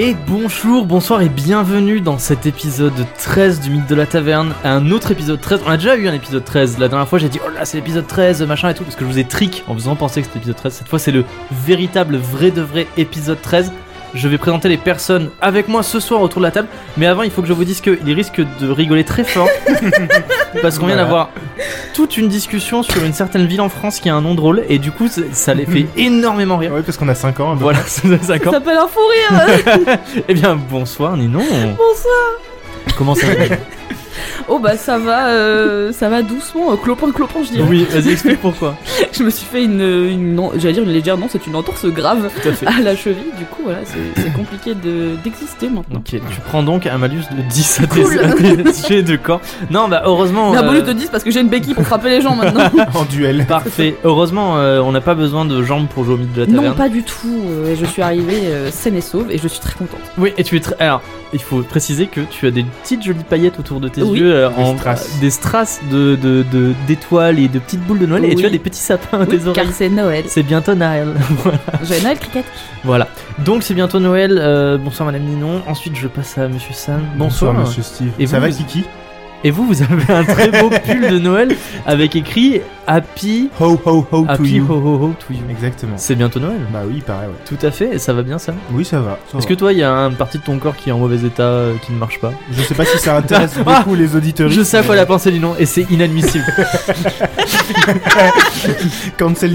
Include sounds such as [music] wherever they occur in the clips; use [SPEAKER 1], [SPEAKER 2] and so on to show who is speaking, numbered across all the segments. [SPEAKER 1] Et bonjour, bonsoir et bienvenue dans cet épisode 13 du Mythe de la Taverne. Un autre épisode 13. On a déjà eu un épisode 13. La dernière fois, j'ai dit oh là, c'est l'épisode 13, machin et tout, parce que je vous ai trick en vous faisant penser que c'était l'épisode 13. Cette fois, c'est le véritable, vrai de vrai épisode 13. Je vais présenter les personnes avec moi ce soir autour de la table. Mais avant, il faut que je vous dise qu'il risque de rigoler très fort. [laughs] parce qu'on vient
[SPEAKER 2] Voilà.
[SPEAKER 1] d'avoir toute une discussion sur une certaine ville en France qui a un nom drôle. Et du coup, ça- ça les fait énormément rire.
[SPEAKER 2] Ouais, parce qu'on a 5 ans. un peu.
[SPEAKER 1] Voilà, [laughs] c'est d'accord.
[SPEAKER 3] Ça peut leur fou
[SPEAKER 1] [laughs]
[SPEAKER 3] rire
[SPEAKER 1] Eh bien, bonsoir Ninon.
[SPEAKER 3] Bonsoir
[SPEAKER 1] Comment ça
[SPEAKER 3] [laughs]
[SPEAKER 1] va
[SPEAKER 3] Oh bah ça va, euh, ça va doucement, euh, clopin clopin je dirais.
[SPEAKER 1] Oui, vas-y,
[SPEAKER 3] [laughs]
[SPEAKER 1] explique pourquoi.
[SPEAKER 3] Je me suis fait une, une non, j'allais dire une légère, non c'est une entorse grave
[SPEAKER 1] Tout à fait.
[SPEAKER 3] à la cheville, du coup voilà, c'est c'est compliqué de- d'exister maintenant.
[SPEAKER 1] Ok, tu prends donc un malus de 10 à tes, [laughs]
[SPEAKER 3] Cool.
[SPEAKER 1] à
[SPEAKER 3] [laughs]
[SPEAKER 1] tes jets de corps. Non, bah heureusement.
[SPEAKER 3] Mais un
[SPEAKER 1] euh,
[SPEAKER 3] bonus de 10 parce que j'ai une béquille pour frapper les gens
[SPEAKER 1] [laughs]
[SPEAKER 3] maintenant.
[SPEAKER 2] en duel.
[SPEAKER 1] Parfait. Heureusement, euh, on n'a pas besoin de jambes pour jouer au mythe de la taverne.
[SPEAKER 3] non pas du tout, euh, je suis arrivée euh, saine et sauve et je suis très contente.
[SPEAKER 1] Oui, et tu es très. Alors, il faut préciser que tu as des petites jolies paillettes autour de tes
[SPEAKER 3] Oui.
[SPEAKER 1] yeux, euh,
[SPEAKER 2] Des strass.
[SPEAKER 1] des strass de de- de- d'étoiles et de petites boules de Noël, et
[SPEAKER 3] Oui.
[SPEAKER 1] tu as des petits sapins à
[SPEAKER 3] Oui,
[SPEAKER 1] tes oreilles.
[SPEAKER 3] car c'est Noël.
[SPEAKER 1] C'est bientôt Noël. [laughs]
[SPEAKER 3] J'ai Noël cricket.
[SPEAKER 1] voilà. Donc c'est bientôt Noël. euh, bonsoir Madame Ninon. Ensuite, je passe à Monsieur Sam.
[SPEAKER 2] Bonsoir, monsieur Steve.
[SPEAKER 1] Et
[SPEAKER 2] ça
[SPEAKER 1] vous,
[SPEAKER 2] va,
[SPEAKER 1] vous-
[SPEAKER 2] Kiki
[SPEAKER 1] Et vous, vous avez un très beau pull de Noël avec écrit Happy,
[SPEAKER 2] Ho ho ho to
[SPEAKER 1] Happy
[SPEAKER 2] you.
[SPEAKER 1] Ah, Ho Ho Ho to you.
[SPEAKER 2] Exactement.
[SPEAKER 1] C'est bientôt Noël.
[SPEAKER 2] Bah oui, pareil, ouais.
[SPEAKER 1] Tout à fait, et ça va bien ça.
[SPEAKER 2] Oui, ça va. ça
[SPEAKER 1] Est-ce que
[SPEAKER 2] va.
[SPEAKER 1] toi, il y a une partie de ton corps qui est en mauvais état, euh, qui ne marche pas
[SPEAKER 2] Je sais pas si ça intéresse
[SPEAKER 1] [laughs] Ah
[SPEAKER 2] beaucoup les auditeurs.
[SPEAKER 1] Je sais à quoi la pensée du nom, et c'est [laughs] inadmissible.
[SPEAKER 2] Cancel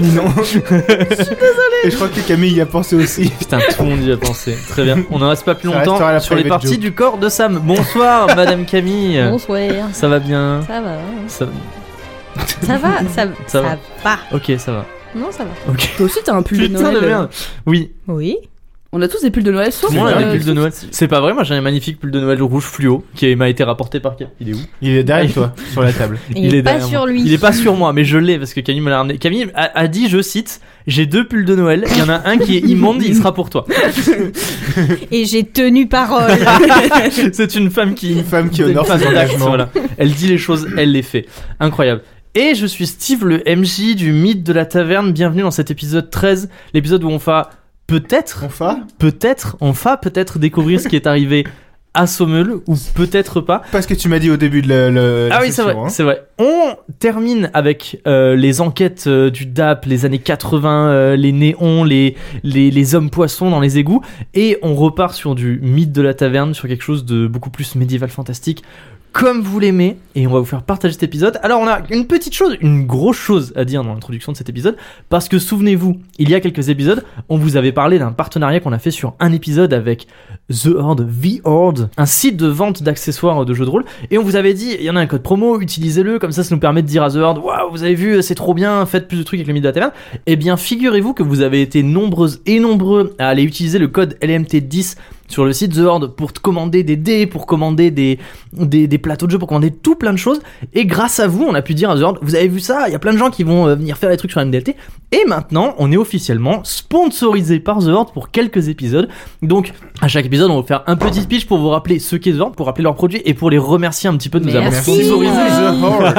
[SPEAKER 1] [laughs]
[SPEAKER 2] Ninon. je suis désolée. Et je crois que Camille y a pensé aussi.
[SPEAKER 1] Putain, tout le monde y a pensé. Très bien. On n'en reste pas plus
[SPEAKER 2] Ça restera
[SPEAKER 1] longtemps
[SPEAKER 2] la
[SPEAKER 1] sur les
[SPEAKER 2] private
[SPEAKER 1] parties
[SPEAKER 2] joke.
[SPEAKER 1] du corps de Sam. [laughs] Bonsoir, Madame Camille.
[SPEAKER 3] Bonsoir.
[SPEAKER 1] Ça va bien
[SPEAKER 3] Ça va. hein.
[SPEAKER 1] Ça-
[SPEAKER 3] Ça va, ça,
[SPEAKER 1] Ça va.
[SPEAKER 3] va.
[SPEAKER 1] Ok, ça va.
[SPEAKER 3] Non ça va.
[SPEAKER 1] Ok.
[SPEAKER 3] Toi aussi t'as un pull de
[SPEAKER 1] Putain
[SPEAKER 3] Noël.
[SPEAKER 1] de merde. Oui,
[SPEAKER 3] Oui. On a tous des pulls de Noël sauf
[SPEAKER 1] tout le monde a
[SPEAKER 3] euh,
[SPEAKER 1] des pulls de Noël. C'est pas vrai, moi j'ai un magnifique pull de Noël rouge fluo qui m'a été rapporté par Camille. Il est où
[SPEAKER 2] Il est derrière
[SPEAKER 1] Ah, [laughs]
[SPEAKER 2] toi, sur la table.
[SPEAKER 4] Il, est, pas
[SPEAKER 1] derrière moi.
[SPEAKER 4] sur lui.
[SPEAKER 1] Il est pas sur moi, mais je l'ai parce que Camille me l'a ramené. Camille a, a dit, je cite, j'ai deux pulls de Noël, il y en a un qui est immonde, il sera pour toi.
[SPEAKER 4] Et j'ai
[SPEAKER 3] [laughs]
[SPEAKER 4] tenu parole.
[SPEAKER 1] C'est une femme qui...
[SPEAKER 2] Une femme qui
[SPEAKER 1] une
[SPEAKER 2] honore
[SPEAKER 1] femme
[SPEAKER 2] ses
[SPEAKER 1] d'acte,
[SPEAKER 2] engagements.
[SPEAKER 1] voilà. Elle dit les choses, elle les fait. Incroyable. Et je suis Steve, le MJ du mythe de la taverne. Bienvenue dans cet épisode 13, l'épisode où on va peut-être,
[SPEAKER 2] Enfin,
[SPEAKER 1] peut-être, on va peut-être découvrir ce qui est arrivé à Sommel ou peut-être pas.
[SPEAKER 2] parce que tu m'as dit au début de le. le-
[SPEAKER 1] Ah
[SPEAKER 2] la
[SPEAKER 1] oui, c'est vrai,
[SPEAKER 2] session, hein.
[SPEAKER 1] c'est vrai. On termine avec euh, les enquêtes euh, du DAP, les années 80, euh, les néons, les, les, les hommes poissons dans les égouts, et on repart sur du mythe de la taverne, sur quelque chose de beaucoup plus médiéval fantastique, comme vous l'aimez, et on va vous faire partager cet épisode. Alors on a une petite chose, une grosse chose à dire dans l'introduction de cet épisode, parce que souvenez-vous, il y a quelques épisodes, on vous avait parlé d'un partenariat qu'on a fait sur un épisode avec The Horde, The Horde, un site de vente d'accessoires de jeux de rôle. Et on vous avait dit, il y en a un code promo, utilisez-le, comme ça ça nous permet de dire à The Horde, waouh, vous avez vu, c'est trop bien, faites plus de trucs avec le mythe de la taverne. Eh bien, figurez-vous que vous avez été nombreuses et nombreux à aller utiliser le code LMT10 sur le site The Horde pour te commander des dés, pour commander des, des, des plateaux de jeu, pour commander tout plein de choses. Et grâce à vous, on a pu dire à The Horde, vous avez vu ça, il y a plein de gens qui vont euh, venir faire des trucs sur MDLT. Et maintenant, on est officiellement sponsorisé par The Horde pour quelques épisodes. Donc, à chaque épisode, on va faire un petit speech pour vous rappeler ce qu'est The Horde, pour rappeler leurs produits et pour les remercier un petit peu de nous avoir
[SPEAKER 4] Merci.
[SPEAKER 1] sponsorisés.
[SPEAKER 2] The Horde.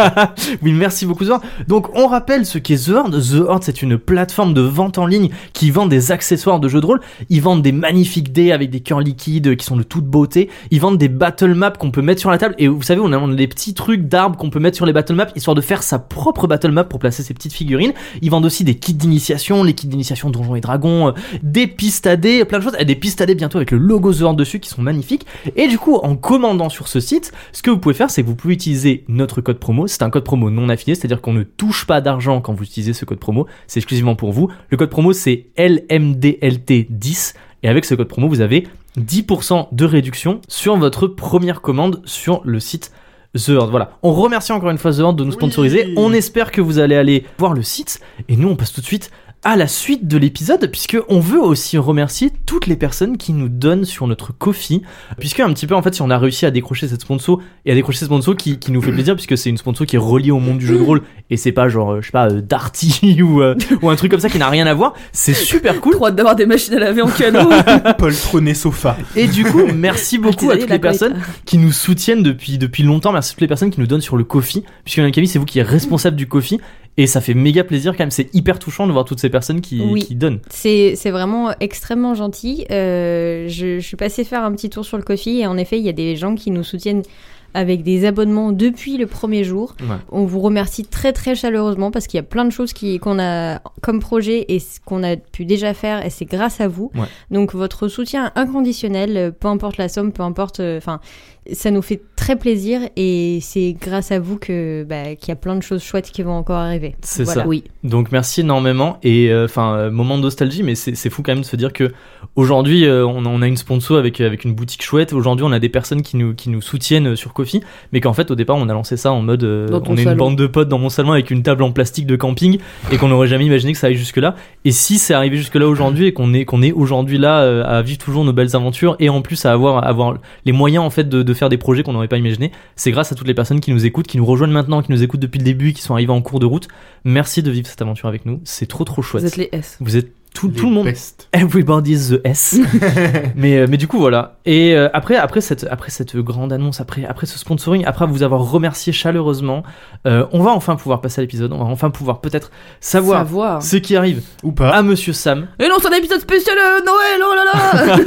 [SPEAKER 1] Oui, merci beaucoup, The Horde. Donc, on rappelle ce qu'est The Horde. The Horde, c'est une plateforme de vente en ligne qui vend des accessoires de jeux de rôle. Ils vendent des magnifiques dés avec des cœurs liquides qui sont de toute beauté. Ils vendent des battle maps qu'on peut mettre sur la table. Et vous savez, on a, on a des petits trucs d'arbres qu'on peut mettre sur les battle maps, histoire de faire sa propre battle map pour placer ses petites figurines. Ils vendent aussi des kits d'initiation, les kits d'initiation Donjons et Dragons, euh, des pistes à dés, plein de choses. Et des pistes à dés bientôt avec le logo The Horde dessus qui sont magnifiques. Et du coup, en commandant sur ce site, ce que vous pouvez faire, c'est que vous pouvez utiliser notre code promo. C'est un code promo non affilié, c'est-à-dire qu'on ne touche pas d'argent quand vous utilisez ce code promo. C'est exclusivement pour vous. Le code promo, c'est LMDLT10. Et avec ce code promo, vous avez 10% de réduction sur votre première commande sur le site The Horde. Voilà. On remercie encore une fois The Horde de nous
[SPEAKER 2] Oui.
[SPEAKER 1] sponsoriser. On espère que vous allez aller voir le site. Et nous, on passe tout de suite à la suite de l'épisode, puisque on veut aussi remercier toutes les personnes qui nous donnent sur notre Kofi, puisque un petit peu en fait, si on a réussi à décrocher cette sponsor et à décrocher cette sponsor qui, qui nous fait plaisir, puisque c'est une sponsor qui est reliée au monde du jeu de rôle et c'est pas genre euh, je sais pas euh, Darty [laughs] ou euh, ou un truc comme ça qui n'a rien à voir, c'est super cool.
[SPEAKER 3] Trop hâte d'avoir des machines à laver en canot.
[SPEAKER 2] [laughs] Poltronné sofa.
[SPEAKER 1] Et du coup,
[SPEAKER 4] Ah,
[SPEAKER 1] merci beaucoup à
[SPEAKER 3] Artisanat
[SPEAKER 1] toutes
[SPEAKER 3] de la
[SPEAKER 1] les personnes qui nous soutiennent depuis, depuis longtemps. Merci à toutes les personnes qui nous donnent sur le Kofi. Puisque Madame Camille, c'est vous qui êtes responsable du Kofi. Et ça fait méga plaisir quand même. C'est hyper touchant de voir toutes ces personnes qui,
[SPEAKER 4] Oui.
[SPEAKER 1] qui donnent.
[SPEAKER 4] C'est c'est vraiment extrêmement gentil. Euh, je, je suis passée faire un petit tour sur le Kofi et en effet, il y a des gens qui nous soutiennent avec des abonnements depuis le premier jour.
[SPEAKER 1] Ouais.
[SPEAKER 4] On vous remercie très très chaleureusement parce qu'il y a plein de choses qui- qu'on a comme projet et ce qu'on a pu déjà faire et c'est grâce à vous.
[SPEAKER 1] Ouais.
[SPEAKER 4] Donc votre soutien inconditionnel, euh, peu importe la somme, peu importe, euh, enfin, ça nous fait très plaisir et c'est grâce à vous que bah, qu'il y a plein de choses chouettes qui vont encore arriver.
[SPEAKER 1] C'est
[SPEAKER 4] Voilà.
[SPEAKER 1] ça.
[SPEAKER 4] Oui.
[SPEAKER 1] Donc merci énormément et euh, enfin euh, moment de nostalgie mais c'est c'est fou quand même de se dire que aujourd'hui euh, on, a- on a une sponsor avec avec une boutique chouette aujourd'hui on a des personnes qui nous qui nous soutiennent euh, sur Kofi mais qu'en fait au départ on a lancé ça en mode euh,
[SPEAKER 3] Dans ton
[SPEAKER 1] on est une
[SPEAKER 3] salon.
[SPEAKER 1] bande de potes dans mon salon avec une table en plastique de camping et qu'on n'aurait jamais imaginé que ça aille jusque là et si c'est arrivé jusque là aujourd'hui et qu'on est qu'on est aujourd'hui là euh, à vivre toujours nos belles aventures et en plus à avoir à avoir les moyens en fait de, de faire des projets qu'on n'aurait pas imaginé c'est grâce à toutes les personnes qui nous écoutent qui nous rejoignent maintenant qui nous écoutent depuis le début qui sont arrivées en cours de route Merci de vivre cette aventure avec nous. C'est trop trop chouette.
[SPEAKER 3] Vous êtes les S.
[SPEAKER 1] Vous êtes tout,
[SPEAKER 2] Les
[SPEAKER 1] tout le monde.
[SPEAKER 2] bestes.
[SPEAKER 1] Everybody is the S. mais, euh, mais du coup, voilà. Et euh, après, après, cette, après cette grande annonce, après, après ce sponsoring, après vous avoir remercié chaleureusement, euh, on va enfin pouvoir passer à l'épisode. On va enfin pouvoir peut-être savoir,
[SPEAKER 3] Savoir.
[SPEAKER 1] ce qui arrive
[SPEAKER 2] Ou pas.
[SPEAKER 1] à monsieur Sam.
[SPEAKER 3] Et non, c'est un épisode spécial euh, Noël, oh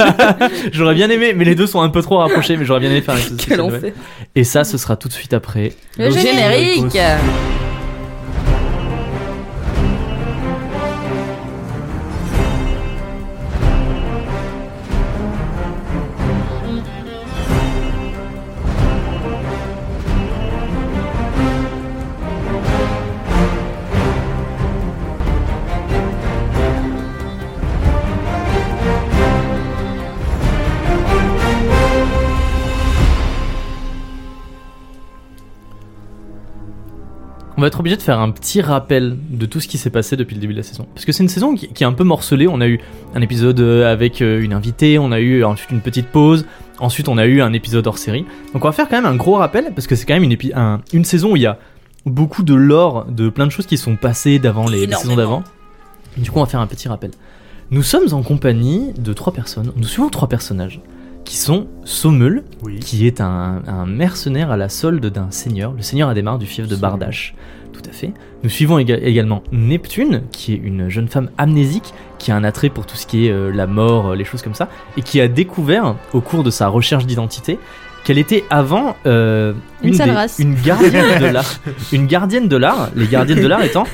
[SPEAKER 1] [laughs]
[SPEAKER 3] là là
[SPEAKER 1] J'aurais bien aimé, mais les deux sont un peu trop rapprochés, mais j'aurais bien aimé faire
[SPEAKER 3] [laughs]
[SPEAKER 1] un épisode
[SPEAKER 3] Quel
[SPEAKER 1] spécial Noël.
[SPEAKER 3] enfer
[SPEAKER 1] Et ça, ce sera tout de suite après.
[SPEAKER 4] Le
[SPEAKER 1] Nos-
[SPEAKER 4] générique.
[SPEAKER 1] On va être obligé de faire un petit rappel de tout ce qui s'est passé depuis le début de la saison. Parce que c'est une saison qui, qui est un peu morcelée. On a eu un épisode euh, avec euh, une invitée, on a eu ensuite une petite pause, ensuite on a eu un épisode hors série. Donc on va faire quand même un gros rappel, parce que c'est quand même une, épi- un- une saison où il y a beaucoup de lore, de plein de choses qui sont passées d'avant les, les saisons d'avant. Du coup on va faire un petit rappel. Nous sommes en compagnie de trois personnes, nous suivons trois personnages, qui sont Sommel, [laughs]
[SPEAKER 2] Oui.
[SPEAKER 1] qui est un, un mercenaire à la solde d'un seigneur, le seigneur Adhémar du fief de
[SPEAKER 2] Absolument.
[SPEAKER 1] Bardache. Tout à fait. Nous suivons éga- également Neptune, qui est une jeune femme amnésique, qui a un attrait pour tout ce qui est euh, la mort, euh, les choses comme ça, et qui a découvert, au cours de sa recherche d'identité, qu'elle était avant euh,
[SPEAKER 4] Une sale
[SPEAKER 1] des-
[SPEAKER 4] race.
[SPEAKER 1] une gardienne de l'art.
[SPEAKER 4] [laughs]
[SPEAKER 1] Une gardienne de l'art, les gardiennes de l'art étant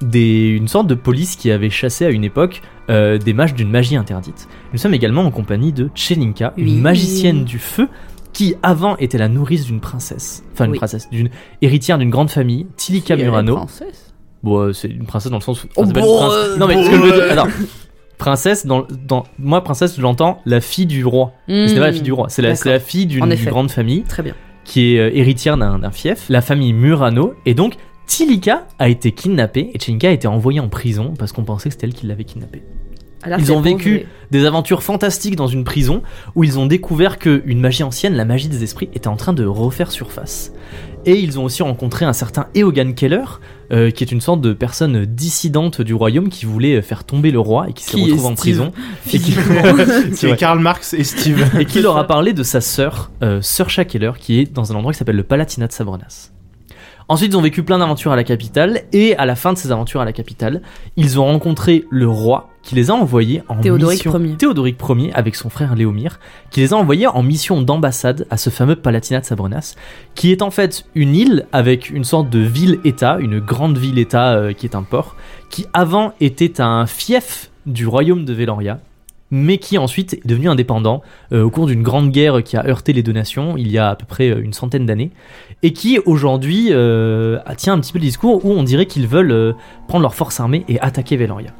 [SPEAKER 1] des, une sorte de police qui avait chassé à une époque euh, des mages d'une magie interdite. Nous sommes également en compagnie de Chelinka,
[SPEAKER 3] Oui.
[SPEAKER 1] une magicienne du feu qui avant était la nourrice d'une princesse, enfin une
[SPEAKER 3] Oui.
[SPEAKER 1] princesse, d'une héritière d'une grande famille, Tilika Murano. Bon, euh, c'est une princesse dans le sens où
[SPEAKER 3] Oh,
[SPEAKER 1] enfin, c'est pas une
[SPEAKER 3] bon,
[SPEAKER 1] prince-
[SPEAKER 3] euh,
[SPEAKER 1] Non mais
[SPEAKER 2] bon,
[SPEAKER 1] ce que je veux dire-
[SPEAKER 2] euh.
[SPEAKER 1] alors, princesse dans, dans moi princesse je l'entends la fille du roi.
[SPEAKER 3] Mmh.
[SPEAKER 1] C'est pas la fille du roi, c'est la,
[SPEAKER 3] Hmm, D'accord.
[SPEAKER 1] c'est la fille d'une
[SPEAKER 3] En effet.
[SPEAKER 1] grande famille
[SPEAKER 3] Très bien.
[SPEAKER 1] qui est euh, héritière d'un d'un fief, la famille Murano, et donc Tilika a été kidnappée et Chinka a été envoyée en prison parce qu'on pensait que c'était elle qui l'avait kidnappée.
[SPEAKER 3] Alors,
[SPEAKER 1] Ils
[SPEAKER 3] c'est
[SPEAKER 1] ont
[SPEAKER 3] bon,
[SPEAKER 1] vécu.
[SPEAKER 3] mais-
[SPEAKER 1] Des aventures fantastiques dans une prison où ils ont découvert que une magie ancienne, la magie des esprits, était en train de refaire surface. Et ils ont aussi rencontré un certain Eogan Keller, euh, qui est une sorte de personne dissidente du royaume qui voulait euh, faire tomber le roi et qui se
[SPEAKER 3] Qui est
[SPEAKER 1] retrouve en
[SPEAKER 3] Steve,
[SPEAKER 1] prison. Et qui- C'est
[SPEAKER 2] C'est
[SPEAKER 1] vrai.
[SPEAKER 2] Karl Marx et Steve.
[SPEAKER 1] [laughs] et qui leur a parlé de sa sœur, euh, Sœur Shakeller, qui est dans un endroit qui s'appelle le Palatinat de Sabronas. Ensuite, ils ont vécu plein d'aventures à la capitale, et à la fin de ces aventures à la capitale, ils ont rencontré le roi qui les a envoyés en
[SPEAKER 3] Théodoric
[SPEAKER 1] mission.
[SPEAKER 3] Ier.
[SPEAKER 1] Théodoric Ier avec son frère Léomir, qui les a envoyés en mission d'ambassade à ce fameux Palatinat de Sabronas, qui est en fait une île avec une sorte de ville-état, une grande ville-état euh, qui est un port, qui avant était un fief du royaume de Veloria, mais qui ensuite est devenu indépendant euh, au cours d'une grande guerre qui a heurté les deux nations il y a à peu près euh, une centaine d'années, et qui aujourd'hui euh, tient un petit peu le discours où on dirait qu'ils veulent euh, prendre leur force armée et attaquer Veloria.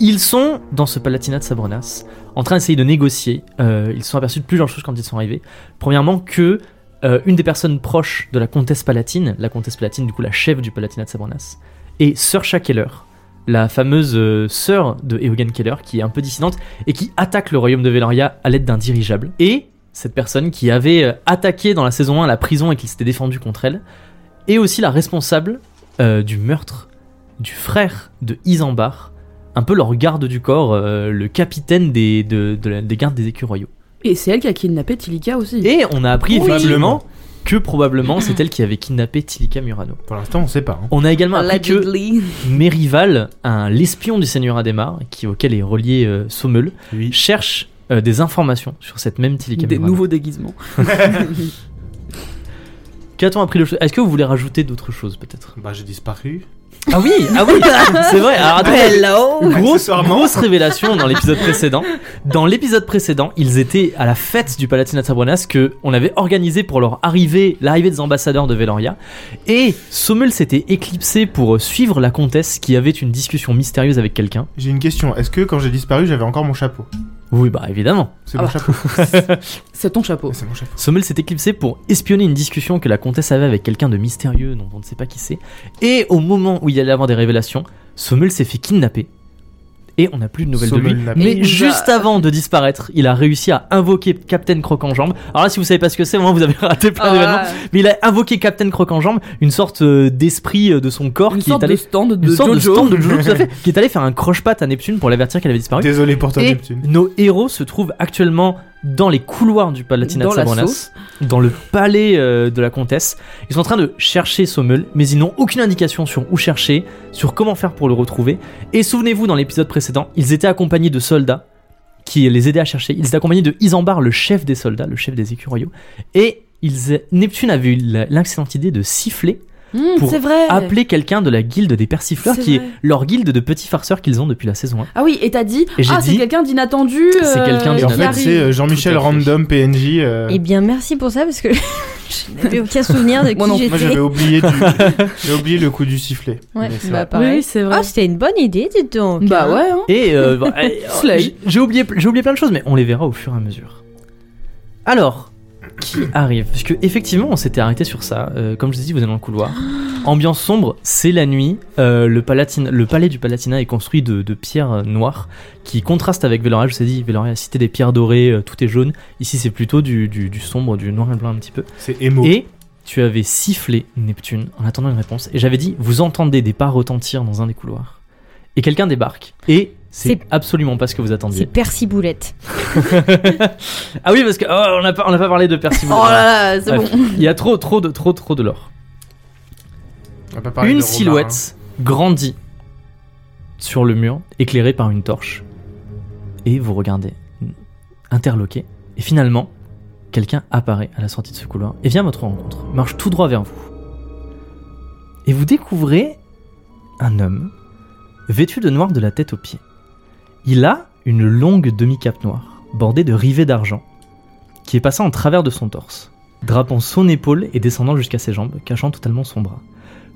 [SPEAKER 1] Ils sont dans ce Palatinat de Sabronas en train d'essayer de négocier. Euh, ils se sont aperçus de plusieurs choses quand ils sont arrivés. Premièrement, que euh, une des personnes proches de la comtesse palatine, la comtesse palatine, du coup la chef du Palatinat de Sabornas, et Sœur Shakeller, la fameuse euh, sœur de Eogan Keller, qui est un peu dissidente et qui attaque le royaume de Veloria à l'aide d'un dirigeable. Et cette personne qui avait euh, attaqué dans la saison 1 la prison et qui s'était défendue contre elle, et aussi la responsable euh, du meurtre du frère de Isambard, un peu leur garde du corps, euh, le capitaine des, de, de la- des gardes des écus royaux.
[SPEAKER 3] Et c'est elle qui a kidnappé Tilika aussi.
[SPEAKER 1] Et on a appris
[SPEAKER 2] Oui.
[SPEAKER 1] probablement que probablement c'est elle qui avait kidnappé Tilika Murano.
[SPEAKER 2] Pour l'instant, on sait pas. hein.
[SPEAKER 1] On a également appris que
[SPEAKER 3] [laughs] Allegedly.
[SPEAKER 1] Merival, un l'espion du seigneur Adhémar, qui auquel est relié euh, Sommeul,
[SPEAKER 2] Oui.
[SPEAKER 1] cherche euh, des informations sur cette même Tilika
[SPEAKER 3] Des
[SPEAKER 1] Murano.
[SPEAKER 3] nouveaux déguisements.
[SPEAKER 1] Qu'a-t-on appris de choses Est-ce que vous voulez rajouter d'autres choses peut-être
[SPEAKER 2] Bah, j'ai disparu.
[SPEAKER 1] Ah oui, ah [laughs] oui, c'est vrai. Alors, attends,
[SPEAKER 3] Hello Ah,
[SPEAKER 1] Grosse,
[SPEAKER 2] Accessoirement.
[SPEAKER 1] grosse révélation dans l'épisode précédent. Dans l'épisode précédent, ils étaient à la fête du Palatinat de Sabronas que on avait organisé pour leur arrivée, l'arrivée des ambassadeurs de Veloria. Et Sommel s'était éclipsé pour suivre la comtesse qui avait une discussion mystérieuse avec quelqu'un.
[SPEAKER 2] J'ai une question. Est-ce que quand j'ai disparu, j'avais encore mon chapeau
[SPEAKER 1] Oui, bah évidemment.
[SPEAKER 2] C'est
[SPEAKER 3] Ah
[SPEAKER 2] mon
[SPEAKER 3] bah. oh.
[SPEAKER 2] chapeau.
[SPEAKER 3] [laughs] C'est ton chapeau.
[SPEAKER 2] C'est mon chapeau.
[SPEAKER 1] Sommel s'est éclipsé pour espionner une discussion que la comtesse avait avec quelqu'un de mystérieux dont on ne sait pas qui c'est. Et au moment où il allait avoir des révélations, Sommel s'est fait kidnapper. Et on n'a plus de nouvelles de
[SPEAKER 2] Sommel
[SPEAKER 1] lui.
[SPEAKER 2] n'a-
[SPEAKER 3] Et il
[SPEAKER 1] Mais
[SPEAKER 3] nous a-
[SPEAKER 1] juste avant de disparaître, il a réussi à invoquer Captain Croc en jambe. Alors là, si vous savez pas ce que c'est, vraiment, vous avez [laughs] raté plein d'événements.
[SPEAKER 3] Ah,
[SPEAKER 1] Mais il a invoqué Captain Croc en jambe, une sorte euh, d'esprit euh, de son corps
[SPEAKER 3] une
[SPEAKER 1] qui est
[SPEAKER 3] sorte de
[SPEAKER 1] allé,
[SPEAKER 3] stand
[SPEAKER 1] une
[SPEAKER 3] de
[SPEAKER 1] sorte de
[SPEAKER 3] Jojo.
[SPEAKER 1] stand de Jojo, tout
[SPEAKER 3] [laughs]
[SPEAKER 1] à fait, qui est allé faire un croche-patte à Neptune pour l'avertir qu'elle avait disparu.
[SPEAKER 2] Désolé pour toi,
[SPEAKER 1] Et
[SPEAKER 2] Neptune.
[SPEAKER 1] nos héros se trouvent actuellement dans les couloirs du Palatinat
[SPEAKER 3] Dans
[SPEAKER 1] de
[SPEAKER 3] la
[SPEAKER 1] Sabronas,
[SPEAKER 3] sauce.
[SPEAKER 1] dans le palais euh, de la comtesse. Ils sont en train de chercher Sommel, mais ils n'ont aucune indication sur où chercher, sur comment faire pour le retrouver. Et souvenez-vous, dans l'épisode précédent, ils étaient accompagnés de soldats qui les aidaient à chercher. Ils étaient accompagnés de Isambard, le chef des soldats, le chef des écureuils. Et ils, euh, Neptune avait eu la- l'excellente idée de siffler,
[SPEAKER 3] Mmh,
[SPEAKER 1] pour Ah,
[SPEAKER 3] c'est vrai.
[SPEAKER 1] appeler quelqu'un de la guilde des persifleurs,
[SPEAKER 3] C'est
[SPEAKER 1] qui
[SPEAKER 3] vrai.
[SPEAKER 1] est leur guilde de petits farceurs qu'ils ont depuis la saison 1.
[SPEAKER 3] Ah oui, et t'as dit,
[SPEAKER 1] Et j'ai
[SPEAKER 3] ah, c'est
[SPEAKER 1] dit-
[SPEAKER 3] quelqu'un d'inattendu.
[SPEAKER 1] C'est
[SPEAKER 3] euh,
[SPEAKER 1] quelqu'un
[SPEAKER 3] qui
[SPEAKER 2] Et en fait,
[SPEAKER 1] d'inattendu.
[SPEAKER 2] c'est
[SPEAKER 3] arrive.
[SPEAKER 2] euh, Jean-Michel
[SPEAKER 1] Tout à fait.
[SPEAKER 2] Random PNJ. euh,
[SPEAKER 3] ben,
[SPEAKER 4] Eh bien, merci pour ça parce que [laughs] je n'avais aucun souvenir [laughs] de
[SPEAKER 3] Moi non,
[SPEAKER 4] qui
[SPEAKER 2] Moi, j'avais
[SPEAKER 4] j'étais.
[SPEAKER 2] oublié, du...
[SPEAKER 3] [laughs]
[SPEAKER 2] j'avais oublié le coup du sifflet.
[SPEAKER 4] Ouais,
[SPEAKER 2] Mais c'est
[SPEAKER 4] bah,
[SPEAKER 1] euh,
[SPEAKER 2] vrai.
[SPEAKER 4] pareil.
[SPEAKER 3] Oui, c'est vrai.
[SPEAKER 4] Ah, c'était une bonne idée, dis donc.
[SPEAKER 3] bah ouais, hein.
[SPEAKER 1] Et euh, bah, eh,
[SPEAKER 3] Slay.
[SPEAKER 1] j'ai- j'ai oublié, j'ai oublié plein de choses, mais on les verra au fur et à mesure. Alors, qui arrive Parce que effectivement, on s'était arrêté sur ça. Euh, comme je vous ai dit, vous êtes dans le couloir. Ambiance sombre, c'est la nuit. Euh, le, Palatin- le palais du Palatinat est construit de, de pierres euh, noires qui contrastent avec Veloria. Je vous ai dit, Veloria, cité des pierres dorées, euh, tout est jaune. Ici, c'est plutôt du, du- du sombre, du noir et blanc un petit peu.
[SPEAKER 2] C'est émo.
[SPEAKER 1] Et tu avais sifflé Neptune en attendant une réponse. Et j'avais dit, vous entendez des pas retentir dans un des couloirs. Et quelqu'un débarque. Et c'est
[SPEAKER 4] C'est-
[SPEAKER 1] absolument pas ce que vous
[SPEAKER 4] C'est
[SPEAKER 1] attendiez.
[SPEAKER 4] Percy Boulette.
[SPEAKER 1] [laughs] Ah oui, parce que oh, on n'a pas, on n'a pas parlé de Percy
[SPEAKER 3] Oh
[SPEAKER 1] Boulette.
[SPEAKER 3] là là, c'est
[SPEAKER 1] Bref,
[SPEAKER 3] bon.
[SPEAKER 1] Il y a trop, trop de, trop, trop de l'or.
[SPEAKER 2] On va pas parler
[SPEAKER 1] une
[SPEAKER 2] de Romain, hein.
[SPEAKER 1] silhouette grandit sur le mur, éclairée par une torche. Et vous regardez, interloqué. Et finalement, quelqu'un apparaît à la sortie de ce couloir et vient à votre rencontre, marche tout droit vers vous. Et vous découvrez un homme vêtu de noir de la tête aux pieds. Il a une longue demi-cape noire, bordée de rivets d'argent, qui est passée en travers de son torse, drapant son épaule et descendant jusqu'à ses jambes, cachant totalement son bras.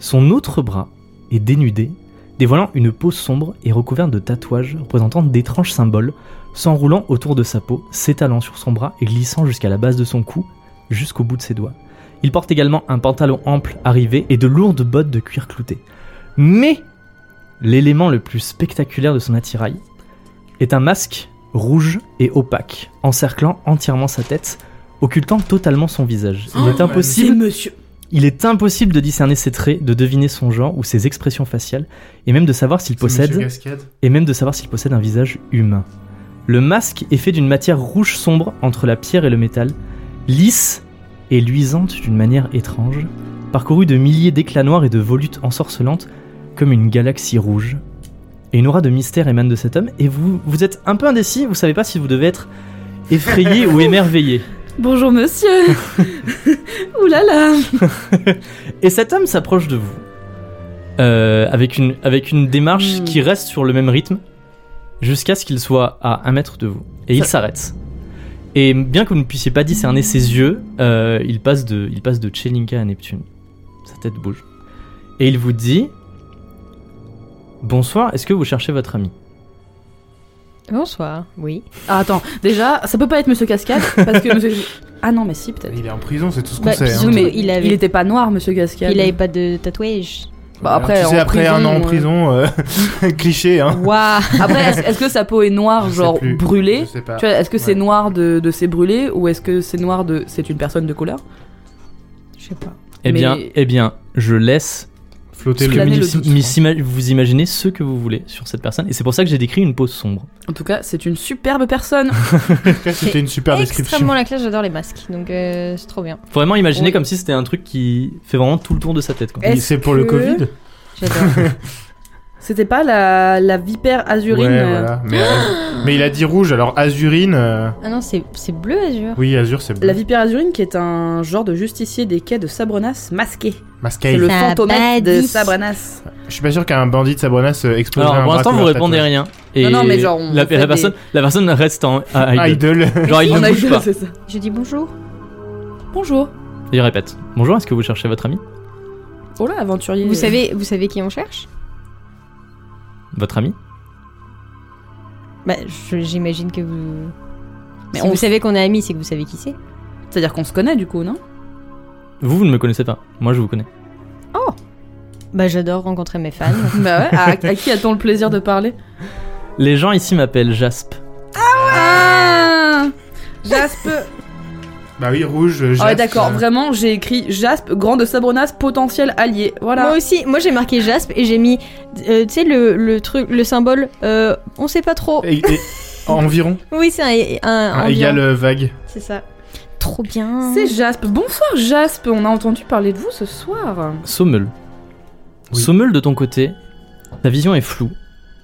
[SPEAKER 1] Son autre bras est dénudé, dévoilant une peau sombre et recouverte de tatouages représentant d'étranges symboles, s'enroulant autour de sa peau, s'étalant sur son bras et glissant jusqu'à la base de son cou, jusqu'au bout de ses doigts. Il porte également un pantalon ample arrivé et de lourdes bottes de cuir clouté. Mais l'élément le plus spectaculaire de son attirail est un masque rouge et opaque, encerclant entièrement sa tête, occultant totalement son visage. Il est
[SPEAKER 2] Oh,
[SPEAKER 1] impossible
[SPEAKER 3] C'est monsieur.
[SPEAKER 1] il est impossible de discerner ses traits, de deviner son genre ou ses expressions faciales, et même de savoir s'il
[SPEAKER 2] C'est Monsieur
[SPEAKER 1] possède,
[SPEAKER 2] Cascade.
[SPEAKER 1] et même de savoir s'il possède un visage humain. Le masque est fait d'une matière rouge sombre entre la pierre et le métal, lisse et luisante d'une manière étrange, parcourue de milliers d'éclats noirs et de volutes ensorcelantes comme une galaxie rouge. Et une aura de mystère émane de cet homme, et vous, vous êtes un peu indécis, vous savez pas si vous devez être
[SPEAKER 2] [laughs]
[SPEAKER 1] effrayé ou émerveillé.
[SPEAKER 3] Bonjour
[SPEAKER 4] [laughs]
[SPEAKER 3] monsieur. [laughs] Ouh là là.
[SPEAKER 1] Et cet homme s'approche de vous. Euh, avec, une, avec une démarche
[SPEAKER 3] Hmm.
[SPEAKER 1] qui reste sur le même rythme jusqu'à ce qu'il soit à un mètre de vous. Et il s'arrête. Et bien que vous ne puissiez pas discerner ses yeux, euh, il passe de, il passe de Chelinka à Neptune. Sa tête bouge. Et il vous dit Bonsoir, est-ce que vous cherchez votre ami
[SPEAKER 4] Bonsoir. Oui.
[SPEAKER 3] Ah, attends, déjà, ça peut pas être monsieur Cascade parce que
[SPEAKER 4] [laughs]
[SPEAKER 3] monsieur... Ah non, mais si peut-être.
[SPEAKER 2] Il est en prison, c'est tout ce qu'on
[SPEAKER 4] Bah,
[SPEAKER 2] sait.
[SPEAKER 4] bisous,
[SPEAKER 2] hein.
[SPEAKER 3] Oui, mais
[SPEAKER 4] Il
[SPEAKER 3] il,
[SPEAKER 4] avait-
[SPEAKER 3] était pas noir, monsieur Cascade.
[SPEAKER 4] Il avait pas de tatouage.
[SPEAKER 3] Bah, après,
[SPEAKER 2] tu sais,
[SPEAKER 3] en
[SPEAKER 2] après un an en
[SPEAKER 3] euh,
[SPEAKER 2] prison, euh, [laughs] cliché, hein.
[SPEAKER 4] Waouh.
[SPEAKER 3] Après, est-ce est-ce que sa peau est noire,
[SPEAKER 2] Je sais
[SPEAKER 3] genre
[SPEAKER 2] plus. Je
[SPEAKER 3] brûlée
[SPEAKER 2] sais pas.
[SPEAKER 3] Tu vois, est-ce que
[SPEAKER 2] Ouais.
[SPEAKER 3] c'est noir de, de c'est brûlé ou est-ce que c'est noir de c'est une personne de couleur
[SPEAKER 4] Je sais pas.
[SPEAKER 1] Eh bien,
[SPEAKER 3] Mais-
[SPEAKER 1] eh bien, je laisse
[SPEAKER 5] flotter
[SPEAKER 3] Parce
[SPEAKER 5] le
[SPEAKER 3] que la-
[SPEAKER 1] mais
[SPEAKER 3] le
[SPEAKER 1] si-
[SPEAKER 3] doute,
[SPEAKER 1] mais
[SPEAKER 3] je
[SPEAKER 1] s'ima- vous imaginez ce que vous voulez sur cette personne, et c'est pour ça que j'ai décrit une pose sombre.
[SPEAKER 3] En tout cas, c'est une superbe
[SPEAKER 2] [laughs]
[SPEAKER 3] personne.
[SPEAKER 2] En tout cas, c'était une super description.
[SPEAKER 4] Extrêmement la classe, j'adore les masques, donc euh, c'est trop bien.
[SPEAKER 1] Faut vraiment imaginer
[SPEAKER 3] Oui.
[SPEAKER 1] comme si c'était un truc qui fait vraiment tout le tour de sa tête. quoi.
[SPEAKER 3] Est-ce
[SPEAKER 5] C'est pour le
[SPEAKER 3] que-
[SPEAKER 5] Covid
[SPEAKER 4] [laughs] J'adore.
[SPEAKER 3] C'était pas la, la vipère azurine.
[SPEAKER 2] Ouais,
[SPEAKER 3] euh,
[SPEAKER 2] voilà. mais, euh, mais il a dit rouge, alors azurine. euh,
[SPEAKER 4] ah non, c'est c'est bleu azur.
[SPEAKER 2] Oui, azur, c'est bleu.
[SPEAKER 3] La vipère azurine qui est un genre de justicier des quais de Sabrenas masqué.
[SPEAKER 2] Mascaille.
[SPEAKER 3] C'est le
[SPEAKER 4] Ça a
[SPEAKER 3] fantomètre
[SPEAKER 4] pas
[SPEAKER 3] de
[SPEAKER 4] dit.
[SPEAKER 3] Sabrenas.
[SPEAKER 2] Je suis pas sûr qu'un bandit de Sabonas euh, exploserait
[SPEAKER 1] Alors
[SPEAKER 2] un
[SPEAKER 1] pour
[SPEAKER 2] bras
[SPEAKER 1] l'instant
[SPEAKER 2] tout
[SPEAKER 1] vous
[SPEAKER 2] dans la
[SPEAKER 1] répondez
[SPEAKER 2] tatouage.
[SPEAKER 1] rien.
[SPEAKER 3] Non, non, mais genre, on
[SPEAKER 1] la,
[SPEAKER 3] fait
[SPEAKER 1] la
[SPEAKER 3] des-
[SPEAKER 1] personne, la personne reste en ah, idle.
[SPEAKER 2] [laughs] Idol.
[SPEAKER 1] Genre
[SPEAKER 3] [laughs]
[SPEAKER 1] il
[SPEAKER 3] On
[SPEAKER 1] ne
[SPEAKER 3] a
[SPEAKER 1] bouge
[SPEAKER 3] eu-
[SPEAKER 1] pas.
[SPEAKER 3] c'est ça.
[SPEAKER 4] Je dis bonjour.
[SPEAKER 3] Bonjour.
[SPEAKER 1] Et il répète. Bonjour, est-ce que vous cherchez votre ami
[SPEAKER 3] Oh là, aventurier.
[SPEAKER 4] Vous savez, vous savez qui on cherche
[SPEAKER 1] Votre ami
[SPEAKER 4] Bah, je- j'imagine que vous.
[SPEAKER 3] Mais
[SPEAKER 4] si
[SPEAKER 3] on
[SPEAKER 4] vous
[SPEAKER 3] s-
[SPEAKER 4] savez qu'on est amis, c'est que vous savez qui c'est.
[SPEAKER 3] C'est-à-dire qu'on se connaît du coup, non
[SPEAKER 1] Vous, vous ne me connaissez pas. Moi, je vous connais.
[SPEAKER 4] Bah, j'adore rencontrer mes fans.
[SPEAKER 3] [laughs] Bah ouais, à, à qui a-t-on le plaisir de parler
[SPEAKER 1] Les gens ici m'appellent Jasp.
[SPEAKER 3] Ah [laughs] Jaspe
[SPEAKER 2] Bah oui, rouge, euh,
[SPEAKER 3] Ah ouais
[SPEAKER 2] jaspe,
[SPEAKER 3] d'accord,
[SPEAKER 2] euh,
[SPEAKER 3] vraiment j'ai écrit Jaspe, grand de Sabronas, potentiel allié. Voilà.
[SPEAKER 4] Moi aussi, moi j'ai marqué Jasp et j'ai mis, euh, tu sais, le, le truc, le symbole, euh, on sait pas trop.
[SPEAKER 2] et- et- environ.
[SPEAKER 3] [laughs]
[SPEAKER 4] Oui, c'est un, un,
[SPEAKER 2] Un
[SPEAKER 4] ambiant.
[SPEAKER 2] égal euh, vague.
[SPEAKER 4] C'est ça. Trop bien.
[SPEAKER 3] C'est Jaspe. Bonsoir Jaspe, on a entendu parler de vous ce soir.
[SPEAKER 1] Sommel.
[SPEAKER 2] Oui.
[SPEAKER 1] Sommel, de ton côté, ta vision est floue.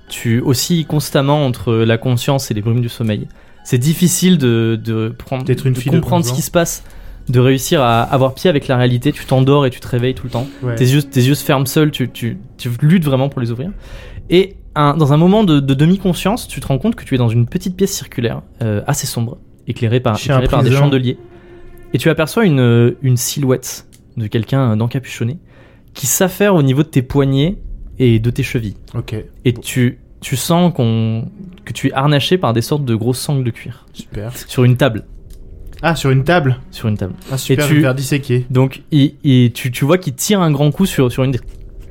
[SPEAKER 1] Tu oscilles constamment entre la conscience et les brumes du sommeil. C'est difficile de, de, prendre,
[SPEAKER 2] D'être une
[SPEAKER 1] de
[SPEAKER 2] fille de
[SPEAKER 1] comprendre
[SPEAKER 2] bon
[SPEAKER 1] ce
[SPEAKER 2] genre.
[SPEAKER 1] qui se passe, de réussir à avoir pied avec la réalité. Tu t'endors et tu te réveilles tout le temps.
[SPEAKER 2] Ouais.
[SPEAKER 1] Tes yeux, tes yeux se ferment seuls, tu, tu, tu luttes vraiment pour les ouvrir. Et un- dans un moment de, de demi-conscience, tu te rends compte que tu es dans une petite pièce circulaire, euh, assez sombre, éclairée par,
[SPEAKER 2] Chez un
[SPEAKER 1] éclairée par des
[SPEAKER 2] prison.
[SPEAKER 1] chandeliers. Et tu aperçois une, euh, une silhouette de quelqu'un euh, d'encapuchonné qui s'affaire au niveau de tes poignets et de tes chevilles.
[SPEAKER 2] Ok,
[SPEAKER 1] Et tu, tu sens qu'on que tu es harnaché par des sortes de grosses sangles de cuir
[SPEAKER 2] super.
[SPEAKER 1] sur une table.
[SPEAKER 2] Ah, sur une table.
[SPEAKER 1] Sur une table.
[SPEAKER 2] Ah, super,
[SPEAKER 1] Et
[SPEAKER 2] je vais
[SPEAKER 1] tu-
[SPEAKER 2] me faire disséquer.
[SPEAKER 1] Donc il- il- tu, tu vois qu'il tire un grand coup sur, sur une, des,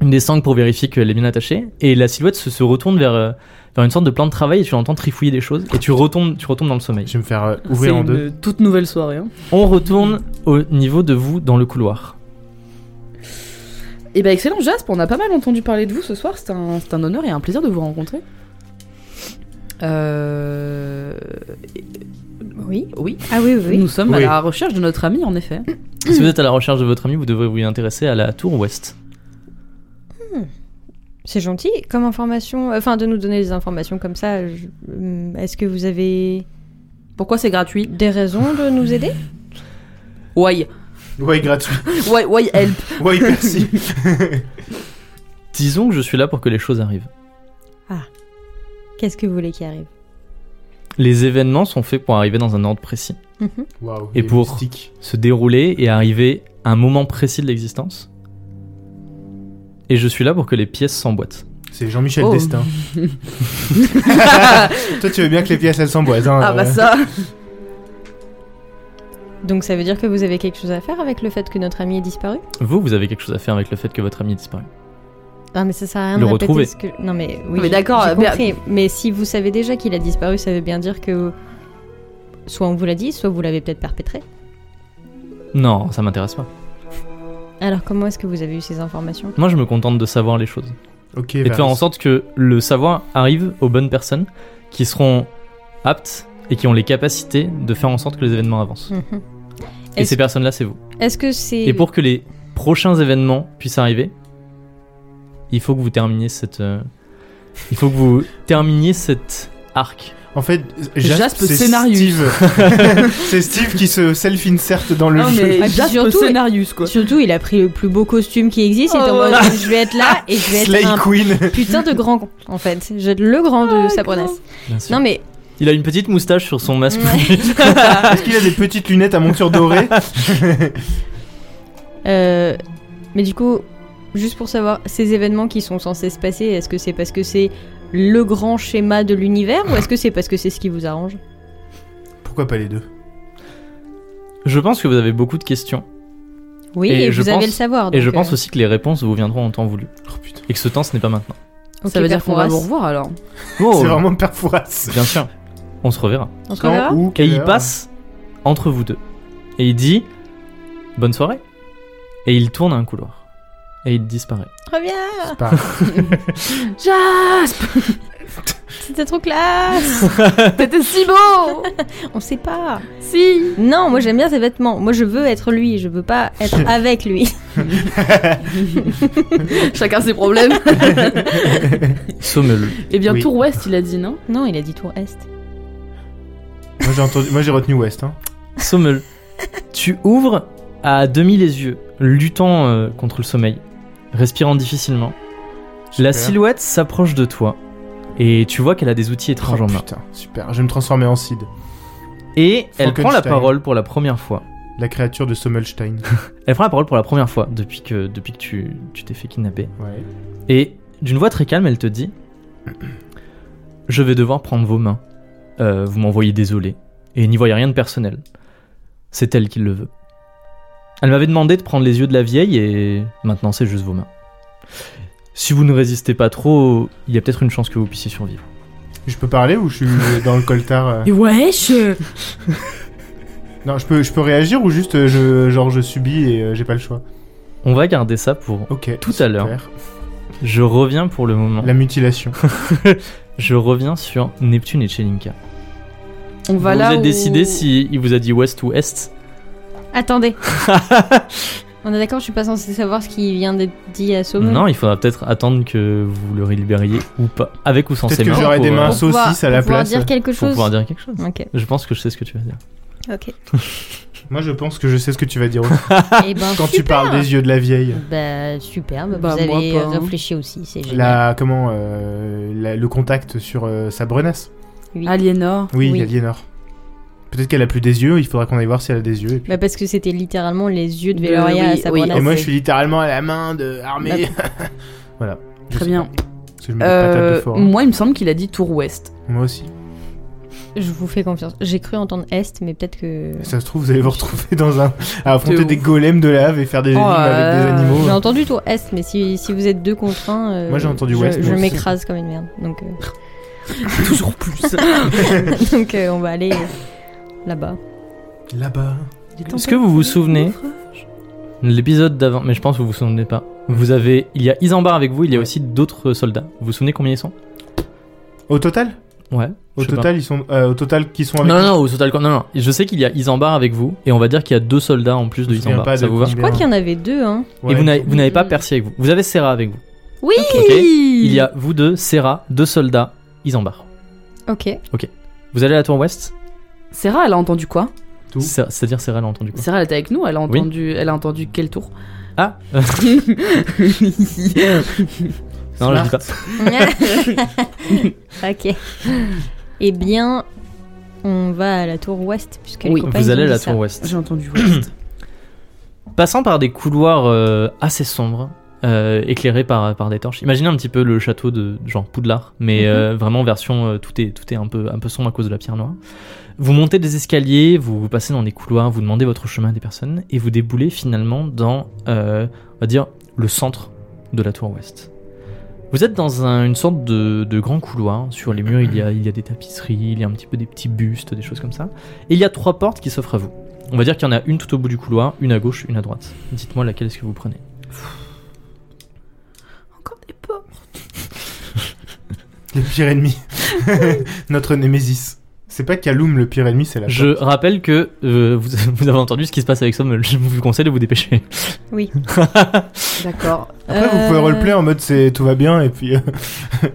[SPEAKER 1] une des sangles pour vérifier qu'elle est bien attachée. Et la silhouette se, se retourne vers, euh, vers une sorte de plan de travail et tu l'entends trifouiller des choses. Et tu retombes, tu retombes dans le sommeil.
[SPEAKER 2] Je vais me faire euh,
[SPEAKER 3] C'est
[SPEAKER 2] ouvrir en
[SPEAKER 3] une
[SPEAKER 2] deux.
[SPEAKER 3] toute nouvelle soirée. hein.
[SPEAKER 1] On retourne au niveau de vous dans le couloir.
[SPEAKER 3] Eh ben excellent Jaspe, on a pas mal entendu parler de vous ce soir, c'est un, c'est un honneur et un plaisir de vous rencontrer. Euh...
[SPEAKER 4] Oui.
[SPEAKER 3] Oui,
[SPEAKER 4] Ah oui, oui.
[SPEAKER 3] nous sommes
[SPEAKER 2] Oui.
[SPEAKER 3] à la recherche de notre ami en effet.
[SPEAKER 1] si vous êtes à la recherche de votre ami, vous devrez vous y intéresser à la tour ouest.
[SPEAKER 4] C'est gentil comme information, euh, enfin de nous donner des informations comme ça. je- hum, Est-ce que vous avez
[SPEAKER 3] Pourquoi c'est gratuit
[SPEAKER 4] des raisons de nous aider
[SPEAKER 3] Why
[SPEAKER 2] Ouais, gratuit. [laughs]
[SPEAKER 3] Why, why help
[SPEAKER 2] Ouais,
[SPEAKER 1] [laughs]
[SPEAKER 2] merci.
[SPEAKER 1] Disons que je suis là pour que les choses arrivent.
[SPEAKER 4] Qu'est-ce que vous voulez qu'il arrive
[SPEAKER 1] Les événements sont faits pour arriver dans un ordre précis,
[SPEAKER 4] Mhm.
[SPEAKER 2] Waouh.
[SPEAKER 1] Et
[SPEAKER 2] des
[SPEAKER 1] pour-
[SPEAKER 2] moustiques.
[SPEAKER 1] se dérouler et arriver à un moment précis de l'existence. Et je suis là pour que les pièces s'emboîtent.
[SPEAKER 2] C'est Jean-Michel
[SPEAKER 3] Oh. [laughs]
[SPEAKER 2] Destin. [laughs] Toi, tu veux bien que les pièces elles s'emboîtent. Hein,
[SPEAKER 3] Ah
[SPEAKER 2] euh,
[SPEAKER 1] [laughs]
[SPEAKER 3] bah ça
[SPEAKER 4] Donc ça veut dire que vous avez quelque chose à faire avec le fait que notre ami est disparu
[SPEAKER 1] Vous, vous avez quelque chose à faire avec le fait que votre ami est disparu.
[SPEAKER 4] Ah mais ça sert à rien
[SPEAKER 1] Le
[SPEAKER 4] de répéter
[SPEAKER 1] retrouver.
[SPEAKER 4] ce que- Non mais oui.
[SPEAKER 3] Mais
[SPEAKER 4] j'ai-
[SPEAKER 3] d'accord,
[SPEAKER 4] j'ai
[SPEAKER 3] euh, mais-
[SPEAKER 4] compris. Mais si vous savez déjà qu'il a disparu, ça veut bien dire que soit on vous l'a dit, soit vous l'avez peut-être perpétré.
[SPEAKER 1] Non, ça m'intéresse pas.
[SPEAKER 4] Alors comment est-ce que vous avez eu ces informations [laughs]
[SPEAKER 1] Moi, je me contente de savoir les choses.
[SPEAKER 2] Ok, bah,
[SPEAKER 1] Et de faire en
[SPEAKER 2] Varys.
[SPEAKER 1] sorte que le savoir arrive aux bonnes personnes qui seront aptes et qui ont les capacités de faire en sorte que les événements avancent.
[SPEAKER 4] Mhm.
[SPEAKER 1] Et
[SPEAKER 4] Est-ce-
[SPEAKER 1] ces personnes-là, c'est vous.
[SPEAKER 4] Est-ce que c'est
[SPEAKER 1] Et pour que les prochains événements puissent arriver, il faut que vous terminiez cette. euh, Il faut que vous terminiez cet arc.
[SPEAKER 2] En fait,
[SPEAKER 3] Jaspe,
[SPEAKER 2] Jaspe, c'est
[SPEAKER 1] [laughs]
[SPEAKER 3] scénarius.
[SPEAKER 2] Steve. c'est Steve qui se self-insert dans le
[SPEAKER 3] Non
[SPEAKER 2] jeu.
[SPEAKER 4] Ah,
[SPEAKER 3] mais
[SPEAKER 4] puis
[SPEAKER 3] Jaspe
[SPEAKER 4] surtout-
[SPEAKER 3] Scénarius quoi.
[SPEAKER 4] Surtout, il a pris le plus beau costume qui existe. Il est en
[SPEAKER 3] Oh.
[SPEAKER 4] mode, je vais être là et je
[SPEAKER 2] [laughs]
[SPEAKER 4] vais
[SPEAKER 2] Slay
[SPEAKER 4] être un
[SPEAKER 2] Queen.
[SPEAKER 4] putain de grand con, en fait. Je vais être le grand de Sabrenas.
[SPEAKER 1] Bien sûr.
[SPEAKER 4] Non mais
[SPEAKER 1] Il a une petite moustache sur son masque.
[SPEAKER 2] Est-ce qu'il a des petites lunettes à monture dorée
[SPEAKER 4] Euh, mais du coup, juste pour savoir, ces événements qui sont censés se passer, est-ce que c'est parce que c'est le grand schéma de l'univers ou est-ce que c'est parce que c'est ce qui vous arrange
[SPEAKER 2] Pourquoi pas les deux
[SPEAKER 1] [laughs] Je pense que vous avez beaucoup de questions.
[SPEAKER 4] Oui,
[SPEAKER 1] Et
[SPEAKER 4] et,
[SPEAKER 1] je
[SPEAKER 4] vous avez
[SPEAKER 1] pense-
[SPEAKER 4] le savoir.
[SPEAKER 1] Et
[SPEAKER 4] donc,
[SPEAKER 1] je
[SPEAKER 4] euh,
[SPEAKER 1] pense aussi que les réponses vous viendront en temps voulu.
[SPEAKER 2] Oh putain.
[SPEAKER 1] Et que ce temps, ce n'est pas maintenant.
[SPEAKER 4] ok, bah,
[SPEAKER 3] ça veut dire qu'on va
[SPEAKER 4] Perforas,
[SPEAKER 3] vous revoir alors.
[SPEAKER 1] Oh,
[SPEAKER 2] C'est vraiment perforace.
[SPEAKER 1] Bien sûr. On se reverra.
[SPEAKER 4] on se reverra
[SPEAKER 2] ou
[SPEAKER 1] Et
[SPEAKER 2] quelle
[SPEAKER 1] il
[SPEAKER 2] heure
[SPEAKER 1] passe entre vous deux. Et il dit Bonne soirée. Et il tourne un couloir. et il disparaît.
[SPEAKER 4] Reviens
[SPEAKER 2] C'est pas-
[SPEAKER 3] [laughs] Jasp
[SPEAKER 4] C'était
[SPEAKER 1] [laughs]
[SPEAKER 4] trop classe
[SPEAKER 3] T'étais si beau
[SPEAKER 4] On sait pas
[SPEAKER 3] Si
[SPEAKER 4] Non, moi j'aime bien ses vêtements. Moi je veux être lui, je veux pas
[SPEAKER 1] [laughs]
[SPEAKER 4] être avec lui.
[SPEAKER 3] Chacun ses problèmes.
[SPEAKER 4] [laughs]
[SPEAKER 1] Sommel.
[SPEAKER 3] Eh bien,
[SPEAKER 2] Oui.
[SPEAKER 3] Tour Ouest, il a dit, non
[SPEAKER 4] Non, il a dit tour Est.
[SPEAKER 2] Moi j'ai entendu... Moi j'ai retenu West. Hein.
[SPEAKER 1] Sommel. tu ouvres à demi les yeux, luttant euh, contre le sommeil, respirant difficilement. La
[SPEAKER 2] Super.
[SPEAKER 1] silhouette s'approche de toi et tu vois qu'elle a des outils étranges
[SPEAKER 2] Oh,
[SPEAKER 1] en main.
[SPEAKER 2] putain, super. Je vais me transformer en Sid,
[SPEAKER 1] Et elle prend la
[SPEAKER 2] Frankenstein.
[SPEAKER 1] parole pour la première fois.
[SPEAKER 2] la créature de Sommelstein.
[SPEAKER 1] Elle prend la parole pour la première fois depuis que, depuis que tu tu t'es fait kidnapper.
[SPEAKER 2] Ouais.
[SPEAKER 1] Et d'une voix très calme, elle te dit Je vais devoir prendre vos mains. Euh, vous m'envoyez désolé. Et n'y voyez rien de personnel. C'est elle qui le veut. Elle m'avait demandé de prendre les yeux de la vieille et maintenant c'est juste vos mains. Si vous ne résistez pas trop, il y a peut-être une chance que vous puissiez survivre.
[SPEAKER 2] Je peux parler ou je suis dans le
[SPEAKER 1] [laughs]
[SPEAKER 2] coltard euh
[SPEAKER 3] wesh
[SPEAKER 2] Non, je peux, je peux réagir ou juste euh, je, genre je subis et euh, j'ai pas le choix.
[SPEAKER 1] On va garder ça pour.
[SPEAKER 2] Ok.
[SPEAKER 1] Tout à l'heure.
[SPEAKER 2] super.
[SPEAKER 1] Je reviens pour le moment. [laughs]
[SPEAKER 2] La mutilation.
[SPEAKER 1] Je reviens sur Neptune et Chelinka.
[SPEAKER 3] On va là
[SPEAKER 1] vous êtes
[SPEAKER 3] où-
[SPEAKER 1] décidé si il vous a dit ouest ou est [laughs]
[SPEAKER 4] Attendez. On est d'accord, je suis pas censée savoir ce qui vient d'être dit à Sommel.
[SPEAKER 1] Non, il faudra peut-être attendre que vous le libériez ou pas, avec ou sans
[SPEAKER 2] Peut-être
[SPEAKER 1] ses
[SPEAKER 2] que
[SPEAKER 1] mains.
[SPEAKER 2] j'aurai
[SPEAKER 1] pour,
[SPEAKER 2] des
[SPEAKER 1] euh,
[SPEAKER 2] mains. Un
[SPEAKER 4] Pour
[SPEAKER 2] saucisse
[SPEAKER 4] pouvoir-
[SPEAKER 2] à la
[SPEAKER 4] pour pouvoir
[SPEAKER 2] place.
[SPEAKER 4] dire quelque
[SPEAKER 1] pour
[SPEAKER 4] chose.
[SPEAKER 1] pouvoir dire quelque chose.
[SPEAKER 4] Ok,
[SPEAKER 1] Je pense que je sais ce que tu vas dire.
[SPEAKER 4] ok.
[SPEAKER 2] Moi je pense que je sais ce que tu vas dire aussi.
[SPEAKER 4] Et ben,
[SPEAKER 2] quand tu
[SPEAKER 4] super.
[SPEAKER 2] parles des yeux de la vieille.
[SPEAKER 4] Bah super, bah,
[SPEAKER 3] Bah,
[SPEAKER 4] vous
[SPEAKER 3] moi,
[SPEAKER 4] avez
[SPEAKER 3] pas, hein.
[SPEAKER 4] réfléchi aussi, c'est génial.
[SPEAKER 2] La comment euh, la- le contact sur euh, sa brenasse.
[SPEAKER 4] Oui.
[SPEAKER 3] Aliénor.
[SPEAKER 2] Oui,
[SPEAKER 4] Oui.
[SPEAKER 2] Aliénor. Peut-être qu'elle a plus des yeux, il faudra qu'on aille voir si elle a des yeux. Et, puis-
[SPEAKER 4] Bah, parce que c'était littéralement les yeux de
[SPEAKER 3] De-
[SPEAKER 4] Veloria à
[SPEAKER 3] Euh, oui,
[SPEAKER 4] sa
[SPEAKER 3] oui.
[SPEAKER 4] brunette.
[SPEAKER 2] et moi je suis littéralement à la main de armée. [laughs] voilà. Je
[SPEAKER 3] Très
[SPEAKER 2] sais
[SPEAKER 3] bien.
[SPEAKER 2] pas. Parce que je mets des patates de
[SPEAKER 3] Euh,
[SPEAKER 2] fort.
[SPEAKER 3] moi, il me semble qu'il a dit Tour Ouest.
[SPEAKER 2] Moi aussi.
[SPEAKER 4] Je vous fais confiance. J'ai cru entendre Est, mais peut-être que...
[SPEAKER 2] Ça se trouve, vous allez vous retrouver dans un. à affronter
[SPEAKER 3] De
[SPEAKER 2] des
[SPEAKER 3] ouf.
[SPEAKER 2] golems de lave et faire des
[SPEAKER 3] Oh,
[SPEAKER 2] énigmes avec des
[SPEAKER 3] euh,
[SPEAKER 2] animaux.
[SPEAKER 4] J'ai entendu tour Est, mais si, si vous êtes deux contre un... euh,
[SPEAKER 2] Moi, j'ai entendu
[SPEAKER 4] je-
[SPEAKER 2] Ouest,
[SPEAKER 4] Je
[SPEAKER 2] moi aussi.
[SPEAKER 4] m'écrase comme une merde. Donc, euh, [laughs]
[SPEAKER 3] Toujours plus.
[SPEAKER 4] donc euh, on va aller euh, là-bas.
[SPEAKER 2] Là-bas.
[SPEAKER 1] Est-ce que vous vous souvenez [laughs] L'épisode d'avant, mais je pense que vous vous souvenez pas. Vous avez, il y a Isambard avec vous, il y a aussi d'autres soldats. Vous vous souvenez combien ils sont
[SPEAKER 2] Au total
[SPEAKER 1] Ouais.
[SPEAKER 2] Au
[SPEAKER 1] je sais
[SPEAKER 2] total, ils sont. euh, au total, qui sont
[SPEAKER 1] pas.
[SPEAKER 2] avec.
[SPEAKER 1] Non, non, non, au total, non, non. Je sais qu'il y a Isambard avec vous, et on va dire qu'il y a deux soldats en plus de
[SPEAKER 2] Je me souviens
[SPEAKER 1] Isambard.
[SPEAKER 2] pas
[SPEAKER 1] Ça
[SPEAKER 2] de
[SPEAKER 1] vous va
[SPEAKER 2] combien.
[SPEAKER 4] Je crois qu'il y en avait deux, hein.
[SPEAKER 1] Et
[SPEAKER 2] Ouais.
[SPEAKER 1] vous n'avez- vous n'avez pas Percy avec vous. Vous avez Serra avec vous.
[SPEAKER 4] Oui
[SPEAKER 1] Ok. Il y a vous deux, Serra, deux soldats, Isambard.
[SPEAKER 2] [laughs]
[SPEAKER 4] Ok.
[SPEAKER 1] Vous allez à la tour ouest
[SPEAKER 3] Sarah, elle a entendu quoi
[SPEAKER 2] Tout.
[SPEAKER 1] C'est- C'est-à-dire Serra l'a entendu quoi
[SPEAKER 3] Sarah, elle était avec nous, elle a
[SPEAKER 1] Oui.
[SPEAKER 3] entendu, elle a entendu
[SPEAKER 1] [laughs]
[SPEAKER 3] quel tour
[SPEAKER 1] Ah Non,
[SPEAKER 2] Smart.
[SPEAKER 1] je dis pas.
[SPEAKER 4] ok. Eh bien, on va à la tour ouest, puisque les
[SPEAKER 3] Oui.
[SPEAKER 4] copains,
[SPEAKER 1] Vous
[SPEAKER 4] ils
[SPEAKER 1] allez
[SPEAKER 4] ont
[SPEAKER 1] à la
[SPEAKER 4] dit ça.
[SPEAKER 1] tour ouest.
[SPEAKER 3] J'ai entendu
[SPEAKER 1] [coughs]
[SPEAKER 3] Ouest.
[SPEAKER 1] Passant par des couloirs euh, assez sombres, euh, éclairés par, par des torches. Imaginez un petit peu le château de genre Poudlard, mais
[SPEAKER 3] Mhm.
[SPEAKER 1] euh, vraiment version euh, tout est tout est un peu un peu sombre à cause de la pierre noire. Vous montez des escaliers, vous, vous passez dans des couloirs, vous demandez votre chemin à des personnes et vous déboulez finalement dans euh, on va dire le centre de la tour ouest. Vous êtes dans un- une sorte de, de grand couloir. Sur les murs, il y, a, il y a des tapisseries, il y a un petit peu des petits bustes, des choses comme ça. Et il y a trois portes qui s'offrent à vous. On va dire qu'il y en a une tout au bout du couloir, une à gauche, une à droite. Dites-moi laquelle est-ce que vous prenez.
[SPEAKER 3] Encore des pommes.
[SPEAKER 2] Le pire ennemi. [laughs] Notre Némésis. C'est pas Kaloum le pire ennemi, c'est la.
[SPEAKER 1] Je rappelle que euh, vous, [laughs] vous avez entendu ce qui se passe avec Sommel. Je vous conseille de vous dépêcher. [laughs]
[SPEAKER 4] Oui.
[SPEAKER 3] D'accord.
[SPEAKER 2] Après, vous
[SPEAKER 4] Euh,
[SPEAKER 2] pouvez roleplay en mode c'est tout va bien et puis. [laughs] euh,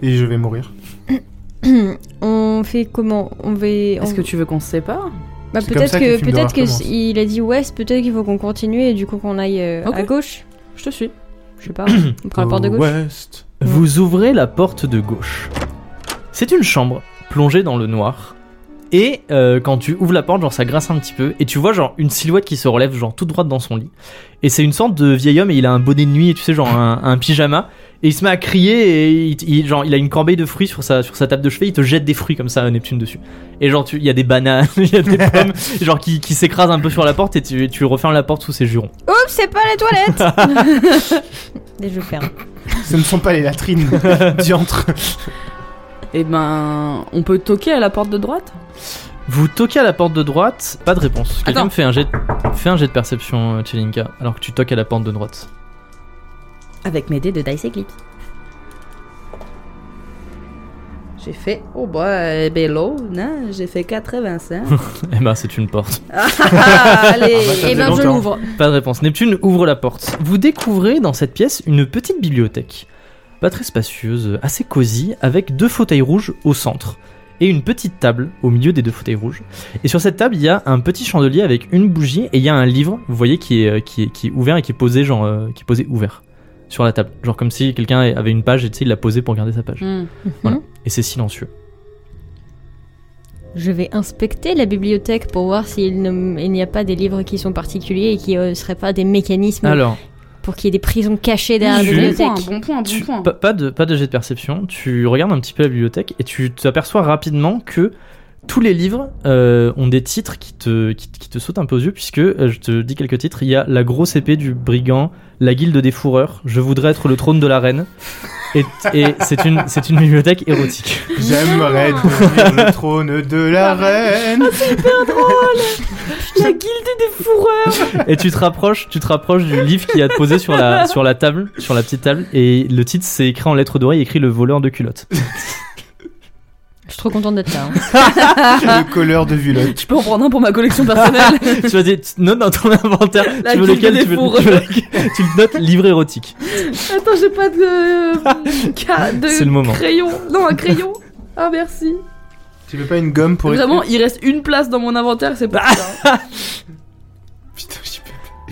[SPEAKER 2] et je vais mourir.
[SPEAKER 4] [clears throat] on fait comment On va.
[SPEAKER 3] Est-ce
[SPEAKER 4] on-
[SPEAKER 3] que tu veux qu'on se sépare
[SPEAKER 4] Bah,
[SPEAKER 2] C'est comme
[SPEAKER 4] peut-être
[SPEAKER 2] ça que les
[SPEAKER 4] que,
[SPEAKER 2] films
[SPEAKER 4] peut-être
[SPEAKER 2] d'horreur
[SPEAKER 4] que
[SPEAKER 2] commencent.
[SPEAKER 4] il a dit ouest, peut-être qu'il faut qu'on continue et du coup qu'on aille euh,
[SPEAKER 3] Ok.
[SPEAKER 4] à gauche.
[SPEAKER 3] Je te suis. [coughs]
[SPEAKER 4] Je sais pas. On prend la porte de
[SPEAKER 2] Au
[SPEAKER 4] gauche.
[SPEAKER 2] Ouest.
[SPEAKER 1] Vous ouvrez la porte de gauche. C'est une chambre plongée dans le noir. Et euh, quand tu ouvres la porte, genre ça grince un petit peu et tu vois genre une silhouette qui se relève genre toute droite dans son lit. Et c'est une sorte de vieil homme et il a un bonnet de nuit et tu sais genre un, un pyjama et il se met à crier et il, il- genre il a une corbeille de fruits sur sa sur sa table de chevet, il te jette des fruits comme ça euh, Neptune dessus. Et genre tu- il y a des bananes, [laughs] il y a des pommes genre qui, qui s'écrasent un peu sur la porte et tu tu refermes la porte sous ses jurons.
[SPEAKER 4] Oups, c'est pas la
[SPEAKER 2] [laughs]
[SPEAKER 4] toilette Et je hein. ferme.
[SPEAKER 2] Ce ne sont pas
[SPEAKER 1] [laughs]
[SPEAKER 2] les latrines. Diantre.
[SPEAKER 3] Eh ben, on peut toquer à la porte de droite
[SPEAKER 1] Vous toquez à la porte de droite, pas de réponse. Quelqu'un
[SPEAKER 3] Attends.
[SPEAKER 1] me fait un jet, fait un jet de perception, euh, Chelinka, alors que tu toques à la porte de droite.
[SPEAKER 4] Avec mes dés de Dice Eclipse.
[SPEAKER 3] J'ai fait. Oh bah, bello, non J'ai fait 85.
[SPEAKER 1] [laughs]
[SPEAKER 3] [laughs]
[SPEAKER 1] Eh ben, c'est une porte.
[SPEAKER 3] Ah, allez
[SPEAKER 2] Ah bah, ça faisait
[SPEAKER 4] Eh ben, je
[SPEAKER 2] longtemps.
[SPEAKER 4] l'ouvre.
[SPEAKER 1] Pas de réponse. Neptune ouvre la porte. Vous découvrez dans cette pièce une petite bibliothèque. Pas très spacieuse, assez cosy, avec deux fauteuils rouges au centre. Et une petite table au milieu des deux fauteuils rouges. Et sur cette table, il y a un petit chandelier avec une bougie et il y a un livre, vous voyez, qui est, euh, qui est, qui est ouvert et qui est posé, genre, euh, qui est posé ouvert sur la table. Genre comme si quelqu'un avait une page et tu sais, il l'a posée pour garder sa page.
[SPEAKER 3] Hmm.
[SPEAKER 1] Et c'est silencieux.
[SPEAKER 4] Je vais inspecter la bibliothèque pour voir s'il ne- il n'y a pas des livres qui sont particuliers et qui ne seraient pas des mécanismes
[SPEAKER 1] Alors,
[SPEAKER 4] pour qu'il y ait des prisons cachées derrière la
[SPEAKER 1] Jules.
[SPEAKER 3] Bon point,
[SPEAKER 4] bibliothèque.
[SPEAKER 3] bon point, bon
[SPEAKER 1] Tu-
[SPEAKER 3] point.
[SPEAKER 1] pa- pas, de, pas de jet de perception, tu regardes un petit peu la bibliothèque et tu t'aperçois rapidement que tous les livres euh, ont des titres qui te, qui, qui te sautent un peu aux yeux, puisque euh, je te dis quelques titres il y a La grosse épée du brigand, La guilde des fourreurs, Je voudrais être le trône de la reine. Et, et c'est une, c'est une bibliothèque érotique.
[SPEAKER 2] J'aimerais devenir le trône de la
[SPEAKER 4] [laughs]
[SPEAKER 2] reine.
[SPEAKER 4] La guilde des fourreurs
[SPEAKER 1] Et tu te rapproches, tu te rapproches du livre qui a posé sur la, sur la table, sur la petite table, et le titre c'est écrit en lettres d'oreille, écrit le voleur de culottes.
[SPEAKER 4] Je suis trop contente d'être là. hein.
[SPEAKER 2] Le colleur de Vulotte.
[SPEAKER 3] Je peux en prendre un pour ma collection [laughs] personnelle.
[SPEAKER 1] tu vas dire, tu- note dans ton [laughs] inventaire,
[SPEAKER 3] La
[SPEAKER 1] tu veux
[SPEAKER 3] guilde
[SPEAKER 1] lequel,
[SPEAKER 3] des
[SPEAKER 1] tu veux,
[SPEAKER 3] fourreurs.
[SPEAKER 1] tu veux lequel- [laughs] tu le notes livre érotique.
[SPEAKER 3] Attends, j'ai pas [laughs] de. ca- de
[SPEAKER 1] C'est le moment.
[SPEAKER 3] Crayon. Non, un crayon. Ah, merci.
[SPEAKER 2] Tu veux pas une gomme pour écrire
[SPEAKER 3] Vraiment, il reste une place dans mon inventaire,
[SPEAKER 2] [laughs]
[SPEAKER 3] c'est pas ça.
[SPEAKER 2] Putain, j'y peux.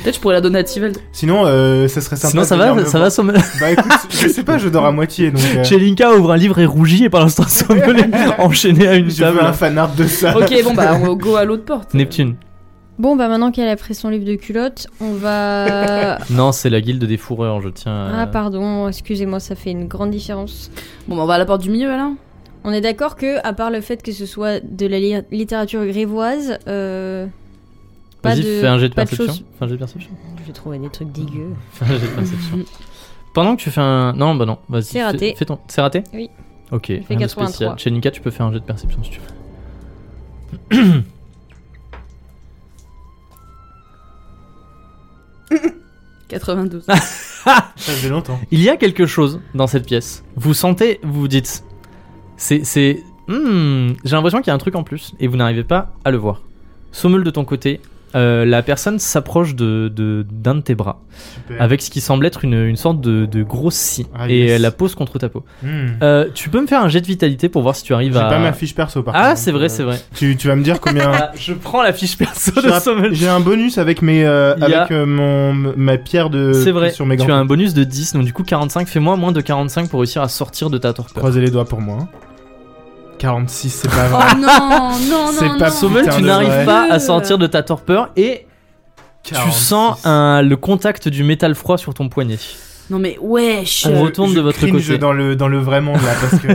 [SPEAKER 3] Peut-être je pourrais la donner à Tivel.
[SPEAKER 2] Sinon, euh, ça serait sympa.
[SPEAKER 1] Sinon, ça
[SPEAKER 2] de
[SPEAKER 1] va,
[SPEAKER 2] venir me
[SPEAKER 1] ça va
[SPEAKER 2] voir.
[SPEAKER 1] sommeiller.
[SPEAKER 2] Bah écoute, je sais pas, je dors à moitié donc. euh,
[SPEAKER 1] Chelinka ouvre un livre et rougit, et par l'instant sommeille,
[SPEAKER 2] [laughs]
[SPEAKER 1] enchaîné à une
[SPEAKER 2] je veux
[SPEAKER 1] table.
[SPEAKER 2] un fanart de ça.
[SPEAKER 3] Ok, bon
[SPEAKER 4] [laughs]
[SPEAKER 3] bah, on go à l'autre porte.
[SPEAKER 1] Neptune.
[SPEAKER 4] Bon, bah maintenant qu'elle a pris son livre de culotte,
[SPEAKER 2] [laughs]
[SPEAKER 4] on va.
[SPEAKER 1] Non, c'est la guilde des fourreurs, je tiens. à-
[SPEAKER 4] Ah, pardon, excusez-moi, ça fait une grande différence.
[SPEAKER 3] Bon bah, on va à la porte du milieu, Alain.
[SPEAKER 4] On est d'accord que, à part le fait que ce soit de la li- littérature grévoise, euh, pas
[SPEAKER 1] Vas-y,
[SPEAKER 4] de,
[SPEAKER 1] fais un jet de
[SPEAKER 4] pas de
[SPEAKER 1] perception.
[SPEAKER 4] choses-
[SPEAKER 1] Fais un jet de perception.
[SPEAKER 4] J'ai trouvé des trucs dégueux.
[SPEAKER 1] Fais un jet de perception. Pendant que tu fais un. Non, bah non, vas-y.
[SPEAKER 4] Mm. C'est
[SPEAKER 1] fais-
[SPEAKER 4] raté.
[SPEAKER 1] Fais ton... C'est raté
[SPEAKER 4] Oui.
[SPEAKER 1] Ok,
[SPEAKER 4] fait
[SPEAKER 1] rien de
[SPEAKER 4] 83.
[SPEAKER 1] spécial. Chelinka, tu peux faire un jet de perception si tu veux.
[SPEAKER 3] Mm. 92.
[SPEAKER 2] Ça faisait longtemps.
[SPEAKER 1] Il y a quelque chose dans cette pièce. Vous sentez, vous vous dites. C'est. c'est... Hmm, j'ai l'impression qu'il y a un truc en plus et vous n'arrivez pas à le voir. Sommel de ton côté, euh, la personne s'approche de, de, d'un de tes bras
[SPEAKER 2] Super.
[SPEAKER 1] avec ce qui semble être une, une sorte de, de grosse scie
[SPEAKER 2] Ah,
[SPEAKER 1] et
[SPEAKER 2] yes.
[SPEAKER 1] elle la pose contre ta peau.
[SPEAKER 2] Hmm.
[SPEAKER 1] Euh, tu peux me faire un jet de vitalité pour voir si tu
[SPEAKER 2] J'ai
[SPEAKER 1] arrives à.
[SPEAKER 2] pas ma fiche perso par contre.
[SPEAKER 1] bah-
[SPEAKER 2] euh,
[SPEAKER 1] ah, c'est vrai, c'est vrai.
[SPEAKER 2] Tu, tu vas me dire
[SPEAKER 1] [laughs]
[SPEAKER 2] combien.
[SPEAKER 1] Ah, je prends la fiche perso de
[SPEAKER 2] J'ai un-
[SPEAKER 1] Sommel.
[SPEAKER 2] J'ai un bonus avec mes euh,
[SPEAKER 1] Il y a-
[SPEAKER 2] avec euh, mon ma pierre de
[SPEAKER 1] C'est vrai,
[SPEAKER 2] sur mes
[SPEAKER 1] tu as
[SPEAKER 2] gants.
[SPEAKER 1] un bonus de 10, donc du coup 45, fais-moi moins de 45 pour réussir à sortir de ta torpeur.
[SPEAKER 2] Croisez les doigts pour moi. hein. 46, c'est pas
[SPEAKER 3] Oh
[SPEAKER 2] vrai.
[SPEAKER 3] non, non, non.
[SPEAKER 2] C'est
[SPEAKER 3] non.
[SPEAKER 2] pas
[SPEAKER 1] Sommel,
[SPEAKER 2] Putain
[SPEAKER 1] tu
[SPEAKER 2] de
[SPEAKER 1] n'arrives
[SPEAKER 2] vrai.
[SPEAKER 1] pas à sortir de ta torpeur et [laughs] tu
[SPEAKER 2] 46.
[SPEAKER 1] sens un- le contact du métal froid sur ton poignet.
[SPEAKER 3] Non mais wesh.
[SPEAKER 1] On retourne
[SPEAKER 2] je
[SPEAKER 1] de votre
[SPEAKER 2] cringe
[SPEAKER 1] côté.
[SPEAKER 2] dans le dans le vrai monde là
[SPEAKER 1] [laughs]
[SPEAKER 2] parce que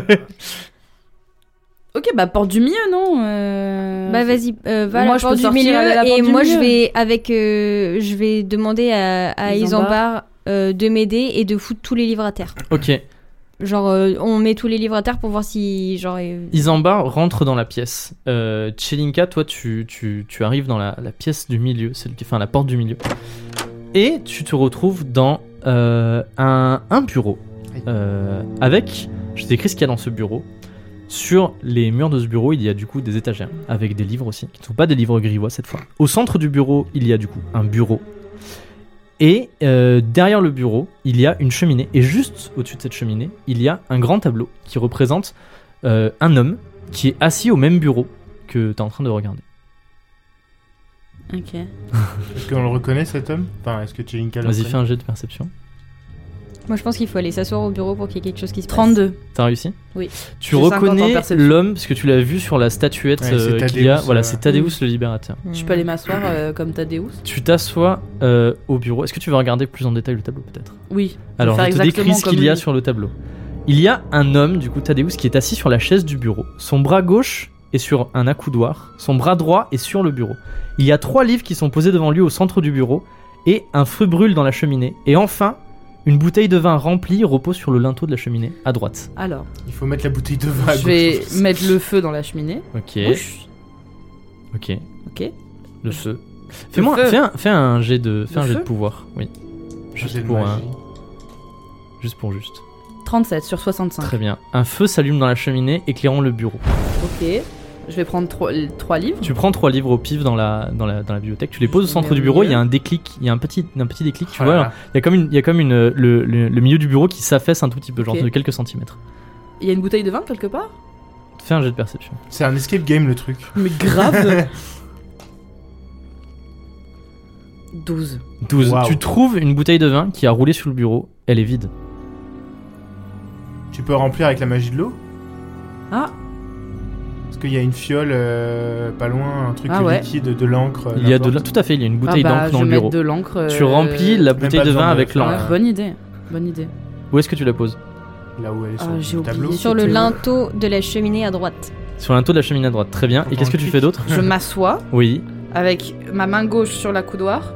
[SPEAKER 3] Ok, bah porte du milieu, non euh,
[SPEAKER 4] Bah vas-y, euh, va
[SPEAKER 3] Moi,
[SPEAKER 4] à la
[SPEAKER 3] je
[SPEAKER 4] porte
[SPEAKER 3] peux
[SPEAKER 4] du
[SPEAKER 3] sortir,
[SPEAKER 4] milieu
[SPEAKER 3] aller à la porte
[SPEAKER 4] et
[SPEAKER 3] du
[SPEAKER 4] moi je
[SPEAKER 3] milieu.
[SPEAKER 4] vais avec, euh, je vais demander à, à
[SPEAKER 3] Isambard.
[SPEAKER 4] Isambard, euh, de m'aider et de foutre tous les livres à terre.
[SPEAKER 1] Ok,
[SPEAKER 4] Genre euh, on met tous les livres à terre pour voir si genre euh,
[SPEAKER 1] Isambard rentre dans la pièce. Euh, Chelinka, toi, tu, tu, tu arrives dans la, la pièce du milieu, celle qui, enfin la porte du milieu. Et tu te retrouves dans euh, un, un bureau. Euh, avec, je t'écris ce qu'il y a dans ce bureau. Sur les murs de ce bureau, il y a du coup des étagères, avec des livres aussi, qui ne sont pas des livres grivois cette fois. Au centre du bureau, il y a du coup un bureau. Et euh, derrière le bureau, il y a une cheminée. Et juste au-dessus de cette cheminée, il y a un grand tableau qui représente euh, un homme qui est assis au même bureau que t'es en train de regarder.
[SPEAKER 3] Ok.
[SPEAKER 2] est-ce qu'on le reconnaît cet homme Enfin, est-ce que Chelinka le
[SPEAKER 1] Vas-y, fais
[SPEAKER 2] reconnaît
[SPEAKER 1] un jet de perception.
[SPEAKER 4] moi je pense qu'il faut aller s'asseoir au bureau pour qu'il y ait quelque chose qui se passe.
[SPEAKER 3] 32.
[SPEAKER 1] T'as réussi
[SPEAKER 3] Oui.
[SPEAKER 1] Tu
[SPEAKER 3] J'ai 50 en
[SPEAKER 1] reconnais
[SPEAKER 3] perception.
[SPEAKER 1] l'homme parce que tu l'as vu sur la statuette
[SPEAKER 2] Ouais, c'est
[SPEAKER 1] euh, qu'il y a.
[SPEAKER 2] Thaddeus,
[SPEAKER 1] Voilà,
[SPEAKER 2] euh,
[SPEAKER 1] c'est Thaddeus
[SPEAKER 3] Mm.
[SPEAKER 1] le libérateur.
[SPEAKER 4] Hmm.
[SPEAKER 3] Je peux aller m'asseoir euh, comme Tadeus
[SPEAKER 1] Tu t'assois euh, au bureau. Est-ce que tu veux regarder plus en détail le tableau peut-être
[SPEAKER 3] Oui.
[SPEAKER 1] Alors,
[SPEAKER 3] faire
[SPEAKER 1] je te décris
[SPEAKER 3] exactement
[SPEAKER 1] ce
[SPEAKER 3] comme
[SPEAKER 1] qu'il y a
[SPEAKER 3] lui.
[SPEAKER 1] sur le tableau. Il y a un homme, du coup Thaddeus, qui est assis sur la chaise du bureau. Son bras gauche est sur un accoudoir, son bras droit est sur le bureau. Il y a trois livres qui sont posés devant lui au centre du bureau, et un feu brûle dans la cheminée. Et enfin, une bouteille de vin remplie repose sur le linteau de la cheminée, à droite.
[SPEAKER 3] Alors,
[SPEAKER 2] Il faut mettre la bouteille de vin à
[SPEAKER 3] je
[SPEAKER 1] [laughs]
[SPEAKER 2] gauche.
[SPEAKER 3] vais mettre le feu dans la cheminée.
[SPEAKER 1] Ok,
[SPEAKER 3] Ouch.
[SPEAKER 1] ok.
[SPEAKER 3] Ok.
[SPEAKER 1] Le feu. Fais-moi
[SPEAKER 3] feu.
[SPEAKER 1] fais un, fais un jet de, fais
[SPEAKER 3] Le
[SPEAKER 1] un jet de
[SPEAKER 3] feu
[SPEAKER 1] pouvoir, oui. Juste
[SPEAKER 2] J'ai de
[SPEAKER 1] pour
[SPEAKER 2] magie.
[SPEAKER 1] un- Juste pour juste.
[SPEAKER 3] 37 sur 65.
[SPEAKER 1] Très bien. Un feu s'allume dans la cheminée, éclairant le bureau.
[SPEAKER 3] Ok. Je vais prendre 3, livres.
[SPEAKER 1] Tu prends trois livres au pif dans la, dans la, dans la bibliothèque, tu les poses au
[SPEAKER 3] les
[SPEAKER 1] centre
[SPEAKER 3] mets
[SPEAKER 1] du
[SPEAKER 3] au
[SPEAKER 1] bureau, il y a
[SPEAKER 3] milieu.
[SPEAKER 1] un déclic, il y a un petit, un petit déclic, tu
[SPEAKER 2] Oh là
[SPEAKER 1] vois.
[SPEAKER 2] là.
[SPEAKER 1] Il y a comme, une, il y a comme une, euh, le, le- le milieu du bureau qui s'affaisse un tout petit peu, genre
[SPEAKER 3] Ok.
[SPEAKER 1] de quelques centimètres.
[SPEAKER 3] Il y a une bouteille de vin quelque part
[SPEAKER 1] Fais un jet de perception.
[SPEAKER 2] C'est un escape game le truc.
[SPEAKER 3] Mais [laughs] grave 12.
[SPEAKER 1] 12.
[SPEAKER 2] Waouh.
[SPEAKER 1] Tu trouves une bouteille de vin qui a roulé sur le bureau, elle est vide.
[SPEAKER 2] Tu peux remplir avec la magie de l'eau
[SPEAKER 3] Ah.
[SPEAKER 2] Parce qu'il y a une fiole euh, pas loin, un truc
[SPEAKER 3] Ah ouais.
[SPEAKER 2] liquide, de l'encre. euh,
[SPEAKER 1] Il y a de la-
[SPEAKER 2] n'importe.
[SPEAKER 1] tout à fait, il y a une bouteille
[SPEAKER 3] ah bah,
[SPEAKER 1] d'encre dans
[SPEAKER 3] je
[SPEAKER 1] le
[SPEAKER 3] vais
[SPEAKER 1] bureau.
[SPEAKER 3] mettre de l'encre. euh,
[SPEAKER 1] Tu remplis la
[SPEAKER 2] pas
[SPEAKER 1] bouteille de
[SPEAKER 2] besoin
[SPEAKER 1] vin
[SPEAKER 2] de
[SPEAKER 1] avec
[SPEAKER 2] faire,
[SPEAKER 3] ouais,
[SPEAKER 1] l'encre.
[SPEAKER 2] euh,
[SPEAKER 3] bonne idée.
[SPEAKER 1] [laughs]
[SPEAKER 3] Bonne idée.
[SPEAKER 1] Où est-ce que tu la poses
[SPEAKER 2] Là où elle est sur
[SPEAKER 3] Ah, j'ai
[SPEAKER 2] le
[SPEAKER 3] oublié.
[SPEAKER 2] tableau.
[SPEAKER 4] Sur le
[SPEAKER 3] C'était-
[SPEAKER 4] linteau de la cheminée à droite.
[SPEAKER 1] Sur un taux de la cheminée à droite. Très bien. Et
[SPEAKER 2] Dans
[SPEAKER 1] qu'est-ce que
[SPEAKER 2] le
[SPEAKER 1] tu
[SPEAKER 2] clic.
[SPEAKER 1] fais d'autre
[SPEAKER 3] Je m'assois
[SPEAKER 1] Oui.
[SPEAKER 3] avec ma main gauche sur la coudoir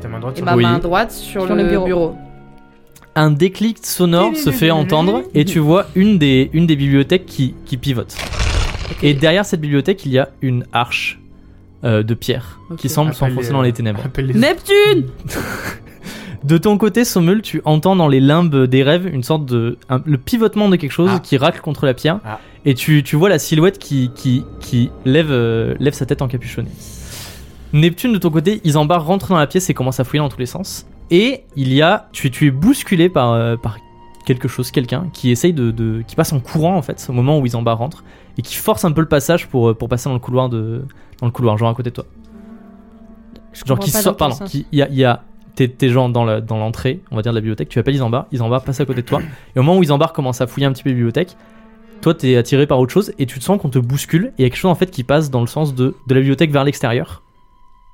[SPEAKER 2] Ta main droite
[SPEAKER 3] et
[SPEAKER 2] sur
[SPEAKER 3] ma
[SPEAKER 1] Oui.
[SPEAKER 3] main droite sur,
[SPEAKER 4] Sur
[SPEAKER 3] le,
[SPEAKER 4] le
[SPEAKER 3] bureau.
[SPEAKER 4] bureau.
[SPEAKER 1] Un déclic sonore se fait entendre et tu vois une des, une des bibliothèques qui, qui pivote. Et derrière cette bibliothèque, il y a une arche euh, de pierre qui
[SPEAKER 3] Ok.
[SPEAKER 1] semble
[SPEAKER 2] Appelle
[SPEAKER 1] s'enfoncer
[SPEAKER 2] les-
[SPEAKER 1] dans les ténèbres.
[SPEAKER 2] Appelle les
[SPEAKER 3] Neptune
[SPEAKER 1] De ton côté, Sommel, tu entends dans les limbes des rêves une sorte de un- le pivotement de quelque chose
[SPEAKER 2] Ah.
[SPEAKER 1] qui racle contre la pierre,
[SPEAKER 2] Ah.
[SPEAKER 1] et tu, tu vois la silhouette qui qui, qui lève euh, lève sa tête encapuchonnée. Neptune, de ton côté, Isambard rentre dans la pièce et commence à fouiller dans tous les sens. Et il y a tu, tu es bousculé par euh, par quelque chose, quelqu'un qui essaye de, de- qui passe en courant en fait au moment où Isambard rentre et qui force un peu le passage pour euh, pour passer dans le couloir de dans le couloir genre à côté de toi.
[SPEAKER 4] Je
[SPEAKER 1] Genre
[SPEAKER 4] comprends
[SPEAKER 1] qui
[SPEAKER 4] pas
[SPEAKER 1] sort,
[SPEAKER 4] dans quel
[SPEAKER 1] pardon,
[SPEAKER 4] sens.
[SPEAKER 1] qui, il y a, il y a tes, tes gens dans la- dans l'entrée, on va dire de la bibliothèque, tu appelles Isambard, Isambard passe à côté de toi, et au moment où Isambard commence à fouiller un petit peu la bibliothèque, toi t'es attiré par autre chose, et tu te sens qu'on te bouscule, et il y a quelque chose en fait qui passe dans le sens de, de la bibliothèque vers l'extérieur.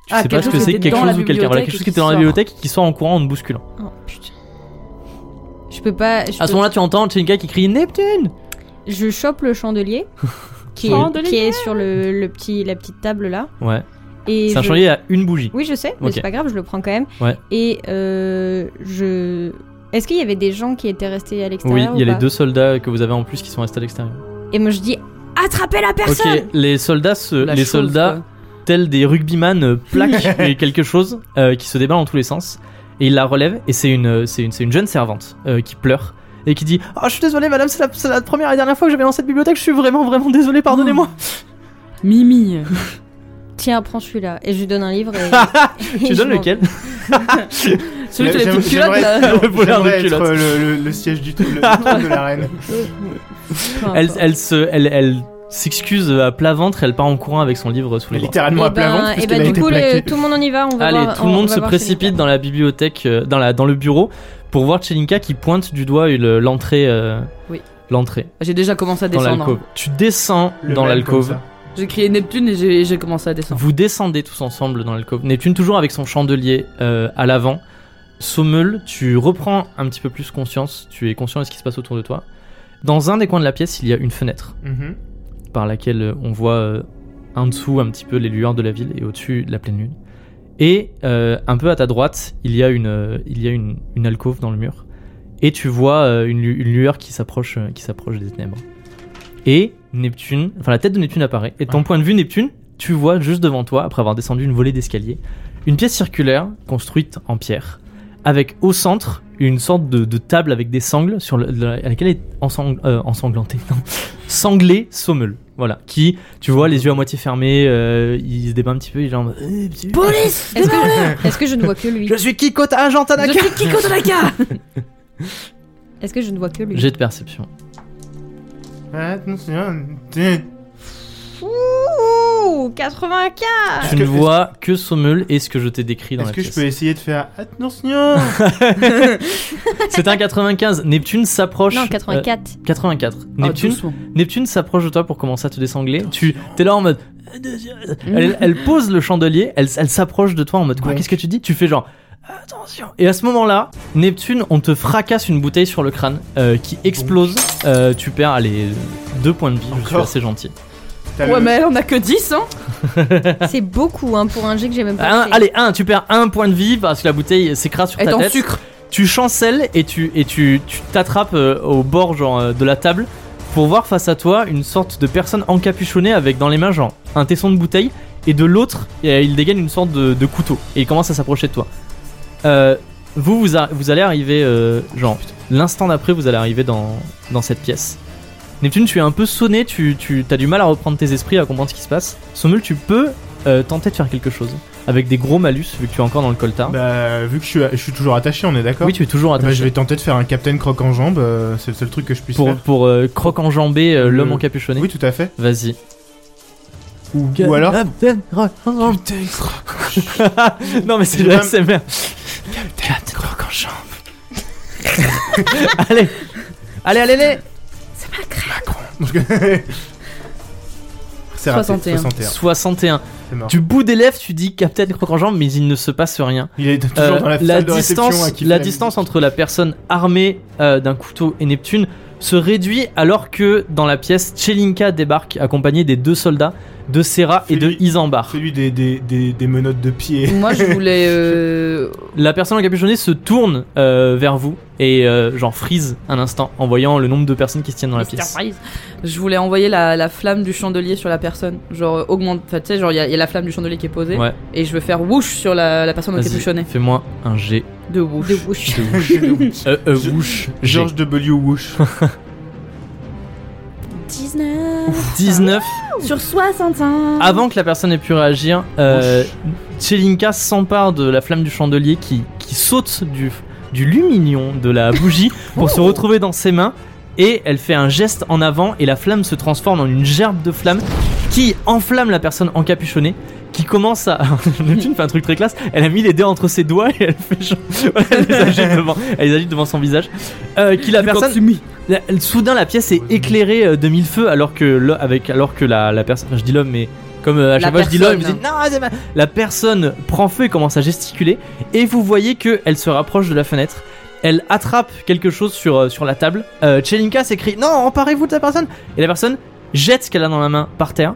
[SPEAKER 1] Tu sais
[SPEAKER 3] Ah,
[SPEAKER 1] pas
[SPEAKER 3] quelque
[SPEAKER 1] ce que
[SPEAKER 3] chose
[SPEAKER 1] c'est,
[SPEAKER 3] était
[SPEAKER 1] quelque
[SPEAKER 3] dans la
[SPEAKER 1] chose ou quelqu'un, voilà,
[SPEAKER 3] bibliothèque
[SPEAKER 1] quelque chose qui
[SPEAKER 3] et qui
[SPEAKER 1] était dans la
[SPEAKER 3] sort.
[SPEAKER 1] bibliothèque et qui sort en courant en te bousculant.
[SPEAKER 4] Oh putain. Je peux pas.
[SPEAKER 1] À
[SPEAKER 4] je
[SPEAKER 1] ce
[SPEAKER 4] peux-
[SPEAKER 1] moment-là, tu entends Tchinka qui crie Neptune
[SPEAKER 4] Je chope
[SPEAKER 1] [laughs]
[SPEAKER 4] le chandelier qui est,
[SPEAKER 3] Chandelier
[SPEAKER 4] qui est sur le, le petit, la petite table là.
[SPEAKER 1] Ouais,
[SPEAKER 4] Et
[SPEAKER 1] c'est un
[SPEAKER 4] je-
[SPEAKER 1] chandelier à une bougie.
[SPEAKER 4] Oui, je sais, mais
[SPEAKER 1] Ok.
[SPEAKER 4] c'est pas grave, je le prends quand même.
[SPEAKER 1] Ouais.
[SPEAKER 4] Et euh, je. Est-ce qu'il y avait des gens qui étaient restés à
[SPEAKER 1] Oui,
[SPEAKER 4] l'extérieur
[SPEAKER 1] il y a
[SPEAKER 4] ou
[SPEAKER 1] les
[SPEAKER 4] pas
[SPEAKER 1] deux soldats que vous avez en plus qui sont restés à l'extérieur.
[SPEAKER 4] Et moi je dis attrapez la
[SPEAKER 1] Ok,
[SPEAKER 4] personne
[SPEAKER 1] les soldats, se,
[SPEAKER 3] La
[SPEAKER 1] les
[SPEAKER 3] chose,
[SPEAKER 1] soldats
[SPEAKER 3] quoi.
[SPEAKER 1] tels des rugbyman euh, plaquent et quelque chose euh, qui se débat dans tous les sens. Et il la relève et c'est une, euh, c'est une, c'est une jeune servante euh, qui pleure et qui dit Ah, je suis désolé, madame, c'est la, c'est la première et dernière fois que je vais dans cette bibliothèque, je suis vraiment, vraiment désolé, pardonnez-moi. [laughs]
[SPEAKER 3] Mimi.
[SPEAKER 4] Tiens, prends celui-là. Et je lui donne un livre. Et... et
[SPEAKER 1] tu
[SPEAKER 4] je
[SPEAKER 1] donnes
[SPEAKER 4] m'en-
[SPEAKER 1] lequel
[SPEAKER 3] Celui qui a les
[SPEAKER 2] J'aime-
[SPEAKER 3] petites culottes
[SPEAKER 2] j'aimerais-
[SPEAKER 3] là.
[SPEAKER 2] [laughs]
[SPEAKER 1] Le voleur de
[SPEAKER 2] J'aimerais être,
[SPEAKER 1] culottes.
[SPEAKER 2] euh, le, le- le siège du le- le trône de la [laughs] reine.
[SPEAKER 4] Peu importe.
[SPEAKER 1] Elle, elle se. Elle, elle s'excuse à plat ventre, elle part en courant avec son livre sous les bras.
[SPEAKER 2] Littéralement à
[SPEAKER 4] et
[SPEAKER 2] plat ventre,
[SPEAKER 4] ben,
[SPEAKER 2] parce
[SPEAKER 4] et
[SPEAKER 2] qu'elle
[SPEAKER 4] ben
[SPEAKER 2] a
[SPEAKER 4] du
[SPEAKER 2] été
[SPEAKER 4] coup, le-
[SPEAKER 2] plaquée.
[SPEAKER 4] tout le monde on y va. On va
[SPEAKER 1] Allez,
[SPEAKER 4] voir-
[SPEAKER 1] tout le
[SPEAKER 4] on- on
[SPEAKER 1] monde
[SPEAKER 4] va
[SPEAKER 1] se
[SPEAKER 4] voir
[SPEAKER 1] précipite
[SPEAKER 4] Chélinka.
[SPEAKER 1] dans la bibliothèque, euh, dans, la, dans le bureau, pour voir Chelinka qui pointe du doigt le- l'entrée. euh,
[SPEAKER 3] Oui.
[SPEAKER 1] L'entrée
[SPEAKER 3] [laughs] J'ai déjà commencé à
[SPEAKER 1] dans
[SPEAKER 3] descendre.
[SPEAKER 1] l'alcôve.
[SPEAKER 3] hein.
[SPEAKER 1] Tu descends
[SPEAKER 2] Le
[SPEAKER 1] dans
[SPEAKER 2] même
[SPEAKER 1] l'alcôve.
[SPEAKER 2] comme ça.
[SPEAKER 3] J'ai crié Neptune et j'ai j'ai commencé à descendre.
[SPEAKER 1] Vous descendez tous ensemble dans l'alcôve. Neptune toujours avec son chandelier euh, à l'avant. Sommel, tu reprends un petit peu plus conscience, tu es conscient de ce qui se passe autour de toi. Dans un des coins de la pièce, il y a une fenêtre
[SPEAKER 2] Mhm.
[SPEAKER 1] par laquelle euh, on voit euh, en dessous un petit peu les lueurs de la ville et au-dessus de la pleine lune. Et euh, un peu à ta droite, il y a une, euh, il y a une, une alcôve dans le mur. Et tu vois euh, une, lu- une lueur qui s'approche euh, qui s'approche des ténèbres. Et Neptune, enfin la tête de Neptune apparaît. Et de ton
[SPEAKER 2] Ah.
[SPEAKER 1] point de vue, Neptune, tu vois juste devant toi, après avoir descendu une volée d'escalier, une pièce circulaire construite en pierre, avec au centre une sorte de, de table avec des sangles sur le- le- à laquelle est ensang- euh, ensanglantée, non, sanglé Sommel. Voilà, qui, tu vois, les yeux à moitié fermés, euh, il se débat un petit peu, il est genre. Eh, petit-
[SPEAKER 3] Police
[SPEAKER 4] Est-ce que, est-ce que je ne vois que lui
[SPEAKER 1] Je suis Kiko Agent
[SPEAKER 3] Je
[SPEAKER 1] Tanaka
[SPEAKER 3] suis Kiko Tanaka
[SPEAKER 1] [laughs]
[SPEAKER 4] Est-ce que je ne vois que lui
[SPEAKER 1] J'ai de perception.
[SPEAKER 2] Attention, tiens.
[SPEAKER 4] Ouh 95
[SPEAKER 1] Tu
[SPEAKER 2] que-
[SPEAKER 1] ne vois Ah. que Sommel et ce que je t'ai décrit dans
[SPEAKER 2] Est-ce
[SPEAKER 1] la
[SPEAKER 2] que je
[SPEAKER 1] pièce.
[SPEAKER 2] peux essayer de faire [laughs] attention
[SPEAKER 1] C'est un 95. Neptune s'approche.
[SPEAKER 4] Non,
[SPEAKER 1] euh,
[SPEAKER 4] 84.
[SPEAKER 1] 84. Neptune,
[SPEAKER 3] Neptune
[SPEAKER 1] Neptune s'approche de toi pour commencer à te désangler. Tu t'es là en mode. euh, Elle, elle pose le chandelier, elle, elle s'approche de toi en mode quoi
[SPEAKER 2] Ouais.
[SPEAKER 1] Qu'est-ce que tu dis Tu fais genre. Attention Et à ce moment-là, Neptune, on te fracasse une bouteille sur le crâne euh, qui explose. Euh, tu perds allez, deux points de vie, je suis
[SPEAKER 2] Encore
[SPEAKER 1] assez gentil.
[SPEAKER 2] T'as
[SPEAKER 3] Ouais,
[SPEAKER 2] le-
[SPEAKER 3] mais elle en a que 10, hein
[SPEAKER 4] C'est beaucoup hein, pour un jet que j'ai même pas
[SPEAKER 1] Un-
[SPEAKER 4] fait.
[SPEAKER 1] Ah, allez, un, tu perds un point de vie parce que la bouteille s'écrase sur
[SPEAKER 3] Elle est
[SPEAKER 1] ta
[SPEAKER 3] en
[SPEAKER 1] tête.
[SPEAKER 3] sucre
[SPEAKER 1] Tu chancelles et tu et tu tu t'attrapes euh, au bord genre euh, de la table pour voir face à toi une sorte de personne encapuchonnée avec dans les mains genre un tesson de bouteille et de l'autre euh, il dégaine une sorte de, de couteau et il commence à s'approcher de toi. Euh, vous vous, a- vous allez arriver euh, genre L'instant d'après, vous allez arriver dans, dans cette pièce. Neptune, tu es un peu sonné, tu, tu as du mal à reprendre tes esprits, à comprendre ce qui se passe. Sommel, tu peux euh, tenter de faire quelque chose. Avec des gros malus, vu que tu es encore dans le coltard.
[SPEAKER 2] Bah, vu que je suis, je suis toujours attaché, on est d'accord
[SPEAKER 1] oui, tu es toujours
[SPEAKER 2] Ah bah,
[SPEAKER 1] attaché.
[SPEAKER 2] je vais tenter de faire un Captain Croc en jambe, euh, c'est le seul truc que je puisse
[SPEAKER 1] Pour,
[SPEAKER 2] faire.
[SPEAKER 1] pour euh, croque-enjamber euh, l'homme
[SPEAKER 2] Le-
[SPEAKER 1] encapuchonné.
[SPEAKER 2] Oui, tout à fait.
[SPEAKER 1] Vas-y.
[SPEAKER 2] Ou, ou alors.
[SPEAKER 1] Putain, [laughs] Non, mais c'est
[SPEAKER 2] J'ai
[SPEAKER 1] le
[SPEAKER 2] pas-
[SPEAKER 1] SMR. Allez Allez, allez, allez
[SPEAKER 2] [laughs] C'est raté,
[SPEAKER 3] 61.
[SPEAKER 2] 61.
[SPEAKER 1] 61.
[SPEAKER 2] C'est mort.
[SPEAKER 1] Du bout des lèvres, tu dis Captain Croc en jambe, mais il ne se passe rien.
[SPEAKER 2] Il est toujours
[SPEAKER 1] Euh,
[SPEAKER 2] dans la,
[SPEAKER 1] la
[SPEAKER 2] salle de réception à
[SPEAKER 1] distance,
[SPEAKER 2] qui
[SPEAKER 1] la
[SPEAKER 2] fait
[SPEAKER 1] distance entre la personne armée euh, d'un couteau et Neptune se réduit alors que dans la pièce, Chelinka débarque accompagnée des deux soldats, de Serra et de
[SPEAKER 2] Celui-
[SPEAKER 1] Isambard.
[SPEAKER 2] Celui des, des, des, des menottes de [laughs] pied.
[SPEAKER 3] [laughs] Moi, je voulais.
[SPEAKER 1] [laughs]
[SPEAKER 3] euh,
[SPEAKER 1] La personne encapuchonnée se tourne euh, vers vous et euh, genre freeze un instant en voyant le nombre de personnes qui se tiennent dans la
[SPEAKER 3] Mr.
[SPEAKER 1] pièce.
[SPEAKER 3] Freeze. Je voulais envoyer la, la flamme du chandelier sur la personne. Genre, euh, augmente. Enfin, tu sais, genre, il y, a il y a la flamme du chandelier qui est posée.
[SPEAKER 1] Ouais,
[SPEAKER 3] Et je veux faire whoosh sur la, la personne
[SPEAKER 1] vas-y,
[SPEAKER 3] encapuchonnée.
[SPEAKER 1] fais-moi un G.
[SPEAKER 3] De whoosh.
[SPEAKER 4] De
[SPEAKER 3] [laughs]
[SPEAKER 4] bouche.
[SPEAKER 1] Euh, euh,
[SPEAKER 2] Je-
[SPEAKER 1] whoosh, G.
[SPEAKER 2] George W. Woosh.
[SPEAKER 4] 19
[SPEAKER 1] 19.
[SPEAKER 4] sur 65.
[SPEAKER 1] Avant que la personne ait pu réagir, euh, Tchelinka s'empare de la flamme du chandelier qui, qui saute du, du lumignon de la bougie pour se retrouver dans ses mains et elle fait un geste en avant et la flamme se transforme en une gerbe de flamme qui enflamme la personne encapuchonnée qui commence à... [laughs] Neptune fait un truc très classe, elle a mis les dés entre ses doigts et elle fait... genre- [laughs] elle, les agite devant, elle les agite devant son visage. Euh, qui la personne... La- soudain, la pièce est éclairée euh, de mille feux, alors que l'ho- avec alors que la, la personne, enfin, je dis l'homme, mais comme euh, à chaque
[SPEAKER 3] La
[SPEAKER 1] fois je dis l'homme, je
[SPEAKER 3] personne.
[SPEAKER 1] dis non, c'est ma- la personne prend feu et commence à gesticuler, et vous voyez que elle se rapproche de la fenêtre. Elle attrape quelque chose sur, euh, sur la table. Euh, Tchelinka s'écrie Non, emparez-vous de la personne Et la personne jette ce qu'elle a dans la main par terre.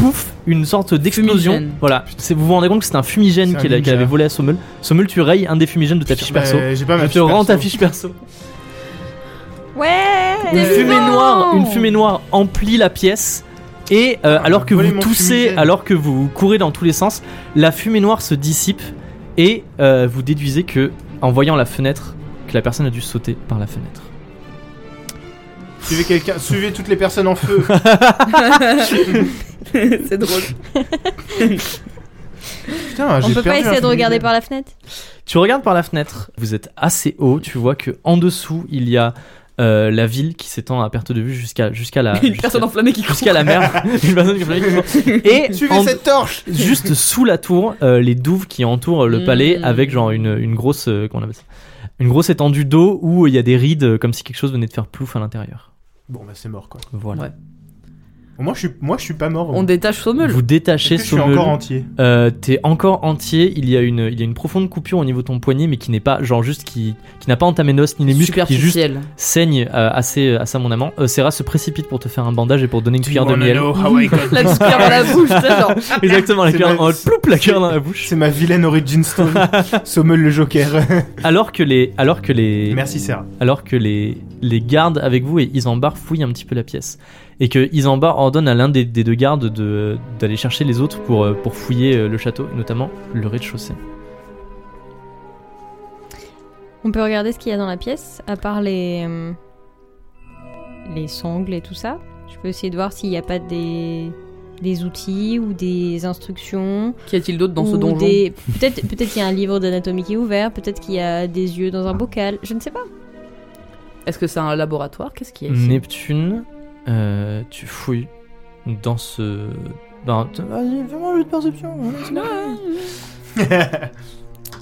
[SPEAKER 1] Pouf Une sorte d'explosion.
[SPEAKER 3] Fumigène.
[SPEAKER 1] Voilà. C'est- Vous vous rendez compte que c'est un fumigène
[SPEAKER 2] C'est un
[SPEAKER 1] qu'elle a- qu'elle
[SPEAKER 2] ninja.
[SPEAKER 1] avait volé à Sommel. Sommel, tu rayes un des fumigènes de [laughs] ta fiche perso.
[SPEAKER 2] Bah, J'ai pas ma
[SPEAKER 1] Je te
[SPEAKER 2] fiche
[SPEAKER 1] rends ta
[SPEAKER 2] perso.
[SPEAKER 1] fiche perso.
[SPEAKER 4] Ouais
[SPEAKER 1] Une
[SPEAKER 4] Des
[SPEAKER 1] fumée
[SPEAKER 4] vivants
[SPEAKER 1] noire, une fumée noire emplit la pièce. Et euh,
[SPEAKER 2] Ah,
[SPEAKER 1] alors que
[SPEAKER 2] volez
[SPEAKER 1] vous
[SPEAKER 2] mon
[SPEAKER 1] toussez,
[SPEAKER 2] fumigène.
[SPEAKER 1] alors que vous courez dans tous les sens, la fumée noire se dissipe et euh, vous déduisez que, en voyant la fenêtre, que la personne a dû sauter par la fenêtre.
[SPEAKER 2] Suivez quelqu'un, suivez toutes les personnes
[SPEAKER 1] [laughs]
[SPEAKER 2] en feu.
[SPEAKER 3] C'est drôle.
[SPEAKER 2] Putain,
[SPEAKER 4] On peut pas essayer de regarder par la fenêtre
[SPEAKER 1] Tu regardes par la fenêtre, vous êtes assez haut, tu vois que en dessous il y a euh, la ville qui s'étend à perte de vue jusqu'à jusqu'à la
[SPEAKER 3] [laughs] Une
[SPEAKER 1] Ah, jusqu'à-
[SPEAKER 3] personne enflammée qui court.
[SPEAKER 1] jusqu'à la mer. [laughs] Une personne qui
[SPEAKER 3] [laughs]
[SPEAKER 1] fait- et
[SPEAKER 2] Suivez
[SPEAKER 1] en-
[SPEAKER 2] cette torche.
[SPEAKER 1] juste sous la tour, euh, les douves qui entourent le
[SPEAKER 3] Mm.
[SPEAKER 1] palais avec genre une, une grosse euh, comment on appelle ça une grosse étendue d'eau où il y a des rides euh, comme si quelque chose venait de faire plouf à l'intérieur.
[SPEAKER 2] Bon bah c'est mort quoi.
[SPEAKER 1] Voilà.
[SPEAKER 3] Ouais.
[SPEAKER 2] Au moins je suis, moi je suis pas mort.
[SPEAKER 3] On détache Sommel.
[SPEAKER 1] Vous détachez
[SPEAKER 2] Est-ce que je suis
[SPEAKER 1] Sommel.
[SPEAKER 2] encore entier.
[SPEAKER 1] Euh, T'es encore entier. Il y a une il y a une profonde coupure au niveau de ton poignet, mais qui n'est pas genre juste qui qui n'a pas entamé l'os ni les muscles, qui juste [laughs]
[SPEAKER 3] Superficiel.
[SPEAKER 1] saigne euh, assez assez mon amant. Euh, Serra se précipite pour te faire un bandage et pour donner une cuillère de miel.
[SPEAKER 3] La petite cuillère dans la bouche, tu sais, genre.
[SPEAKER 1] [laughs] Exactement, la
[SPEAKER 2] C'est
[SPEAKER 1] cuillère
[SPEAKER 2] ma-
[SPEAKER 1] en mode ploup, la cuillère dans la bouche.
[SPEAKER 2] C'est ma vilaine origin
[SPEAKER 1] [laughs]
[SPEAKER 2] story. Sommel le Joker.
[SPEAKER 1] Alors que les alors que les
[SPEAKER 2] [laughs] Merci Sarah.
[SPEAKER 1] alors que les, les gardes avec vous et Isambard fouillent un petit peu la pièce. Et que Isambard ordonne à l'un des, des deux gardes de- d'aller chercher les autres pour, euh, pour fouiller euh, le château, et notamment le rez-de-chaussée.
[SPEAKER 4] On peut regarder ce qu'il y a dans la pièce, à part les. euh, les sangles et tout ça. Je peux essayer de voir s'il n'y a pas des. des outils ou des instructions.
[SPEAKER 3] Qu'y a-t-il d'autre dans ce
[SPEAKER 4] ou
[SPEAKER 3] donjon
[SPEAKER 4] des- Peut-être peut qu'il y a un livre d'anatomie qui est ouvert, peut-être qu'il y a des yeux dans un bocal, je ne sais pas.
[SPEAKER 3] Est-ce que c'est un laboratoire Qu'est-ce qu'il y a ici
[SPEAKER 1] Neptune, euh, tu fouilles dans ce. ben, dans- Vas-y, fais-moi un jeu de perception. hein.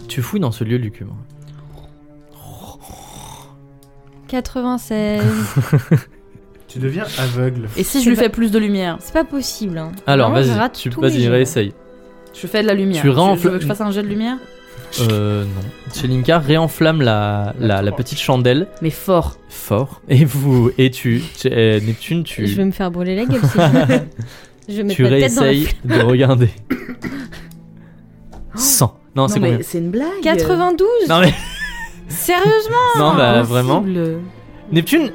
[SPEAKER 1] Tu fouilles dans ce lieu lucubre.
[SPEAKER 4] 96.
[SPEAKER 2] Tu deviens aveugle.
[SPEAKER 3] Et si je lui fais plus de lumière
[SPEAKER 4] C'est pas possible. hein.
[SPEAKER 1] Alors,
[SPEAKER 4] Vraiment, je
[SPEAKER 1] vas-y,
[SPEAKER 4] rate
[SPEAKER 1] tu-
[SPEAKER 4] tous les
[SPEAKER 1] vas-y,
[SPEAKER 4] jeux.
[SPEAKER 1] réessaye.
[SPEAKER 3] Je fais de la lumière.
[SPEAKER 1] Tu
[SPEAKER 3] Je-
[SPEAKER 1] renfles-
[SPEAKER 3] je veux que je fasse un jet de lumière
[SPEAKER 1] Euh, non. Chelinka réenflamme la- la, la petite chandelle.
[SPEAKER 3] Mais fort.
[SPEAKER 1] fort et vous et tu, tu- euh, Neptune tu
[SPEAKER 4] Je vais me faire brûler la gueule
[SPEAKER 1] [laughs]
[SPEAKER 4] si je. je vais mettre
[SPEAKER 1] tu
[SPEAKER 4] ma tête dans la
[SPEAKER 1] réessayes de
[SPEAKER 4] [coughs]
[SPEAKER 1] regarder 100 non, c'est combien
[SPEAKER 3] c'est une blague.
[SPEAKER 4] flamme. 92
[SPEAKER 1] non mais
[SPEAKER 4] Sérieusement
[SPEAKER 1] non bah vraiment Neptune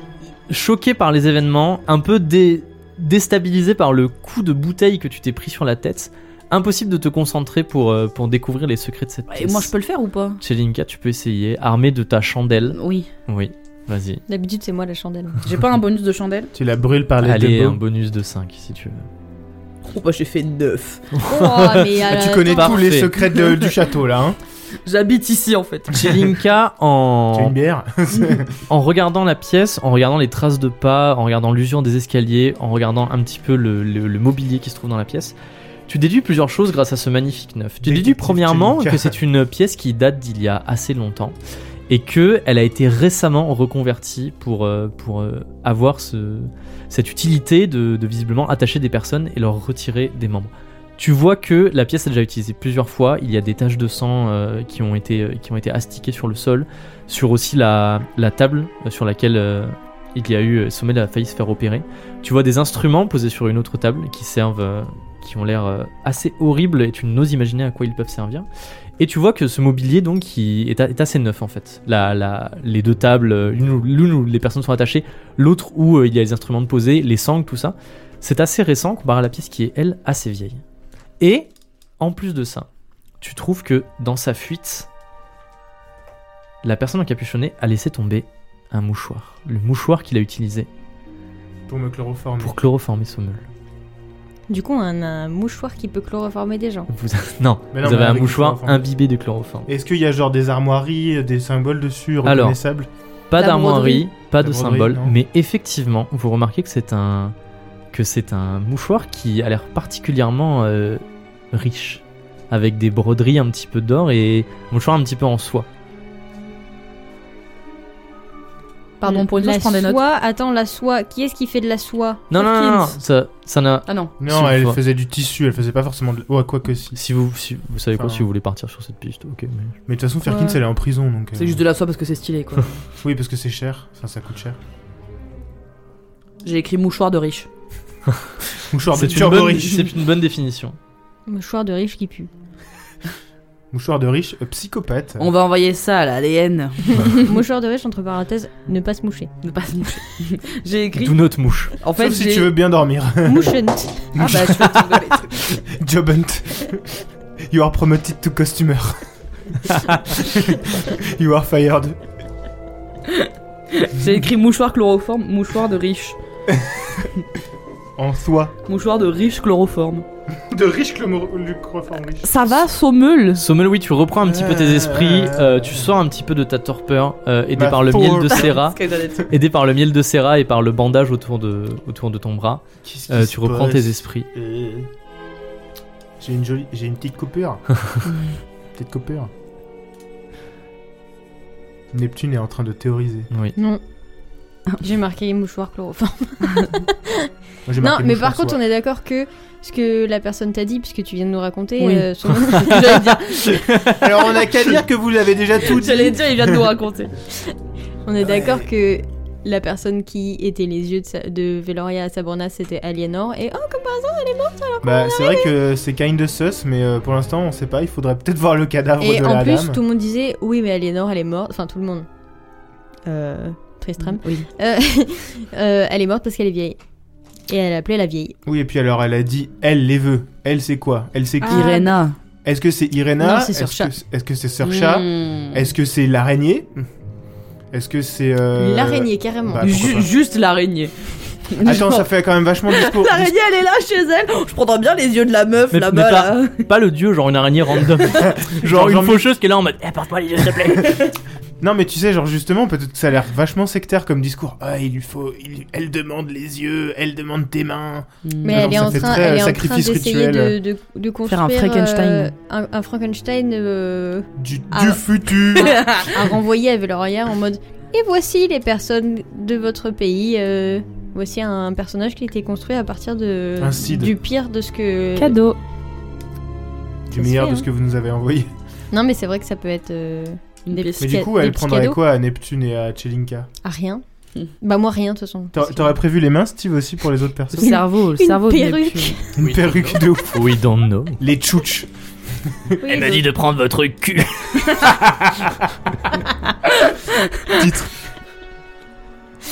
[SPEAKER 1] choqué par les événements un peu dé- déstabilisé par le coup de bouteille que tu t'es pris sur la tête impossible de te concentrer pour euh, pour découvrir les secrets de cette
[SPEAKER 3] Et
[SPEAKER 1] pièce
[SPEAKER 3] moi, je peux le faire ou pas
[SPEAKER 1] Chelinka, tu peux essayer armé de ta chandelle
[SPEAKER 3] Oui.
[SPEAKER 1] oui Vas-y.
[SPEAKER 4] [laughs] D'habitude, c'est moi la chandelle.
[SPEAKER 3] J'ai pas un bonus de chandelle
[SPEAKER 2] Tu la brûles par les
[SPEAKER 1] Allez, hein.
[SPEAKER 2] deux
[SPEAKER 1] un
[SPEAKER 2] bouts.
[SPEAKER 1] bonus de 5 si tu veux.
[SPEAKER 3] Oh bah j'ai fait 9.
[SPEAKER 4] [laughs] Oh, mais
[SPEAKER 2] Ah,
[SPEAKER 4] alors,
[SPEAKER 2] tu connais
[SPEAKER 1] attends.
[SPEAKER 2] tous les
[SPEAKER 1] Parfait.
[SPEAKER 2] secrets de- du château
[SPEAKER 1] [laughs]
[SPEAKER 2] là. Hein
[SPEAKER 3] J'habite ici en fait.
[SPEAKER 1] Chelinka,
[SPEAKER 2] Tu as une
[SPEAKER 1] en,
[SPEAKER 2] bière [laughs]
[SPEAKER 1] en regardant la pièce, en regardant les traces de pas, en regardant l'usure des escaliers, en regardant un petit peu le, le- le mobilier qui se trouve dans la pièce, tu déduis plusieurs choses grâce à ce magnifique neuf. Tu déduis
[SPEAKER 2] Détective
[SPEAKER 1] premièrement
[SPEAKER 2] Chelinka.
[SPEAKER 1] que c'est une pièce qui date d'il y a assez longtemps et que elle a été récemment reconvertie pour, euh, pour euh, avoir ce, cette utilité de, de visiblement attacher des personnes et leur retirer des membres. Tu vois que la pièce est déjà utilisée plusieurs fois. Il y a des taches de sang euh, qui, ont été, euh, qui ont été astiquées sur le sol, sur aussi la, la table euh, sur laquelle euh, il y a eu euh, Sommel a failli se faire opérer. Tu vois des instruments posés sur une autre table qui servent, euh, qui ont l'air euh, assez horribles et tu n'oses imaginer à quoi ils peuvent servir. Et tu vois que ce mobilier donc qui est, a- est assez neuf en fait. La, la- les deux tables, euh, l'une où- l'une où les personnes sont attachées, l'autre où euh, il y a les instruments de poser, les sangles, tout ça. C'est assez récent comparé à la pièce qui est elle assez vieille. Et en plus de ça, tu trouves que dans sa fuite, la personne encapuchonnée a laissé tomber un mouchoir. Le mouchoir qu'il a utilisé
[SPEAKER 2] pour me chloroformer.
[SPEAKER 1] pour chloroformer Sommel.
[SPEAKER 4] Du coup, un, un mouchoir qui peut chloroformer des gens.
[SPEAKER 1] Vous... [laughs] non,
[SPEAKER 2] Mais non,
[SPEAKER 1] vous
[SPEAKER 2] mais
[SPEAKER 1] avez un
[SPEAKER 2] avec
[SPEAKER 1] mouchoir
[SPEAKER 2] chloroforme.
[SPEAKER 1] imbibé de chloroforme.
[SPEAKER 2] Est-ce qu'il y a genre des armoiries, des symboles dessus
[SPEAKER 1] Alors.
[SPEAKER 2] reconnaissables
[SPEAKER 1] Pas
[SPEAKER 3] La
[SPEAKER 1] d'armoirie, pas
[SPEAKER 2] La
[SPEAKER 1] de
[SPEAKER 2] broderie,
[SPEAKER 1] symbole,
[SPEAKER 2] non.
[SPEAKER 1] mais effectivement, vous remarquez que c'est un que c'est un mouchoir qui a l'air particulièrement euh, riche, avec des broderies un petit peu d'or et un mouchoir un petit peu en soie.
[SPEAKER 3] Pardon pour une fois
[SPEAKER 4] la
[SPEAKER 3] je prends des notes.
[SPEAKER 4] soie, attends, la soie. Qui est-ce qui fait de la soie
[SPEAKER 1] Non, non, non, non,
[SPEAKER 3] Perkins.
[SPEAKER 1] ça ça n'a
[SPEAKER 3] Ah non.
[SPEAKER 1] S'il
[SPEAKER 2] Non, elle
[SPEAKER 1] faut.
[SPEAKER 2] faisait du tissu, elle faisait pas forcément de. Ouais, quoi que si.
[SPEAKER 1] si vous si vous savez quoi
[SPEAKER 2] Enfin.
[SPEAKER 1] si vous voulez partir sur cette piste, ok. Mais...
[SPEAKER 2] Mais de toute façon, Firkins,
[SPEAKER 3] Ouais.
[SPEAKER 2] elle est en prison donc. euh,
[SPEAKER 3] C'est juste de la soie parce que c'est
[SPEAKER 2] [laughs]
[SPEAKER 3] stylé quoi.
[SPEAKER 2] Oui, parce que c'est cher. Enfin, ça coûte cher.
[SPEAKER 3] J'ai écrit mouchoir de riche.
[SPEAKER 2] Mouchoir de,
[SPEAKER 1] C'est une,
[SPEAKER 2] mouchoir de
[SPEAKER 1] bonne-
[SPEAKER 2] riche.
[SPEAKER 1] c'est une bonne définition.
[SPEAKER 4] Mouchoir de riche
[SPEAKER 1] [laughs]
[SPEAKER 4] qui pue.
[SPEAKER 2] Mouchoir de riche, euh, psychopathe.
[SPEAKER 3] On va envoyer ça à l'alien.
[SPEAKER 4] mouchoir de riche, entre parenthèses, ne pas se moucher.
[SPEAKER 3] Ne pas se moucher. [laughs] J'ai écrit.
[SPEAKER 1] D'où notre mouche.
[SPEAKER 3] En fait,
[SPEAKER 2] Sauf si
[SPEAKER 3] j'ai-
[SPEAKER 2] tu veux bien dormir. [laughs]
[SPEAKER 4] Mouchent.
[SPEAKER 1] [laughs]
[SPEAKER 3] Ah bah, je fais tomber les trucs.
[SPEAKER 2] Job hunt. You are promoted to customer. you are fired.
[SPEAKER 3] J'ai écrit mouchoir chloroforme, mouchoir de riche.
[SPEAKER 2] En soi.
[SPEAKER 3] Mouchoir de riche chloroforme.
[SPEAKER 2] De riche que le croissant riche.
[SPEAKER 3] Ça va, Sommeul
[SPEAKER 1] Sommel, oui, tu reprends un petit peu tes esprits,
[SPEAKER 2] Euh.
[SPEAKER 1] euh, tu sors un petit peu de ta torpeur, euh, aidé
[SPEAKER 2] Ma
[SPEAKER 1] par le
[SPEAKER 2] pauvre.
[SPEAKER 1] miel de Serra,
[SPEAKER 4] Ah.
[SPEAKER 3] Parce que j'allais dire.
[SPEAKER 1] aidé par le miel de Serra et par le bandage autour de, autour de ton bras,
[SPEAKER 2] Qu'est-ce
[SPEAKER 1] euh, tu reprends tes esprits.
[SPEAKER 2] esprits. J'ai une jolie. J'ai une petite [laughs] coupure. petite coupure. Neptune est en train de théoriser.
[SPEAKER 1] Oui.
[SPEAKER 4] Non. J'ai marqué mouchoir chloroforme.
[SPEAKER 2] Moi, j'ai
[SPEAKER 4] Non,
[SPEAKER 2] marqué
[SPEAKER 4] mais
[SPEAKER 2] mouchoir
[SPEAKER 4] par contre,
[SPEAKER 2] soi.
[SPEAKER 4] on est d'accord que ce que la personne t'a dit, puisque tu viens de nous raconter,
[SPEAKER 3] Oui.
[SPEAKER 2] [laughs]
[SPEAKER 4] euh, son nom-
[SPEAKER 3] J'allais
[SPEAKER 4] [laughs]
[SPEAKER 3] dire,
[SPEAKER 2] Alors on a qu'à dire que vous l'avez déjà tout dit.
[SPEAKER 3] j'allais dire, il vient de nous raconter.
[SPEAKER 4] [laughs] on est d'accord que la personne qui était les yeux de, sa- de Veloria à Sabrina, c'était Aliénor. Et oh, comme par hasard, elle est morte.
[SPEAKER 2] Bah c'est vrai que c'est kind of sus, mais euh, pour l'instant on sait pas. Il faudrait peut-être voir le cadavre
[SPEAKER 4] Et
[SPEAKER 2] de
[SPEAKER 4] en
[SPEAKER 2] la
[SPEAKER 4] plus,
[SPEAKER 2] dame.
[SPEAKER 4] tout le monde disait oui, mais Aliénor, elle est morte. Enfin, tout le monde. Euh,
[SPEAKER 2] Mm.
[SPEAKER 4] Tristram.
[SPEAKER 3] Oui.
[SPEAKER 4] Euh, [laughs] euh, elle est morte parce qu'elle est vieille. Et elle appelait la vieille.
[SPEAKER 2] Oui et puis alors elle a dit elle les veut. Elle c'est quoi Elle c'est qui
[SPEAKER 4] Ah.
[SPEAKER 3] Irena.
[SPEAKER 2] Est-ce que c'est Irena
[SPEAKER 3] Non, c'est Sœur
[SPEAKER 2] Est-ce
[SPEAKER 3] Chat.
[SPEAKER 2] que c'est- Est-ce que c'est Sœur Chat
[SPEAKER 4] Hmm.
[SPEAKER 3] Mmh.
[SPEAKER 2] Est-ce que c'est l'araignée Est-ce que c'est euh,
[SPEAKER 4] L'araignée, carrément.
[SPEAKER 2] bah, pourquoi
[SPEAKER 3] Ju-
[SPEAKER 2] pas.
[SPEAKER 3] juste l'araignée.
[SPEAKER 2] Attends, ça fait quand même vachement
[SPEAKER 4] [laughs]
[SPEAKER 2] discours.
[SPEAKER 3] L'araignée, elle est là chez elle. Oh, Je prendrai bien les yeux de la meuf
[SPEAKER 1] Mais-
[SPEAKER 3] là-bas.
[SPEAKER 1] mais
[SPEAKER 3] Là.
[SPEAKER 1] Pas le dieu, genre une araignée [laughs] random. genre une faucheuse qui est là en mode Eh, porte-moi les yeux, s'il te plaît.
[SPEAKER 2] Non, mais tu sais, genre justement, peut-être que ça a l'air vachement sectaire comme discours. Ah, il lui faut. il- Elle demande les yeux, elle demande tes mains.
[SPEAKER 3] Hmm.
[SPEAKER 4] Mais
[SPEAKER 2] Ah non,
[SPEAKER 4] elle est
[SPEAKER 2] ça
[SPEAKER 4] en
[SPEAKER 2] fait
[SPEAKER 4] train,
[SPEAKER 2] très, euh,
[SPEAKER 4] elle est en train
[SPEAKER 2] sacrifice
[SPEAKER 4] d'essayer de,
[SPEAKER 2] rituel.
[SPEAKER 4] de, de
[SPEAKER 3] Faire
[SPEAKER 4] construire
[SPEAKER 3] un Frankenstein.
[SPEAKER 4] euh, un, un Frankenstein euh,
[SPEAKER 2] Du,
[SPEAKER 4] Ah.
[SPEAKER 2] du futur
[SPEAKER 4] [laughs] à renvoyer à Veloria en mode Et voici les personnes de votre pays. euh, voici un personnage qui a été construit à partir de
[SPEAKER 2] Un Cid.
[SPEAKER 4] du pire de ce que.
[SPEAKER 3] Cadeau.
[SPEAKER 2] Du
[SPEAKER 4] se
[SPEAKER 2] meilleur
[SPEAKER 4] fait,
[SPEAKER 2] de ce
[SPEAKER 4] hein.
[SPEAKER 2] que vous nous avez envoyé.
[SPEAKER 4] Non, mais c'est vrai que ça peut être euh,
[SPEAKER 3] Une
[SPEAKER 4] des
[SPEAKER 3] pièce.
[SPEAKER 4] petits
[SPEAKER 2] Mais du
[SPEAKER 4] ca-
[SPEAKER 2] coup,
[SPEAKER 4] des
[SPEAKER 2] elle
[SPEAKER 4] petits
[SPEAKER 2] prendrait
[SPEAKER 4] cadeaux.
[SPEAKER 2] quoi à Neptune et à Chelinka
[SPEAKER 4] À rien.
[SPEAKER 3] Hmm.
[SPEAKER 4] Bah moi rien de toute façon.
[SPEAKER 2] T'aurais
[SPEAKER 4] Parce que-
[SPEAKER 2] t'aurais prévu les mains, Steve, aussi pour les autres
[SPEAKER 3] Le
[SPEAKER 2] personnes
[SPEAKER 3] cerveau, le
[SPEAKER 4] Une
[SPEAKER 3] cerveau de
[SPEAKER 4] perruque.
[SPEAKER 3] Neptune.
[SPEAKER 2] Une
[SPEAKER 1] Oui.
[SPEAKER 2] perruque de
[SPEAKER 1] [laughs]
[SPEAKER 2] ouf.
[SPEAKER 1] We don't know.
[SPEAKER 2] Les tchouches.
[SPEAKER 4] [laughs] Oui, donc-
[SPEAKER 1] de prendre votre cul.
[SPEAKER 2] Titre.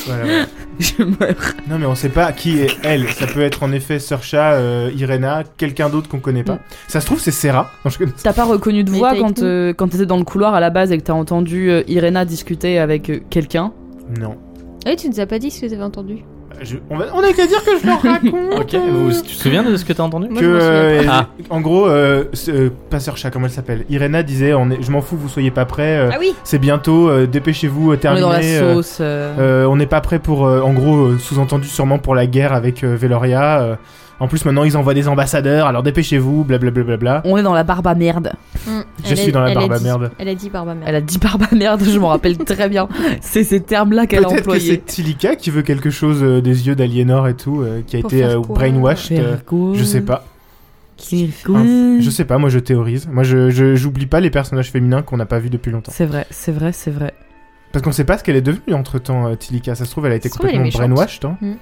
[SPEAKER 2] Voilà,
[SPEAKER 4] [laughs]
[SPEAKER 2] voilà.
[SPEAKER 3] [laughs] Je meurs.
[SPEAKER 2] Non mais on sait pas qui est elle. Ça peut être en effet Sercha, euh, Irena, quelqu'un d'autre qu'on connaît
[SPEAKER 4] Mm.
[SPEAKER 2] pas. Ça se trouve c'est Serra. Non, je connais-
[SPEAKER 3] T'as pas reconnu de
[SPEAKER 4] Mais
[SPEAKER 3] voix
[SPEAKER 4] t'as
[SPEAKER 3] quand,
[SPEAKER 4] écrit.
[SPEAKER 3] euh, quand t'étais dans le couloir à la base et que t'as entendu euh, Irena discuter avec euh, quelqu'un
[SPEAKER 2] Non.
[SPEAKER 4] Ah oui, tu nous as pas dit ce que t'avais entendu.
[SPEAKER 2] Je- on, va- on a qu'à dire que
[SPEAKER 4] [laughs]
[SPEAKER 2] je leur raconte.
[SPEAKER 1] Ok,
[SPEAKER 2] euh,
[SPEAKER 1] vous- tu te souviens de ce que t'as entendu
[SPEAKER 4] Moi,
[SPEAKER 2] que,
[SPEAKER 4] je m'en souviens
[SPEAKER 2] euh,
[SPEAKER 1] pas.
[SPEAKER 2] elle- En gros, euh, ce- euh, pas Sœur Chat, comment elle s'appelle Irena disait on est- Je m'en fous, vous soyez pas prêts. euh,
[SPEAKER 4] Ah oui
[SPEAKER 2] C'est bientôt, euh, dépêchez-vous, euh,
[SPEAKER 3] On est
[SPEAKER 2] terminez.
[SPEAKER 3] dans la
[SPEAKER 2] euh,
[SPEAKER 3] sauce. euh,
[SPEAKER 2] euh, on n'est pas prêt pour, euh, en gros, euh, sous-entendu sûrement pour la guerre avec euh, Veloria. euh, en plus, maintenant, ils envoient des ambassadeurs, alors dépêchez-vous, blablabla. Bla, bla,
[SPEAKER 3] On est dans la barbe à merde.
[SPEAKER 2] Je suis dans la barbe à merde.
[SPEAKER 4] Hmm. Elle a dit barbe à merde.
[SPEAKER 3] Elle a dit barbe à merde, je m'en rappelle très [laughs] bien. C'est ces termes-là qu'elle a
[SPEAKER 2] Peut-être que c'est
[SPEAKER 3] employés.
[SPEAKER 2] Tilika qui veut quelque chose euh, des yeux d'Aliénor et tout, euh, qui a
[SPEAKER 4] Pour
[SPEAKER 2] été
[SPEAKER 4] faire
[SPEAKER 2] euh,
[SPEAKER 4] quoi
[SPEAKER 2] brainwashed. euh, je sais pas. Je sais pas, moi je théorise. Moi je je- j'oublie pas les personnages féminins qu'on n'a pas vus depuis longtemps.
[SPEAKER 3] C'est vrai, c'est vrai, c'est vrai.
[SPEAKER 2] Parce qu'on sait pas ce qu'elle est devenue entre temps, Tilika. Ça se trouve, elle a été
[SPEAKER 4] Ça se trouve, elle est
[SPEAKER 2] complètement brainwashed. Hein.
[SPEAKER 4] Mm.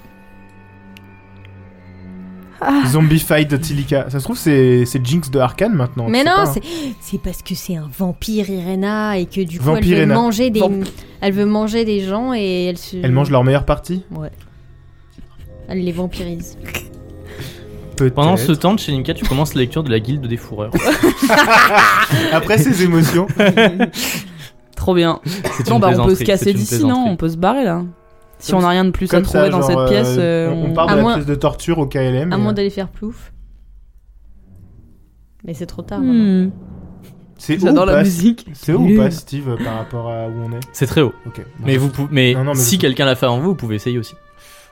[SPEAKER 3] Ah.
[SPEAKER 2] Zombie fight de Tilika. Ça se trouve, c'est c'est Jinx de Arkane maintenant.
[SPEAKER 4] Mais
[SPEAKER 2] tu sais
[SPEAKER 4] non,
[SPEAKER 2] pas, hein.
[SPEAKER 4] c'est c'est parce que c'est un vampire Irena et que du coup
[SPEAKER 2] Vampire
[SPEAKER 4] elle veut
[SPEAKER 2] Irena.
[SPEAKER 4] manger des
[SPEAKER 3] Vamp-
[SPEAKER 4] elle veut manger des gens et elle se
[SPEAKER 2] Elle mange leur meilleure partie
[SPEAKER 4] Ouais. Elle les vampirise.
[SPEAKER 2] Peut-être.
[SPEAKER 1] Pendant ce temps, de chez Linka, tu commences la lecture de la guilde des fourreurs.
[SPEAKER 3] [laughs]
[SPEAKER 2] Après ses émotions.
[SPEAKER 3] Trop bien.
[SPEAKER 1] C'est
[SPEAKER 3] Non,
[SPEAKER 1] une
[SPEAKER 3] bah on peut
[SPEAKER 1] plaisanterie,
[SPEAKER 3] se casser
[SPEAKER 1] c'est une
[SPEAKER 3] d'ici,
[SPEAKER 1] plaisanterie.
[SPEAKER 3] non On peut se barrer là. Si on a rien de plus à
[SPEAKER 2] Comme
[SPEAKER 3] trouver
[SPEAKER 2] ça,
[SPEAKER 3] dans
[SPEAKER 2] genre,
[SPEAKER 3] cette
[SPEAKER 2] euh,
[SPEAKER 3] pièce, euh,
[SPEAKER 2] on, on part
[SPEAKER 4] À
[SPEAKER 2] de la
[SPEAKER 4] moins-
[SPEAKER 2] pièce de torture au KLM.
[SPEAKER 4] À
[SPEAKER 2] et,
[SPEAKER 4] moins
[SPEAKER 2] euh,
[SPEAKER 4] d'aller faire plouf. Mais c'est trop tard. maintenant.
[SPEAKER 3] hmm,
[SPEAKER 2] C'est où ou
[SPEAKER 3] J'adore la
[SPEAKER 2] pas-
[SPEAKER 3] musique.
[SPEAKER 2] C'est où ou pas,
[SPEAKER 3] Lune.
[SPEAKER 2] Steve, par rapport à où on est
[SPEAKER 1] C'est très haut.
[SPEAKER 2] Ok.
[SPEAKER 1] Mais, vous pou- mais,
[SPEAKER 2] Non, non, mais je
[SPEAKER 1] si
[SPEAKER 2] sais.
[SPEAKER 1] quelqu'un l'a fait avant vous, vous pouvez essayer aussi.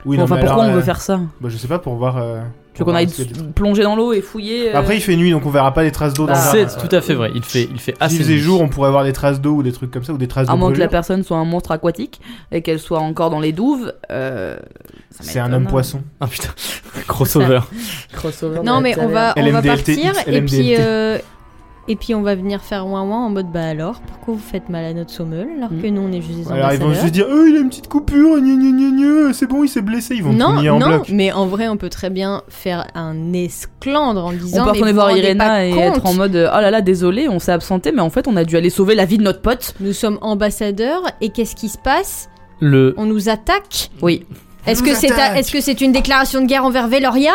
[SPEAKER 2] Oui,
[SPEAKER 3] Bon,
[SPEAKER 2] non,
[SPEAKER 3] enfin,
[SPEAKER 2] mais
[SPEAKER 3] pourquoi
[SPEAKER 2] alors,
[SPEAKER 3] on veut
[SPEAKER 2] euh,
[SPEAKER 3] faire ça
[SPEAKER 2] bah, Je sais pas, pour voir. euh,
[SPEAKER 3] Tu veux
[SPEAKER 2] pour
[SPEAKER 3] qu'on
[SPEAKER 2] voir
[SPEAKER 3] aille
[SPEAKER 2] ce qu'il y a
[SPEAKER 3] s- plonger dans l'eau et fouiller
[SPEAKER 2] dedans.
[SPEAKER 3] euh,
[SPEAKER 2] Après, il fait nuit, donc on verra pas les traces d'eau dans
[SPEAKER 3] Bah,
[SPEAKER 2] le
[SPEAKER 1] C'est
[SPEAKER 2] jardin.
[SPEAKER 1] tout à fait vrai. Il fait, il fait assez.
[SPEAKER 2] S'il faisait
[SPEAKER 1] nuit.
[SPEAKER 2] jour, on pourrait avoir des traces d'eau ou des trucs comme ça, ou des traces
[SPEAKER 3] À
[SPEAKER 2] de
[SPEAKER 3] moins que la
[SPEAKER 2] brûlure.
[SPEAKER 3] personne soit un monstre aquatique et qu'elle soit encore dans les douves. euh, ça
[SPEAKER 2] C'est un
[SPEAKER 3] m'étonne.
[SPEAKER 2] homme poisson.
[SPEAKER 1] Ah putain, [laughs] crossover.
[SPEAKER 3] Crossover
[SPEAKER 4] Non
[SPEAKER 3] de
[SPEAKER 4] mais on
[SPEAKER 3] taverne.
[SPEAKER 4] va on va
[SPEAKER 2] LMDLT,
[SPEAKER 4] partir et
[SPEAKER 2] LMDLT.
[SPEAKER 4] puis euh, et puis on va venir faire ouin ouin en mode bah alors pourquoi vous faites mal à notre sommeul alors que
[SPEAKER 3] Mm.
[SPEAKER 4] nous on est juste des
[SPEAKER 2] Hmm. Alors ils vont
[SPEAKER 4] ambassadeurs.
[SPEAKER 2] juste dire, oh, il a une petite coupure, gna gna gna gna, c'est bon, il s'est blessé, ils vont tout
[SPEAKER 4] non,
[SPEAKER 2] nier en
[SPEAKER 4] non,
[SPEAKER 2] bloc.
[SPEAKER 4] mais en vrai, on peut très bien faire un esclandre en
[SPEAKER 3] On
[SPEAKER 4] disant.
[SPEAKER 3] peut
[SPEAKER 4] mais
[SPEAKER 3] retourner
[SPEAKER 4] vous
[SPEAKER 3] voir
[SPEAKER 4] rendez
[SPEAKER 3] Irena
[SPEAKER 4] pas
[SPEAKER 3] et
[SPEAKER 4] compte,
[SPEAKER 3] être en mode euh, oh là là désolé on s'est absenté mais en fait on a dû aller sauver la vie de notre pote.
[SPEAKER 4] Nous sommes ambassadeurs et qu'est-ce qui se passe
[SPEAKER 1] Le.
[SPEAKER 4] On nous attaque
[SPEAKER 3] Oui.
[SPEAKER 4] Est-ce
[SPEAKER 2] nous
[SPEAKER 4] que c'est
[SPEAKER 2] attaque.
[SPEAKER 4] est -ce c'est une déclaration de guerre envers Veloria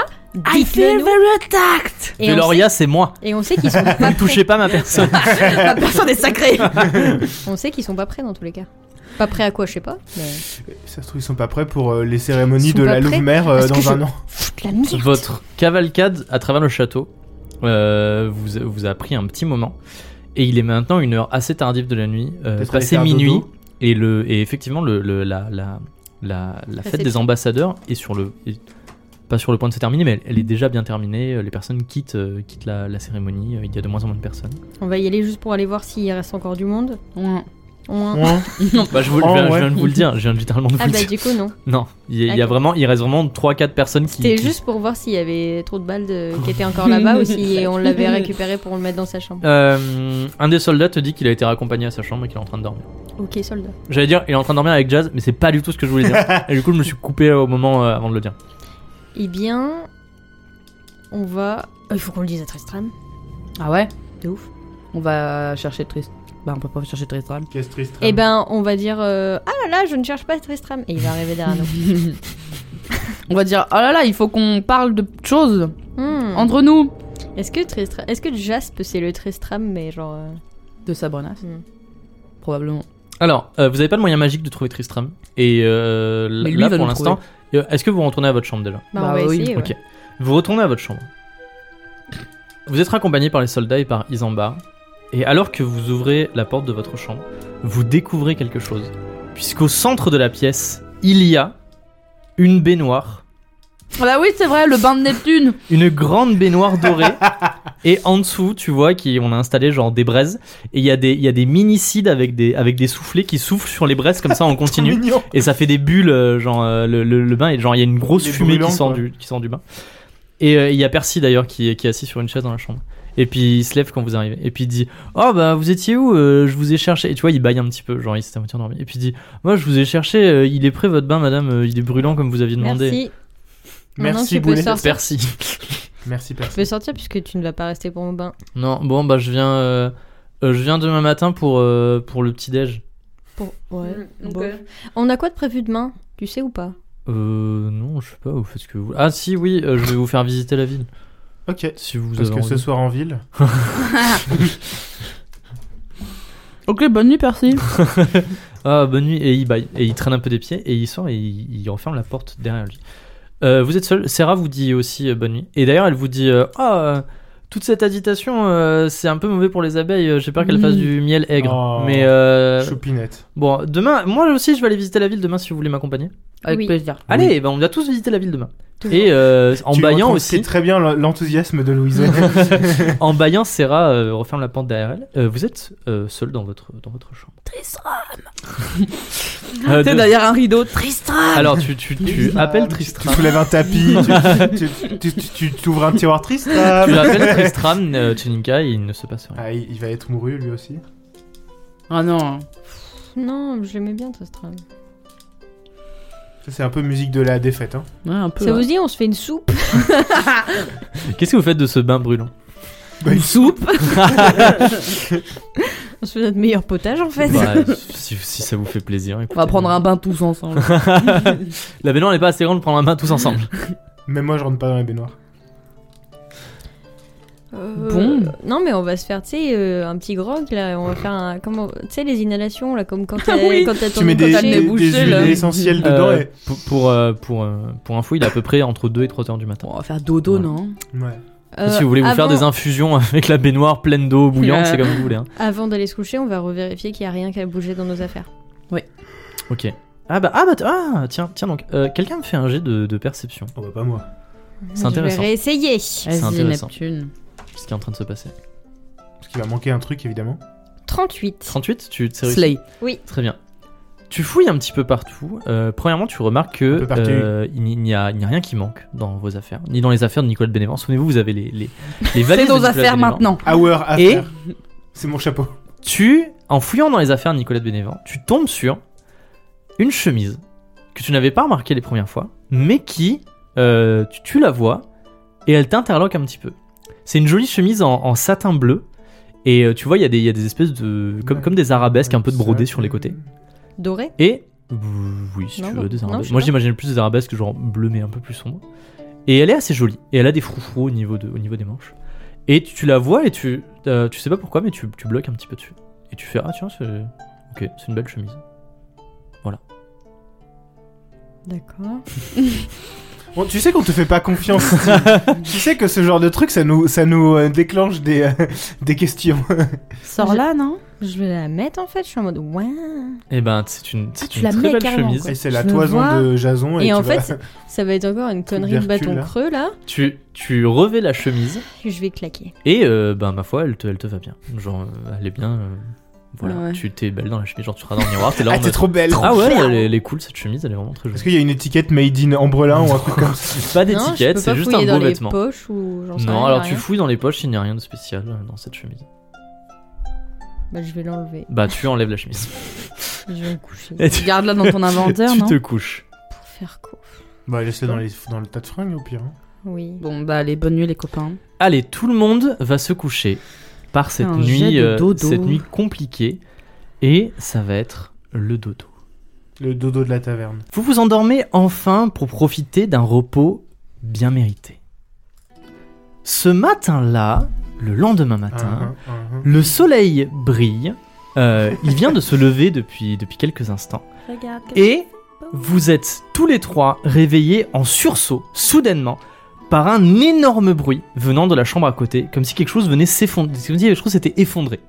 [SPEAKER 4] Dites-le nous.
[SPEAKER 3] very attacked.
[SPEAKER 4] Et, on sait-
[SPEAKER 1] Veloria, c'est moi.
[SPEAKER 4] et on sait qu'ils
[SPEAKER 2] [laughs]
[SPEAKER 4] sont pas
[SPEAKER 1] Ne
[SPEAKER 4] prêts.
[SPEAKER 1] touchez pas ma
[SPEAKER 4] [laughs]
[SPEAKER 1] personne.
[SPEAKER 3] La personne est sacrée.
[SPEAKER 4] On sait qu'ils sont pas prêts dans tous les cas. Pas prêts à quoi, je sais pas. Mais...
[SPEAKER 2] Ça se trouve, ils sont pas prêts pour euh, les cérémonies
[SPEAKER 4] Ils sont
[SPEAKER 2] de
[SPEAKER 4] pas
[SPEAKER 2] la
[SPEAKER 4] prêts
[SPEAKER 2] Louve-Mère euh,
[SPEAKER 4] parce que
[SPEAKER 2] dans
[SPEAKER 4] je-
[SPEAKER 2] un
[SPEAKER 4] [laughs]
[SPEAKER 2] an.
[SPEAKER 4] Foutre la merde
[SPEAKER 1] Votre cavalcade à travers le château euh, vous, vous a pris un petit moment. Et il est maintenant une heure assez tardive de la nuit. euh,
[SPEAKER 2] Peut-être
[SPEAKER 1] passé
[SPEAKER 2] aller faire
[SPEAKER 1] minuit.
[SPEAKER 2] dodo.
[SPEAKER 1] Et, le, et effectivement, le, le- la, la, la, la fête
[SPEAKER 4] c'est-
[SPEAKER 1] des ambassadeurs est sur le. est pas sur le point de se terminer, mais elle, elle est déjà bien terminée. euh, Les personnes quittent, euh, quittent la, la cérémonie. euh, Il y a de moins en moins de personnes.
[SPEAKER 4] On va y aller juste pour aller voir s'il reste encore du monde. Ouin.
[SPEAKER 2] Ouin.
[SPEAKER 1] Bah, je, vous- je
[SPEAKER 2] Oh,
[SPEAKER 1] viens, je
[SPEAKER 2] ouais.
[SPEAKER 1] viens de vous le dire. Je viens littéralement de vous
[SPEAKER 4] Ah
[SPEAKER 1] le
[SPEAKER 4] bah
[SPEAKER 1] dire.
[SPEAKER 4] du coup non.
[SPEAKER 1] Non, il y a, il y a
[SPEAKER 4] Ok.
[SPEAKER 1] vraiment, il reste vraiment 3-4 personnes qui.
[SPEAKER 4] C'était
[SPEAKER 1] qui-
[SPEAKER 4] juste pour voir s'il y avait trop de balles de- qui étaient encore là-bas ou [laughs] si on l'avait récupéré pour le mettre dans sa chambre.
[SPEAKER 1] Euh, un des soldats te dit qu'il a été raccompagné à sa chambre et qu'il est en train de dormir.
[SPEAKER 4] Ok, soldat.
[SPEAKER 1] J'allais dire, il est en train de dormir avec Jazz, mais c'est pas du tout ce que je voulais dire. et du coup, je me suis coupé au moment euh, avant de le dire.
[SPEAKER 4] Eh bien, on va. Oh, Il faut qu'on le dise à Tristram.
[SPEAKER 3] Ah ouais.
[SPEAKER 4] De ouf.
[SPEAKER 3] On va chercher Trist. Bah on peut pas chercher Tristram.
[SPEAKER 2] Qu'est-ce triste.
[SPEAKER 4] Eh ben, on va dire euh, Ah là là, je ne cherche pas Tristram. Et il va arriver derrière [laughs] nous.
[SPEAKER 3] on va dire oh là là il faut qu'on parle de choses
[SPEAKER 4] Hmm.
[SPEAKER 3] entre nous.
[SPEAKER 4] Est-ce que Tristram. Est-ce que Jaspe, c'est le Tristram, mais genre. euh,
[SPEAKER 3] De Sabrina
[SPEAKER 4] hmm.
[SPEAKER 3] probablement.
[SPEAKER 1] Alors, euh, vous avez pas de moyen magique de trouver Tristram. Et euh,
[SPEAKER 3] Mais lui,
[SPEAKER 1] là,
[SPEAKER 3] il va
[SPEAKER 1] pour
[SPEAKER 3] nous
[SPEAKER 1] l'instant, euh, est-ce que vous retournez à votre chambre déjà
[SPEAKER 4] Bah,
[SPEAKER 3] Bah
[SPEAKER 4] on va
[SPEAKER 3] oui.
[SPEAKER 4] essayer. ouais.
[SPEAKER 1] Ok. Vous retournez à votre chambre. Vous êtes raccompagné par les soldats et par Isambard. Et alors que vous ouvrez la porte de votre chambre, vous découvrez quelque chose. Puisqu'au centre de la pièce, il y a une baignoire
[SPEAKER 3] Ah bah oui c'est vrai le bain de Neptune.
[SPEAKER 1] une grande baignoire dorée. et en dessous, tu vois, qui, on a installé genre des braises. Et il y, a des- il y a des minicides avec des, avec des soufflets qui soufflent sur les braises comme ça en continu.
[SPEAKER 2] mignon.
[SPEAKER 1] et ça fait des bulles, euh, genre euh, le, le- le bain. Et genre, il y a une grosse
[SPEAKER 2] Il est
[SPEAKER 1] fumée
[SPEAKER 2] brûlant,
[SPEAKER 1] qui sort,
[SPEAKER 2] quoi.
[SPEAKER 1] du, qui sort du bain. Et euh, il y a Percy d'ailleurs qui, qui est assis sur une chaise dans la chambre. Et puis il se lève quand vous arrivez. Et puis il dit Oh bah vous étiez où Euh, Je vous ai cherché. Et tu vois, il baille un petit peu, genre il s'était à moitié endormi. Et puis il dit Moi je vous ai cherché, euh, il est prêt votre bain madame, euh, il est brûlant comme vous aviez demandé.
[SPEAKER 4] Merci. Maintenant,
[SPEAKER 2] Merci
[SPEAKER 4] tu peux
[SPEAKER 2] Boulet.
[SPEAKER 4] sortir.
[SPEAKER 1] Percy.
[SPEAKER 2] Merci Percy.
[SPEAKER 4] Je peux sortir puisque tu ne vas pas rester pour mon bain.
[SPEAKER 1] Non, bon bah je viens, euh, euh, je viens demain matin pour euh, pour le petit déj.
[SPEAKER 4] Pour- Ouais.
[SPEAKER 3] Mm, ok.
[SPEAKER 4] bon. On a quoi de prévu demain Tu sais ou pas
[SPEAKER 1] Euh non, je sais pas, vous faites ce que vous. Ah si oui, euh, je vais vous faire visiter la ville
[SPEAKER 2] Ok.
[SPEAKER 1] si vous
[SPEAKER 2] Parce
[SPEAKER 1] avez
[SPEAKER 2] que ce
[SPEAKER 1] envie.
[SPEAKER 2] soir en ville.
[SPEAKER 3] Ok bonne nuit Percy.
[SPEAKER 1] Ah, bonne nuit. Et il baille. Et il traîne un peu des pieds et il sort et il, il referme la porte derrière lui. Euh, vous êtes seul. Sarah vous dit aussi euh, bonne nuit. Et d'ailleurs, elle vous dit euh, Ah, euh, toute cette agitation, euh, c'est un peu mauvais pour les abeilles. euh, J'ai peur qu'elles
[SPEAKER 3] Oui.
[SPEAKER 1] fassent du miel aigre.
[SPEAKER 2] Oh.
[SPEAKER 1] Mais euh,
[SPEAKER 2] Choupinette.
[SPEAKER 1] bon, demain, moi aussi, je vais aller visiter la ville demain si vous voulez m'accompagner.
[SPEAKER 3] Avec
[SPEAKER 4] Oui.
[SPEAKER 3] plaisir.
[SPEAKER 1] Allez, ben, on va tous visiter la ville demain.
[SPEAKER 4] Toujours.
[SPEAKER 1] Et euh, en
[SPEAKER 2] Tu
[SPEAKER 1] baillant
[SPEAKER 2] retrouves
[SPEAKER 1] aussi, [laughs]
[SPEAKER 2] très bien l'en- l'enthousiasme de Louise.
[SPEAKER 1] en baillant, Sarah euh, referme la porte derrière elle. Euh, vous êtes euh, seul dans votre dans votre chambre. [laughs] Tristram.
[SPEAKER 3] T'es derrière un rideau, Tristram
[SPEAKER 1] Alors tu tu, tu
[SPEAKER 4] euh,
[SPEAKER 1] appelles Tristram.
[SPEAKER 2] Tu soulèves un tapis, tu, tu, tu, tu- tu- tu ouvres un tiroir Tristram.
[SPEAKER 1] Tu
[SPEAKER 2] [laughs]
[SPEAKER 1] l'appelles Tristram euh, Tchelinka et il ne se passe rien.
[SPEAKER 2] Ah, il, il va être mouru lui aussi.
[SPEAKER 3] Ah non.
[SPEAKER 4] Non, je l'aimais bien, Tristram.
[SPEAKER 2] Ça, c'est un peu musique de la défaite. Hein.
[SPEAKER 3] Ouais, un peu.
[SPEAKER 4] Ça
[SPEAKER 3] ouais.
[SPEAKER 4] vous dit, on se fait une soupe [laughs]
[SPEAKER 1] Qu'est-ce que vous faites de ce bain brûlant
[SPEAKER 2] Bah, [laughs]
[SPEAKER 3] Une soupe
[SPEAKER 4] On se fait notre meilleur potage, en fait.
[SPEAKER 1] Bah,
[SPEAKER 3] [laughs]
[SPEAKER 1] si, si ça vous fait plaisir. écoutez.
[SPEAKER 3] On va prendre un bain
[SPEAKER 1] [laughs]
[SPEAKER 3] tous ensemble.
[SPEAKER 1] La baignoire n'est pas assez grande pour prendre un bain tous ensemble.
[SPEAKER 2] Même moi, je rentre pas dans la baignoire.
[SPEAKER 4] Euh,
[SPEAKER 3] Bon.
[SPEAKER 4] Non, mais on va se faire, tu sais, euh, un petit grog, là. On va faire un... Comment... Tu sais, les inhalations, là, [laughs] comme quand t'as...
[SPEAKER 3] Oui.
[SPEAKER 4] quand t'as ton-
[SPEAKER 2] Tu mets
[SPEAKER 4] quand
[SPEAKER 2] des,
[SPEAKER 4] t'as
[SPEAKER 3] le
[SPEAKER 2] des-
[SPEAKER 3] nez
[SPEAKER 2] des
[SPEAKER 3] bouché,
[SPEAKER 2] huiles
[SPEAKER 3] là.
[SPEAKER 2] essentielles dedans
[SPEAKER 1] Euh,
[SPEAKER 2] et.
[SPEAKER 1] Pour pour euh, pour, euh, pour info, il est à peu près entre 2 et 3 heures du matin.
[SPEAKER 3] on va faire dodo,
[SPEAKER 1] Ouais.
[SPEAKER 3] non
[SPEAKER 2] Ouais.
[SPEAKER 4] Euh,
[SPEAKER 1] si vous voulez vous
[SPEAKER 3] ah
[SPEAKER 1] faire
[SPEAKER 4] avant-
[SPEAKER 1] des infusions [laughs] avec la baignoire pleine d'eau bouillante,
[SPEAKER 3] Ouais.
[SPEAKER 1] c'est comme vous voulez. hein.
[SPEAKER 4] Avant d'aller se coucher, on va revérifier qu'il n'y a rien qui a bougé dans nos affaires.
[SPEAKER 1] Ok. Ah bah ah bah t- ah, tiens tiens donc euh, quelqu'un me fait un jet de, de perception.
[SPEAKER 2] Oh, bah, pas moi.
[SPEAKER 1] C'est intéressant.
[SPEAKER 4] Je vais réessayer.
[SPEAKER 3] Vas-y,
[SPEAKER 1] intéressant.
[SPEAKER 3] Neptune.
[SPEAKER 1] Ce qui est en train de se passer.
[SPEAKER 2] Parce qu'il va manquer un truc évidemment.
[SPEAKER 4] 38.
[SPEAKER 1] 38, tu t'es réussi
[SPEAKER 3] Slay.
[SPEAKER 1] Très bien. Tu fouilles un petit peu partout. Euh, premièrement, tu remarques
[SPEAKER 2] Un
[SPEAKER 1] que
[SPEAKER 2] peu partout.
[SPEAKER 1] euh, il n'y il n'y a, il n'y a rien qui manque dans vos affaires, ni dans les affaires de Nicolas de Bénévent. Souvenez-vous, vous avez les, les,
[SPEAKER 3] [laughs]
[SPEAKER 1] les
[SPEAKER 3] C'est
[SPEAKER 1] valises. de
[SPEAKER 3] nos
[SPEAKER 1] Nicolas de
[SPEAKER 3] affaires
[SPEAKER 1] Bénévent.
[SPEAKER 3] maintenant.
[SPEAKER 2] Hour after.
[SPEAKER 1] Et-
[SPEAKER 2] C'est mon chapeau.
[SPEAKER 1] Tu, en fouillant dans les affaires de Nicolas de Bénévent, tu tombes sur une chemise que tu n'avais pas remarquée les premières fois, mais qui, euh, tu, tu la vois et elle t'interloque un petit peu. C'est une jolie chemise en, en satin bleu. Et euh, tu vois, il y, a des- il y a des espèces de. Comme, comme des arabesques un peu de brodées sur les côtés.
[SPEAKER 4] Doré
[SPEAKER 1] Et euh, oui, si
[SPEAKER 4] Non,
[SPEAKER 1] tu
[SPEAKER 4] non,
[SPEAKER 1] veux, des
[SPEAKER 4] non, je
[SPEAKER 1] arabesques.
[SPEAKER 4] sais
[SPEAKER 1] Moi,
[SPEAKER 4] pas.
[SPEAKER 1] j'imagine plus des arabesques genre bleu mais un peu plus sombre. Et elle est assez jolie. Et elle a des froufrous au niveau, de, au niveau des manches. Et tu, tu la vois et tu, euh, tu sais pas pourquoi, mais tu, tu bloques un petit peu dessus. Et tu fais ah tiens c'est ok c'est une belle chemise.
[SPEAKER 4] D'accord.
[SPEAKER 2] Bon, tu sais qu'on te fait pas confiance. [laughs] Steve. tu sais que ce genre de truc, ça nous, ça nous euh, déclenche des, euh, [laughs] des questions.
[SPEAKER 3] Sors là, non
[SPEAKER 4] Je vais la mettre en fait, je suis en mode ouais.
[SPEAKER 1] Et ben c'est une, c'est
[SPEAKER 4] tu
[SPEAKER 1] une
[SPEAKER 4] la
[SPEAKER 1] très
[SPEAKER 4] mets
[SPEAKER 1] belle
[SPEAKER 4] carrément,
[SPEAKER 1] chemise.
[SPEAKER 4] quoi.
[SPEAKER 2] Et c'est la
[SPEAKER 4] Je me
[SPEAKER 2] toison
[SPEAKER 4] vois.
[SPEAKER 2] de Jason. Et,
[SPEAKER 4] Et en
[SPEAKER 2] tu vas-
[SPEAKER 4] fait, Ça va être encore une connerie de
[SPEAKER 2] d'Hercule,
[SPEAKER 4] bâton
[SPEAKER 2] là.
[SPEAKER 4] creux là.
[SPEAKER 1] Tu, tu revais la chemise
[SPEAKER 4] Je vais claquer.
[SPEAKER 1] et euh, ben ma foi elle te, elle te va bien. Genre euh, elle est bien. euh, voilà
[SPEAKER 3] Ah ouais.
[SPEAKER 1] tu t'es belle dans la chemise genre tu seras dans le miroir t'es là en
[SPEAKER 2] [laughs] ah, t'es
[SPEAKER 1] mode,
[SPEAKER 2] trop belle.
[SPEAKER 1] ah ouais elle, est- elle est cool cette chemise elle est vraiment très
[SPEAKER 2] Est-ce
[SPEAKER 1] jolie.
[SPEAKER 2] qu'il y a une étiquette made in Ambrelin ou un [laughs] truc comme
[SPEAKER 1] Pas
[SPEAKER 2] ça
[SPEAKER 4] Non, je
[SPEAKER 1] d'étiquette
[SPEAKER 4] peux
[SPEAKER 1] c'est
[SPEAKER 4] pas
[SPEAKER 1] juste
[SPEAKER 4] fouiller
[SPEAKER 1] un
[SPEAKER 4] dans
[SPEAKER 1] beau
[SPEAKER 4] les
[SPEAKER 1] vêtement.
[SPEAKER 4] poches ou j'en sais
[SPEAKER 1] Non,
[SPEAKER 4] rien,
[SPEAKER 1] alors
[SPEAKER 4] rien.
[SPEAKER 1] tu fouilles dans les poches, il n'y a rien de spécial euh, dans cette chemise.
[SPEAKER 4] Bah, je vais l'enlever.
[SPEAKER 1] Bah, tu enlèves la chemise.
[SPEAKER 4] Je vais me coucher.
[SPEAKER 1] [laughs] [laughs] Et tu,
[SPEAKER 3] Garde-la dans ton
[SPEAKER 1] [laughs]
[SPEAKER 3] inventaire,
[SPEAKER 1] tu
[SPEAKER 3] non
[SPEAKER 1] te couches.
[SPEAKER 4] Pour faire quoi
[SPEAKER 2] Bah, laisse-le dans, les- dans le tas de fringues au pire. hein.
[SPEAKER 4] Oui.
[SPEAKER 3] Bon, bah, allez, bonne nuit, les copains.
[SPEAKER 1] Allez, tout le monde va se coucher par cette
[SPEAKER 3] Un jet
[SPEAKER 1] nuit,
[SPEAKER 3] de
[SPEAKER 1] euh,
[SPEAKER 3] dodo.
[SPEAKER 1] cette nuit compliquée, et ça va être le dodo.
[SPEAKER 2] Le dodo de la taverne.
[SPEAKER 1] Vous vous endormez enfin pour profiter d'un repos bien mérité. Ce matin-là, le lendemain matin,
[SPEAKER 2] Ah, ah, ah, ah.
[SPEAKER 1] le soleil brille. euh, il vient de se lever depuis, depuis quelques instants.
[SPEAKER 4] Regarde.
[SPEAKER 1] Et vous êtes tous les trois réveillés en sursaut, soudainement, par un énorme bruit venant de la chambre à côté, comme si quelque chose venait s'effondrer, comme si quelque chose s'était effondré.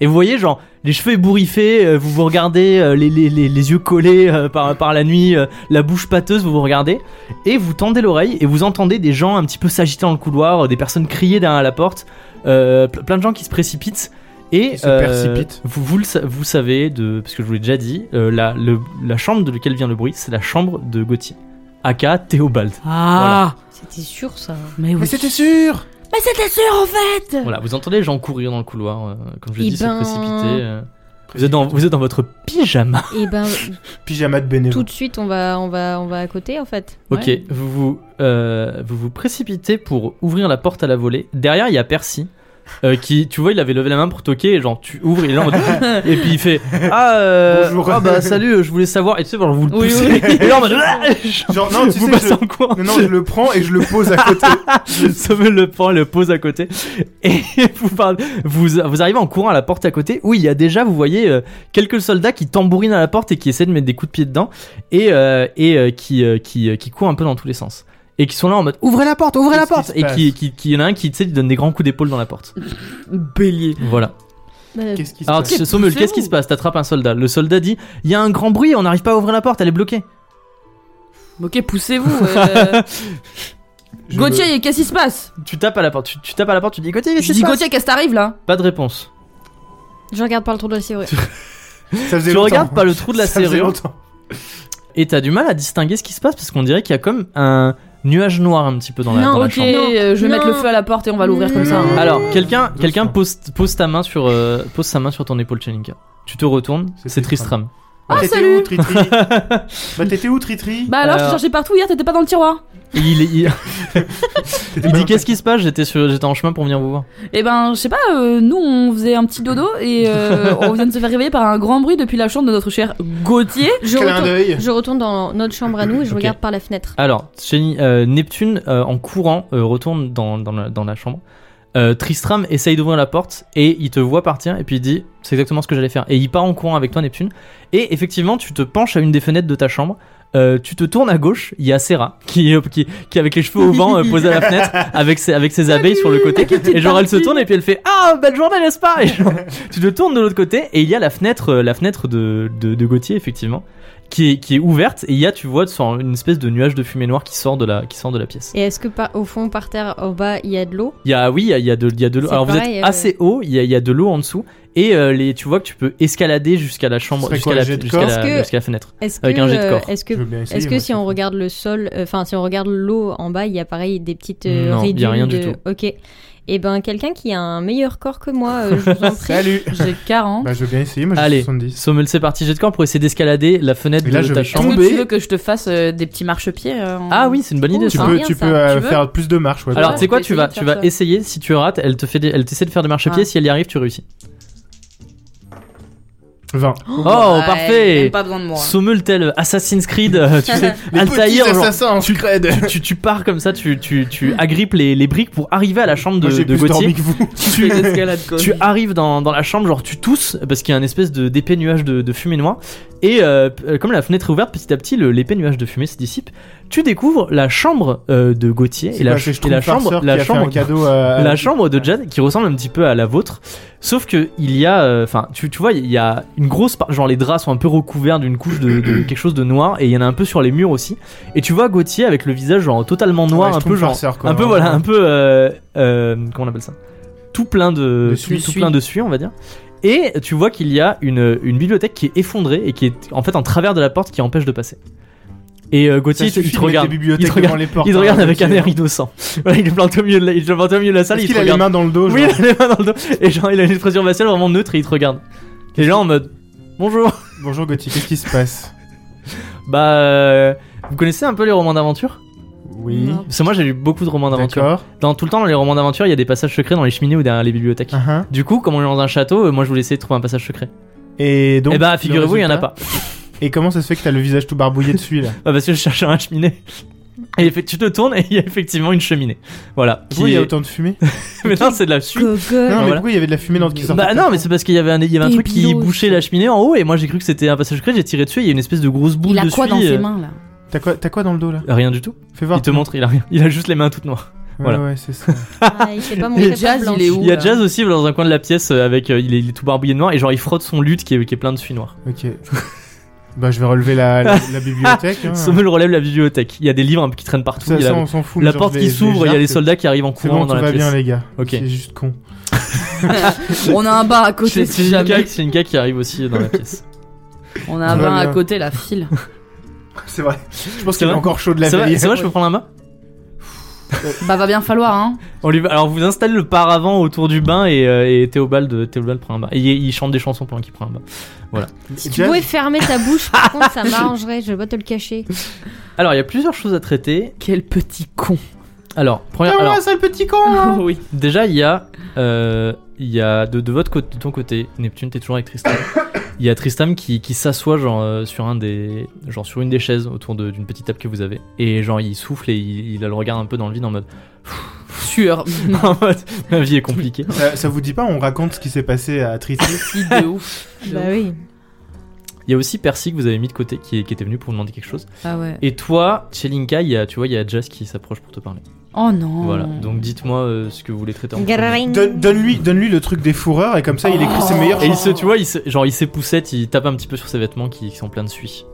[SPEAKER 1] Et vous voyez, genre, les cheveux ébouriffés, euh, vous vous regardez, euh, les, les- les- les yeux collés euh, par, par la nuit, euh, la bouche pâteuse, vous vous regardez, et vous tendez l'oreille, et vous entendez des gens un petit peu s'agiter dans le couloir, euh, des personnes crier derrière la porte, euh, ple- plein de gens qui se précipitent, et euh,
[SPEAKER 2] Qui se précipitent.
[SPEAKER 1] vous, vous, le sa- vous savez, de, parce que je vous l'ai déjà dit, euh, la, le- la chambre de laquelle vient le bruit, c'est la chambre de Gauthier, aka Théobald.
[SPEAKER 3] Ah
[SPEAKER 4] C'était sûr ça.
[SPEAKER 3] Mais oui.
[SPEAKER 2] Mais c'était sûr
[SPEAKER 3] Mais c'était sûr, en fait
[SPEAKER 1] Voilà, vous entendez les gens courir dans le couloir, euh, comme je l'ai
[SPEAKER 4] Eh
[SPEAKER 1] dit, se
[SPEAKER 4] ben.
[SPEAKER 1] précipiter. euh. Vous, êtes dans, vous êtes dans votre pyjama.
[SPEAKER 4] Et ben
[SPEAKER 2] Pyjama de bénévole.
[SPEAKER 4] tout de suite on va on va on va à côté en fait.
[SPEAKER 1] Ok, vous vous, euh, vous vous précipitez pour ouvrir la porte à la volée. Derrière, il y a Percy euh, qui, tu vois, il avait levé la main pour toquer, et genre, tu ouvres, il est là en mode-
[SPEAKER 3] [laughs]
[SPEAKER 1] et puis il fait Ah, euh,
[SPEAKER 2] Bonjour.
[SPEAKER 1] ah bah salut, euh, je voulais savoir, et tu sais, genre, vous le
[SPEAKER 3] Oui,
[SPEAKER 1] poussez, [laughs] et là en mode Ah Genre,
[SPEAKER 2] Genre, non, tu
[SPEAKER 1] vous
[SPEAKER 2] sais,
[SPEAKER 1] passez
[SPEAKER 2] je...
[SPEAKER 1] en coin.
[SPEAKER 2] Non, non, je le prends et je le pose à côté.
[SPEAKER 1] [laughs] Ça me le prend, le pose à côté. Et [laughs] vous, parlez- vous, vous arrivez en courant à la porte à côté où il y a déjà, vous voyez, euh, quelques soldats qui tambourinent à la porte et qui essaient de mettre des coups de pied dedans et, euh, et euh, qui, euh, qui, euh, qui courent un peu dans tous les sens. Et qui sont là en mode ouvrez la porte, ouvrez la
[SPEAKER 2] Qu'est-ce
[SPEAKER 1] porte
[SPEAKER 2] qui se
[SPEAKER 1] Et
[SPEAKER 2] passe
[SPEAKER 1] qui, qui, qui- il y en a un qui, tu sais, lui donne des grands coups d'épaule dans la porte.
[SPEAKER 3] Bélier.
[SPEAKER 1] Voilà.
[SPEAKER 4] Bah,
[SPEAKER 2] Qu'est-ce qui se
[SPEAKER 1] Alors,
[SPEAKER 2] passe
[SPEAKER 1] tu- Sommel,
[SPEAKER 3] poussez-vous.
[SPEAKER 1] qu'est-ce qui se passe T'attrapes un soldat. Le soldat dit il y a un grand bruit, on n'arrive pas à ouvrir la porte, elle est bloquée.
[SPEAKER 3] Ok,
[SPEAKER 1] [laughs]
[SPEAKER 3] poussez-vous. euh.
[SPEAKER 2] Je
[SPEAKER 3] Gauthier, qu'est-ce qui se passe
[SPEAKER 1] Tu tapes à la porte, tu, tu tapes à la porte, tu dis écoutez, qu'est-ce
[SPEAKER 3] Je
[SPEAKER 1] qui se
[SPEAKER 3] dis
[SPEAKER 1] passe
[SPEAKER 3] Gauthier, qu'est-ce qui t'arrive là
[SPEAKER 1] Pas de réponse.
[SPEAKER 4] Je regarde par le trou de la serrure.
[SPEAKER 2] me- Ça faisait
[SPEAKER 1] Tu
[SPEAKER 2] longtemps.
[SPEAKER 1] regardes pas le trou de la
[SPEAKER 2] Ça faisait
[SPEAKER 1] serrure.
[SPEAKER 2] longtemps.
[SPEAKER 1] Et t'as du mal à distinguer ce qui se passe parce qu'on dirait qu'il y a comme un nuage noir un petit peu dans la,
[SPEAKER 4] Non,
[SPEAKER 1] dans la
[SPEAKER 3] Ok,
[SPEAKER 1] chambre.
[SPEAKER 3] euh, je vais
[SPEAKER 4] Non.
[SPEAKER 3] mettre le feu à la porte et on va l'ouvrir comme ça.
[SPEAKER 2] Non.
[SPEAKER 3] hein.
[SPEAKER 1] Alors, quelqu'un
[SPEAKER 2] Doucement.
[SPEAKER 1] quelqu'un pose, pose, ta main sur, euh, pose sa main sur ton épaule, Chelinka. Tu te retournes,
[SPEAKER 2] C'est
[SPEAKER 1] c'est Tristram.
[SPEAKER 2] Tristram.
[SPEAKER 3] Ah,
[SPEAKER 2] bah, t'étais
[SPEAKER 3] salut.
[SPEAKER 2] où, Tritri Bah, t'étais où, Tritri
[SPEAKER 3] Bah alors, je
[SPEAKER 1] Alors.
[SPEAKER 3] te cherchais partout hier, t'étais pas dans le tiroir.
[SPEAKER 1] Il, est-
[SPEAKER 2] [laughs]
[SPEAKER 1] il-
[SPEAKER 2] T'étais
[SPEAKER 1] il
[SPEAKER 2] pas
[SPEAKER 1] dit
[SPEAKER 2] dans-
[SPEAKER 1] Qu'est-ce qui se passe J'étais sur- j'étais en chemin pour venir vous voir.
[SPEAKER 3] Et ben, je sais pas, euh, nous on faisait un petit dodo et
[SPEAKER 1] [laughs]
[SPEAKER 3] euh, on vient de se faire réveiller par un grand bruit depuis la chambre de notre cher Gauthier.
[SPEAKER 4] Je
[SPEAKER 2] Clin
[SPEAKER 4] retourne,
[SPEAKER 2] d'œil.
[SPEAKER 4] je retourne dans notre chambre à nous et
[SPEAKER 1] Ok.
[SPEAKER 4] je
[SPEAKER 1] Ah.
[SPEAKER 4] regarde par la fenêtre.
[SPEAKER 1] Alors, Cheni- euh, Neptune, euh, en courant, euh, retourne dans, dans la, dans la chambre. Euh, Tristram essaye d'ouvrir la porte et il te voit partir et puis il dit c'est exactement ce que j'allais faire et il part en courant avec toi Neptune et effectivement tu te penches à une des fenêtres de ta chambre euh, tu te tournes à gauche il y a Sarah qui, est- qui, qui est avec les cheveux au
[SPEAKER 4] [laughs]
[SPEAKER 1] vent euh, posée à la fenêtre avec ses, avec ses abeilles sur le côté et genre elle se tourne et puis elle fait ah belle journée n'est-ce pas et genre, tu te tournes de l'autre côté et il y a la fenêtre euh, la fenêtre de, de, de Gauthier effectivement qui est, qui est ouverte et il y a tu vois sur une espèce de nuage de fumée noire qui sort de la, qui sort de la pièce.
[SPEAKER 4] Et est-ce que par- au fond, par terre, en bas, il y a de l'eau
[SPEAKER 1] Il y a oui, il y a, il y a de, il y a de l'eau.
[SPEAKER 4] C'est
[SPEAKER 1] Alors vous
[SPEAKER 4] pareil,
[SPEAKER 1] êtes
[SPEAKER 4] euh,
[SPEAKER 1] assez haut, il y a, il y a de l'eau en dessous et euh, les, tu vois que tu peux escalader jusqu'à la chambre,
[SPEAKER 2] serait
[SPEAKER 1] jusqu'à
[SPEAKER 2] quoi,
[SPEAKER 1] la,
[SPEAKER 2] le jet de
[SPEAKER 1] jusqu'à
[SPEAKER 2] corps
[SPEAKER 1] la,
[SPEAKER 4] Est-ce que-
[SPEAKER 1] jusqu'à la fenêtre.
[SPEAKER 4] Est-ce que,
[SPEAKER 1] Avec un jet de
[SPEAKER 4] euh,
[SPEAKER 1] corps.
[SPEAKER 4] Est-ce que,
[SPEAKER 2] Je veux bien essayer,
[SPEAKER 4] est-ce que
[SPEAKER 2] moi,
[SPEAKER 4] si on regarde le sol, euh, enfin si on regarde l'eau en bas, il y a pareil des petites euh,
[SPEAKER 1] Non, il
[SPEAKER 4] ridules.
[SPEAKER 1] y a rien du
[SPEAKER 4] de-
[SPEAKER 1] tout.
[SPEAKER 4] Ok. Et ben quelqu'un qui a un meilleur corps que moi, euh, je
[SPEAKER 1] [laughs]
[SPEAKER 4] vous en
[SPEAKER 2] [laughs]
[SPEAKER 4] prie.
[SPEAKER 2] Salut
[SPEAKER 3] J'ai 40.
[SPEAKER 2] Bah, je veux bien essayer, moi
[SPEAKER 1] Allez.
[SPEAKER 2] j'ai 70.
[SPEAKER 1] Sommel, c'est parti, jet de corps pour essayer d'escalader la fenêtre
[SPEAKER 2] Et là,
[SPEAKER 1] de
[SPEAKER 2] je
[SPEAKER 1] ta
[SPEAKER 2] vais
[SPEAKER 1] chambre.
[SPEAKER 3] Est-ce que
[SPEAKER 2] Tombé.
[SPEAKER 3] tu veux que je te fasse euh, des petits marchepieds euh, en-
[SPEAKER 1] Ah oui, c'est une bonne idée.
[SPEAKER 4] Ouh,
[SPEAKER 2] Tu
[SPEAKER 1] ça.
[SPEAKER 4] Ah,
[SPEAKER 2] peux,
[SPEAKER 4] bien,
[SPEAKER 2] tu
[SPEAKER 4] ça.
[SPEAKER 2] peux euh,
[SPEAKER 3] Tu veux
[SPEAKER 2] faire plus de marches, ouais.
[SPEAKER 1] Alors
[SPEAKER 3] Ouais,
[SPEAKER 1] tu sais quoi,
[SPEAKER 3] on peut
[SPEAKER 1] tu vas,
[SPEAKER 3] essayer
[SPEAKER 1] tu
[SPEAKER 3] de
[SPEAKER 1] vas
[SPEAKER 3] faire ça.
[SPEAKER 1] essayer. Si tu rates, elle te fait, des- elle t'essaie de faire des marchepieds.
[SPEAKER 3] Ah.
[SPEAKER 1] Si elle y arrive, tu réussis.
[SPEAKER 2] 20.
[SPEAKER 1] Oh,
[SPEAKER 3] Ouais,
[SPEAKER 1] parfait.
[SPEAKER 3] même Pas besoin de moi.
[SPEAKER 1] Sommel tel Assassin's Creed, euh,
[SPEAKER 3] [laughs]
[SPEAKER 1] tu sais, Altaïr, genre,
[SPEAKER 2] assassin, tu crèdes
[SPEAKER 1] tu, tu- tu pars comme ça, tu, tu, tu agrippes les, les briques pour arriver à la chambre de,
[SPEAKER 2] Moi j'ai
[SPEAKER 1] de
[SPEAKER 2] plus
[SPEAKER 1] Gauthier.
[SPEAKER 2] dormi que vous.
[SPEAKER 1] Tu,
[SPEAKER 3] Escalade, quoi.
[SPEAKER 1] tu arrives dans, dans la chambre, genre tu tousses parce qu'il y a un espèce de- d'épais nuage de, de fumée noire. Et euh, p- euh, comme la fenêtre est ouverte, petit à petit, le- l'épais nuage de fumée se dissipe. Tu découvres la chambre euh, de Gauthier
[SPEAKER 2] C'est
[SPEAKER 1] et la,
[SPEAKER 2] quoi, c'est
[SPEAKER 1] ch- et la
[SPEAKER 2] Schtroumpf farceur
[SPEAKER 1] chambre,
[SPEAKER 2] qui
[SPEAKER 1] la
[SPEAKER 2] a fait
[SPEAKER 1] chambre
[SPEAKER 2] un cadeau à-
[SPEAKER 1] la chambre de Jade qui ressemble un petit peu à la vôtre, sauf que il y a, euh, enfin, tu, tu vois, il y a une grosse, part- genre les draps sont un peu recouverts d'une couche de,
[SPEAKER 2] [clears throat]
[SPEAKER 1] de quelque chose de noir et il y en a un peu sur les murs aussi. Et tu vois Gauthier avec le visage genre totalement noir,
[SPEAKER 2] Ouais,
[SPEAKER 1] un peu
[SPEAKER 2] Schtroumpf
[SPEAKER 1] genre,
[SPEAKER 2] farceur, quoi.
[SPEAKER 1] un peu voilà, un peu, euh, euh, comment on appelle ça, tout plein de,
[SPEAKER 2] De
[SPEAKER 1] tout,
[SPEAKER 2] suie,
[SPEAKER 1] tout
[SPEAKER 2] suie.
[SPEAKER 1] plein de suie, on va dire. Et tu vois qu'il y a une, une bibliothèque qui est effondrée et qui est en fait en travers de la porte qui empêche de passer. Et euh,
[SPEAKER 2] Ça
[SPEAKER 1] Gauthier, il te-
[SPEAKER 2] suffit
[SPEAKER 1] il te
[SPEAKER 2] de mettre
[SPEAKER 1] regarde,
[SPEAKER 2] des
[SPEAKER 1] il
[SPEAKER 2] bibliothèques
[SPEAKER 1] te regarde,
[SPEAKER 2] devant les portes,
[SPEAKER 1] il te
[SPEAKER 2] hein,
[SPEAKER 1] regarde avec un
[SPEAKER 2] Gauthier.
[SPEAKER 1] air innocent. [laughs] Voilà, il est plante au milieu de la, il est planté au milieu de la salle,
[SPEAKER 2] Est-ce
[SPEAKER 1] il te
[SPEAKER 2] qu'il a les
[SPEAKER 1] regarde.
[SPEAKER 2] mains dans le dos
[SPEAKER 1] Oui,
[SPEAKER 2] genre
[SPEAKER 1] il a les mains dans le dos. Et genre, il a une expression faciale vraiment neutre et il te regarde. Et là, en mode Bonjour.
[SPEAKER 2] [laughs] Bonjour Gauthier, qu'est-ce qui se passe
[SPEAKER 1] Bah, euh, vous connaissez un peu les romans d'aventure
[SPEAKER 2] Oui.
[SPEAKER 4] Non.
[SPEAKER 1] Parce que moi, j'ai lu beaucoup de romans d'aventure.
[SPEAKER 2] D'accord.
[SPEAKER 1] Dans tout le temps, dans les romans d'aventure, il y a des passages secrets dans les cheminées ou derrière les bibliothèques.
[SPEAKER 2] Uh-huh.
[SPEAKER 1] Du coup, comme on est dans un château, euh, moi je voulais essayer de trouver un passage secret.
[SPEAKER 2] Et donc.
[SPEAKER 1] et bah,
[SPEAKER 2] le
[SPEAKER 1] figurez-vous, il y en a
[SPEAKER 2] résultat
[SPEAKER 1] pas.
[SPEAKER 2] Et comment ça se fait que t'as le visage tout barbouillé dessus là
[SPEAKER 1] Bah, parce que je cherchais un cheminée. [laughs] Et effe- tu te tournes et il y a effectivement une cheminée. Voilà. Qui
[SPEAKER 2] Pourquoi il y a
[SPEAKER 1] est-
[SPEAKER 2] autant de fumée
[SPEAKER 1] [laughs] Mais non, c'est de la suite.
[SPEAKER 4] Gogol.
[SPEAKER 1] [laughs]
[SPEAKER 2] Non, mais
[SPEAKER 1] voilà.
[SPEAKER 2] pourquoi il y avait de la fumée dans qui sortait
[SPEAKER 1] Bah
[SPEAKER 2] de
[SPEAKER 1] non,
[SPEAKER 2] ta
[SPEAKER 1] mais c'est parce qu'il y avait un, il y avait un
[SPEAKER 3] Des
[SPEAKER 1] truc qui
[SPEAKER 3] bilos,
[SPEAKER 1] bouchait
[SPEAKER 3] je
[SPEAKER 1] la cheminée en haut et moi j'ai cru que c'était un passage secret, j'ai tiré dessus, et il y a une espèce de grosse boule
[SPEAKER 3] Il a
[SPEAKER 1] de
[SPEAKER 3] quoi dans
[SPEAKER 1] suie,
[SPEAKER 3] ses
[SPEAKER 1] euh,
[SPEAKER 3] mains là
[SPEAKER 2] T'as quoi, t'as quoi dans le dos là
[SPEAKER 1] Rien du tout.
[SPEAKER 2] Fais voir.
[SPEAKER 1] Il te montre, il a rien. Il a juste les mains toutes noires.
[SPEAKER 2] Ouais,
[SPEAKER 1] voilà.
[SPEAKER 2] Ouais, c'est ça.
[SPEAKER 4] Ah, il fait pas mon
[SPEAKER 3] Le
[SPEAKER 4] crêpe
[SPEAKER 3] jazz,
[SPEAKER 4] blanche.
[SPEAKER 3] il est où
[SPEAKER 1] Il y a
[SPEAKER 3] là
[SPEAKER 1] Jazz aussi dans un coin de la pièce euh, avec euh, il, est, il est tout barbouillé de noir et genre il frotte son lutte qui est, qui est plein de suie noire.
[SPEAKER 2] ok. [laughs] bah je vais relever la, la, la bibliothèque.
[SPEAKER 1] [laughs]
[SPEAKER 2] hein.
[SPEAKER 1] Sommel relève la bibliothèque. Il y a des livres un peu qui traînent partout.
[SPEAKER 2] Ça,
[SPEAKER 1] il y a
[SPEAKER 2] ça,
[SPEAKER 1] la,
[SPEAKER 2] on s'en fout.
[SPEAKER 1] la
[SPEAKER 2] genre,
[SPEAKER 1] porte
[SPEAKER 2] je
[SPEAKER 1] qui
[SPEAKER 2] les- je
[SPEAKER 1] s'ouvre, il y a
[SPEAKER 2] jarte,
[SPEAKER 1] les
[SPEAKER 2] c'est-
[SPEAKER 1] soldats qui arrivent en
[SPEAKER 2] C'est
[SPEAKER 1] courant
[SPEAKER 2] bon,
[SPEAKER 1] dans
[SPEAKER 2] tout
[SPEAKER 1] la
[SPEAKER 2] va
[SPEAKER 1] pièce.
[SPEAKER 2] bien les gars.
[SPEAKER 1] Ok.
[SPEAKER 2] C'est juste con.
[SPEAKER 3] [laughs] On a un bar à
[SPEAKER 1] C'est
[SPEAKER 3] côté si
[SPEAKER 1] c'est Inka,
[SPEAKER 3] jamais.
[SPEAKER 1] c'est Inka qui arrive aussi dans la pièce.
[SPEAKER 3] On a un
[SPEAKER 2] Tout va
[SPEAKER 3] bar à
[SPEAKER 2] bien.
[SPEAKER 3] côté, la file.
[SPEAKER 2] [laughs] C'est vrai. Je pense
[SPEAKER 1] C'est
[SPEAKER 2] qu'il est
[SPEAKER 1] vrai
[SPEAKER 2] encore chaud de la
[SPEAKER 1] Ça va,
[SPEAKER 2] veille.
[SPEAKER 1] ça va, je peux prendre la main
[SPEAKER 3] Bah va bien falloir hein.
[SPEAKER 1] On lui... Alors vous installez le paravent autour du bain et, euh, et Théobald, euh, Théobald prend un bain. Et il, il chante des chansons pendant qu'il prend un bain.
[SPEAKER 4] Si tu
[SPEAKER 2] Jazz,
[SPEAKER 4] pouvais fermer ta bouche,
[SPEAKER 1] [laughs]
[SPEAKER 4] par contre, ça m'arrangerait. Je vais pas te le cacher.
[SPEAKER 1] Alors il y a plusieurs choses à traiter.
[SPEAKER 3] Quel petit con.
[SPEAKER 1] Alors,
[SPEAKER 2] [laughs] Ah
[SPEAKER 1] première.
[SPEAKER 2] ouais,
[SPEAKER 1] alors,
[SPEAKER 2] sale petit con hein.
[SPEAKER 1] [laughs]
[SPEAKER 3] oui.
[SPEAKER 1] Déjà, il y a, euh, il y a de, de votre côté, de ton côté, Neptune, t'es toujours avec Tristram. Il y a Tristram qui, qui s'assoit genre euh, sur un des, genre sur une des chaises autour de- d'une petite table que vous avez, et genre il souffle et il, il a le regard un peu dans le vide en mode, [laughs]
[SPEAKER 3] Sueur.
[SPEAKER 1] en mode, ma vie est compliquée.
[SPEAKER 2] ça, Euh, ça vous dit pas, on raconte ce qui s'est passé à Triti
[SPEAKER 3] [laughs] Si, de ouf. De
[SPEAKER 4] Bah
[SPEAKER 3] ouf.
[SPEAKER 4] oui.
[SPEAKER 1] Il y a aussi Percy que vous avez mis de côté, qui, est- qui était venu pour vous demander quelque chose.
[SPEAKER 3] Ah ouais.
[SPEAKER 1] Et toi, chez Linka, il y a, tu vois, il y a Jazz qui s'approche pour te parler.
[SPEAKER 3] Oh non.
[SPEAKER 1] Voilà. Donc dites-moi euh, ce que vous voulez traiter. En premier.
[SPEAKER 4] Graring.
[SPEAKER 2] Donne- Donne-lui donne -lui le truc des fourreurs et comme ça il écrit ses
[SPEAKER 3] Oh.
[SPEAKER 2] meilleurs
[SPEAKER 1] Et il se, tu vois, il se- genre il s'époussette, il tape un petit peu sur ses vêtements qui, qui sont pleins de suie.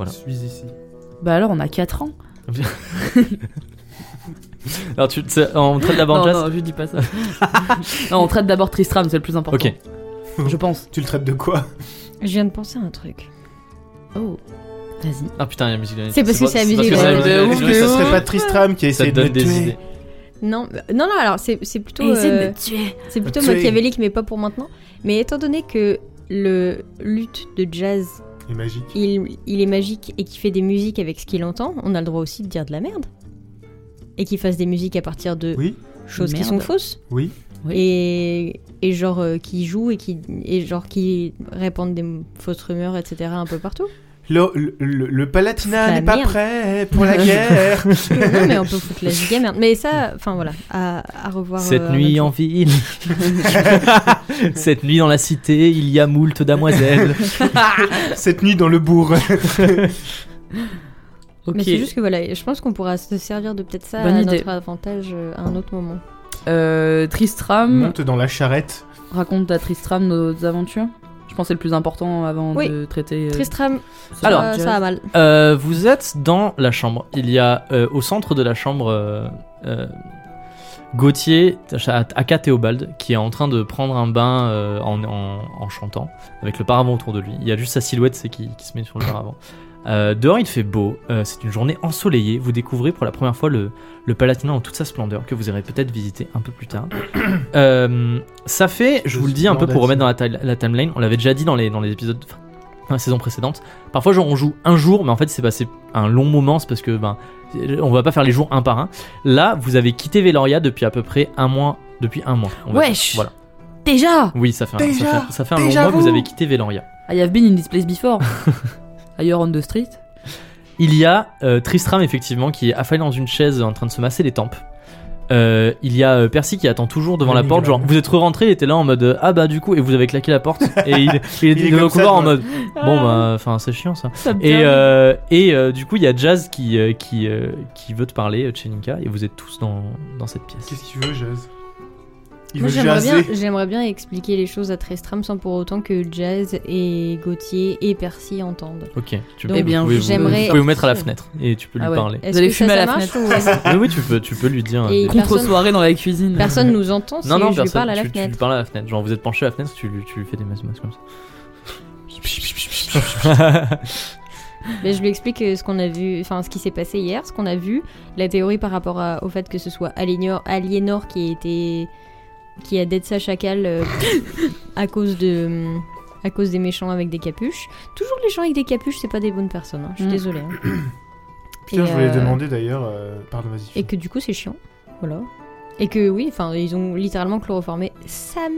[SPEAKER 2] Je suis ici.
[SPEAKER 3] Bah alors, on a 4 ans.
[SPEAKER 1] Alors tu, tu sais, on traite d'abord
[SPEAKER 3] non,
[SPEAKER 1] Jazz.
[SPEAKER 3] non, je dis pas ça. [laughs] non, on traite d'abord Tristram, c'est le plus important.
[SPEAKER 1] Ok.
[SPEAKER 3] Je pense.
[SPEAKER 2] Tu le traites de quoi
[SPEAKER 4] Je viens de penser à un truc.
[SPEAKER 3] Oh. Vas-y.
[SPEAKER 1] Ah putain, il y a la musique de
[SPEAKER 4] C'est parce que c'est la musique
[SPEAKER 1] parce que
[SPEAKER 4] de-
[SPEAKER 1] c'est la
[SPEAKER 4] de-
[SPEAKER 1] musique
[SPEAKER 4] de-
[SPEAKER 1] de-
[SPEAKER 2] Ça
[SPEAKER 1] ça
[SPEAKER 2] serait
[SPEAKER 1] te-
[SPEAKER 2] pas Tristram qui a
[SPEAKER 1] Ça te
[SPEAKER 2] essayé de
[SPEAKER 1] donne
[SPEAKER 2] le
[SPEAKER 1] des
[SPEAKER 2] tuer
[SPEAKER 1] idées.
[SPEAKER 4] Non, euh, non, non, alors c'est c'est plutôt. euh,
[SPEAKER 1] [laughs]
[SPEAKER 3] tuer.
[SPEAKER 4] C'est plutôt
[SPEAKER 2] Tuer.
[SPEAKER 4] machiavélique, mais pas pour maintenant. Mais étant donné que le luth de jazz,
[SPEAKER 2] Et magique.
[SPEAKER 4] il, il est magique et qu'il fait des musiques avec ce qu'il entend, on a le droit aussi de dire de la merde. Et qu'il fasse des musiques à partir de
[SPEAKER 2] Oui,
[SPEAKER 4] choses qui
[SPEAKER 3] Merde.
[SPEAKER 4] sont fausses.
[SPEAKER 2] oui.
[SPEAKER 3] Oui.
[SPEAKER 4] Et, et genre euh, qui jouent et qui, et genre qui répandent des fausses rumeurs, etc. un peu partout.
[SPEAKER 2] Le, le, le- le Palatinat
[SPEAKER 4] La
[SPEAKER 2] n'est pas
[SPEAKER 4] merde.
[SPEAKER 2] prêt pour
[SPEAKER 4] [laughs]
[SPEAKER 2] la guerre.
[SPEAKER 4] non, mais on peut foutre la giga merde. Mais ça, enfin voilà, à, à revoir. euh,
[SPEAKER 1] Cette
[SPEAKER 4] un autre
[SPEAKER 1] nuit
[SPEAKER 4] jour.
[SPEAKER 1] en ville,
[SPEAKER 4] [laughs]
[SPEAKER 1] [laughs] cette nuit dans la cité, il y a moult damoiselles.
[SPEAKER 2] Cette nuit dans le
[SPEAKER 4] Mm.
[SPEAKER 2] bourg.
[SPEAKER 3] Ok.
[SPEAKER 4] Mais c'est juste que voilà, je pense qu'on pourra se servir de peut-être ça
[SPEAKER 3] Bonne
[SPEAKER 4] à
[SPEAKER 3] idée.
[SPEAKER 4] notre avantage euh, à un autre moment.
[SPEAKER 3] Euh, Tristram,
[SPEAKER 1] Mhm.
[SPEAKER 2] Monte dans la charrette.
[SPEAKER 3] raconte à Tristram nos aventures. Je pense que c'est le plus important avant
[SPEAKER 4] Oui.
[SPEAKER 3] de traiter. euh,
[SPEAKER 4] Tristram,
[SPEAKER 3] ce
[SPEAKER 1] Alors,
[SPEAKER 4] euh,
[SPEAKER 3] sujet.
[SPEAKER 4] ça va mal.
[SPEAKER 1] Euh, vous êtes dans la chambre. Il y a euh, au centre de la chambre euh, euh, Gauthier, aka aka Théobald, qui est en train de prendre un bain euh, en, en- en chantant, avec le paravent autour de lui. Il y a juste sa silhouette c'est qui, qui se met sur le paravent. Euh, dehors, il fait beau. Euh, c'est une journée ensoleillée. Vous découvrez pour la première fois le, le Palatinat en toute sa splendeur, que vous irez peut-être visiter un peu plus tard. Euh, ça fait, je
[SPEAKER 2] Le
[SPEAKER 1] vous le dis un peu pour remettre
[SPEAKER 2] splendide.
[SPEAKER 1] dans la, ti- la timeline, on l'avait déjà dit dans les, dans les épisodes, enfin, dans la saison précédente. Parfois, genre, on joue un jour, mais en fait, c'est passé un long moment, c'est parce que, ben, on va pas faire les jours un par un. Là, vous avez quitté Veloria depuis à peu près un mois, depuis un mois. on va dire.
[SPEAKER 3] Wesh
[SPEAKER 1] Voilà.
[SPEAKER 3] Déjà
[SPEAKER 1] Oui, ça fait un,
[SPEAKER 2] Déjà
[SPEAKER 1] ça fait, ça fait un long
[SPEAKER 2] Déjà
[SPEAKER 1] mois que vous
[SPEAKER 2] vous
[SPEAKER 1] avez quitté Veloria.
[SPEAKER 3] I have been in this place
[SPEAKER 1] [laughs]
[SPEAKER 3] before. Ailleurs on the street.
[SPEAKER 1] Il y a euh, Tristram, effectivement, qui est affalé dans une chaise en train de se masser les tempes. Euh, il y a euh, Percy qui attend toujours devant la
[SPEAKER 2] Le
[SPEAKER 1] porte. Genre,
[SPEAKER 2] Nicolas.
[SPEAKER 1] vous êtes rentré, il était là en mode euh, Ah bah du coup, et vous avez claqué la
[SPEAKER 2] [laughs]
[SPEAKER 1] porte. Et il, il
[SPEAKER 2] est
[SPEAKER 1] était dans le
[SPEAKER 2] comme ça,
[SPEAKER 1] couloir en
[SPEAKER 2] quoi.
[SPEAKER 1] mode Bon
[SPEAKER 2] Ah.
[SPEAKER 1] bah, enfin, c'est chiant ça.
[SPEAKER 3] Ça me
[SPEAKER 1] Et,
[SPEAKER 3] tient.
[SPEAKER 1] euh, et euh, du coup, il y a Jazz qui, euh, qui, euh, qui veut te parler, euh, Chelinka, et vous êtes tous dans, dans cette pièce.
[SPEAKER 2] Qu'est-ce que tu veux, Jazz Il
[SPEAKER 4] Moi,
[SPEAKER 2] veut
[SPEAKER 4] j'aimerais bien,
[SPEAKER 2] jaser.
[SPEAKER 4] j'aimerais bien expliquer les choses à Tristram sans pour autant que Jazz et Gauthier et Percy entendent.
[SPEAKER 1] Ok, tu
[SPEAKER 4] Donc, eh
[SPEAKER 1] vous
[SPEAKER 3] bien,
[SPEAKER 1] pouvez vous,
[SPEAKER 4] j'aimerais-
[SPEAKER 1] vous pouvez vous mettre à la fenêtre et tu peux lui
[SPEAKER 3] Ah ouais.
[SPEAKER 4] [laughs]
[SPEAKER 1] parler.
[SPEAKER 4] Est-ce
[SPEAKER 3] Vous allez
[SPEAKER 4] que
[SPEAKER 3] fumer
[SPEAKER 4] ça,
[SPEAKER 3] à
[SPEAKER 4] ça
[SPEAKER 3] la
[SPEAKER 4] marche
[SPEAKER 3] fenêtre.
[SPEAKER 1] Oui, oui, tu peux, tu peux lui dire. euh,
[SPEAKER 4] Et-
[SPEAKER 3] Contre
[SPEAKER 4] personne-
[SPEAKER 3] soirée dans la cuisine. [laughs]
[SPEAKER 4] ou personne nous entend si
[SPEAKER 1] Non, non,
[SPEAKER 4] je lui
[SPEAKER 1] personne,
[SPEAKER 4] parle à la
[SPEAKER 1] tu, tu lui
[SPEAKER 4] fenêtre
[SPEAKER 1] parles à la fenêtre. Genre, vous êtes penché à la fenêtre, tu, lui- tu lui fais des masses comme
[SPEAKER 4] [laughs]
[SPEAKER 1] ça.
[SPEAKER 4] Mais je lui explique euh, ce qu'on a vu, enfin ce qui s'est passé hier, ce qu'on a vu, la théorie par rapport à- au fait que ce soit Aliénor, Aliénor qui a été qui a d'être sa chacal euh, à cause de hum, à cause des méchants avec des capuches. Toujours les gens avec des capuches, c'est pas des bonnes personnes. hein, Je suis
[SPEAKER 3] Mm.
[SPEAKER 4] désolée. hein.
[SPEAKER 2] Putain,
[SPEAKER 4] Et,
[SPEAKER 2] je voulais
[SPEAKER 4] euh,
[SPEAKER 2] demander d'ailleurs. euh, Pardon, vas-y.
[SPEAKER 4] Et que du coup, c'est chiant. Voilà. Et que oui, enfin, ils ont littéralement chloroformé Sam.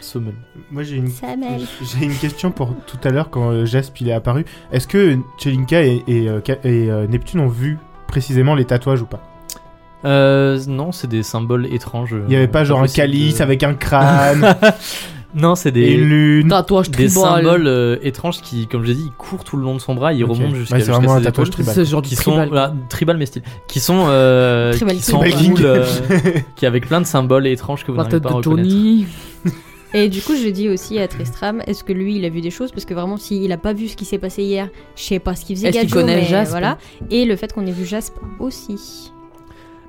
[SPEAKER 1] Sommel.
[SPEAKER 2] Moi j'ai une
[SPEAKER 4] Samel.
[SPEAKER 2] J'ai une question pour tout à l'heure quand euh, Jasp il est apparu. Est-ce que Chelinka et, et, euh, Ka- et, euh, Neptune ont vu précisément les tatouages ou pas
[SPEAKER 1] Euh, non, c'est des symboles étranges. euh,
[SPEAKER 2] Il n'y avait pas genre un calice
[SPEAKER 1] [laughs]
[SPEAKER 2] avec un crâne
[SPEAKER 1] non, c'est
[SPEAKER 2] et une
[SPEAKER 1] des.
[SPEAKER 2] lune
[SPEAKER 3] Tatouage
[SPEAKER 1] Des
[SPEAKER 3] tribal.
[SPEAKER 1] symboles euh, étranges qui, comme j'ai dit, ils courent tout le long de son bras, ils
[SPEAKER 2] Ok.
[SPEAKER 1] remontent jusqu'à
[SPEAKER 2] Ouais, c'est
[SPEAKER 1] jusqu'à
[SPEAKER 2] vraiment un
[SPEAKER 1] ses
[SPEAKER 2] tatouage
[SPEAKER 1] épaules.
[SPEAKER 2] tribal.
[SPEAKER 3] Ce genre de
[SPEAKER 1] bah, qui
[SPEAKER 3] tribal.
[SPEAKER 1] sont voilà, tribal mais style qui sont euh,
[SPEAKER 4] Tribal
[SPEAKER 1] qui sont
[SPEAKER 2] king. Tribal
[SPEAKER 1] cool,
[SPEAKER 2] king. [laughs]
[SPEAKER 1] euh, qui avec plein de symboles étranges que vous
[SPEAKER 3] La
[SPEAKER 1] n'arrivez
[SPEAKER 3] tête
[SPEAKER 1] pas à
[SPEAKER 3] de
[SPEAKER 1] reconnaître
[SPEAKER 3] Johnny.
[SPEAKER 4] Et du coup, je dis aussi à Tristram, est-ce que lui, il a vu des choses Parce que vraiment, s'il a pas vu ce qui s'est passé hier, je sais pas ce qu'il faisait.
[SPEAKER 3] Est-ce qu'il
[SPEAKER 4] Gadjo,
[SPEAKER 3] connaît
[SPEAKER 4] mais
[SPEAKER 3] Jasp
[SPEAKER 4] Voilà. Et le fait qu'on ait vu Jasp aussi.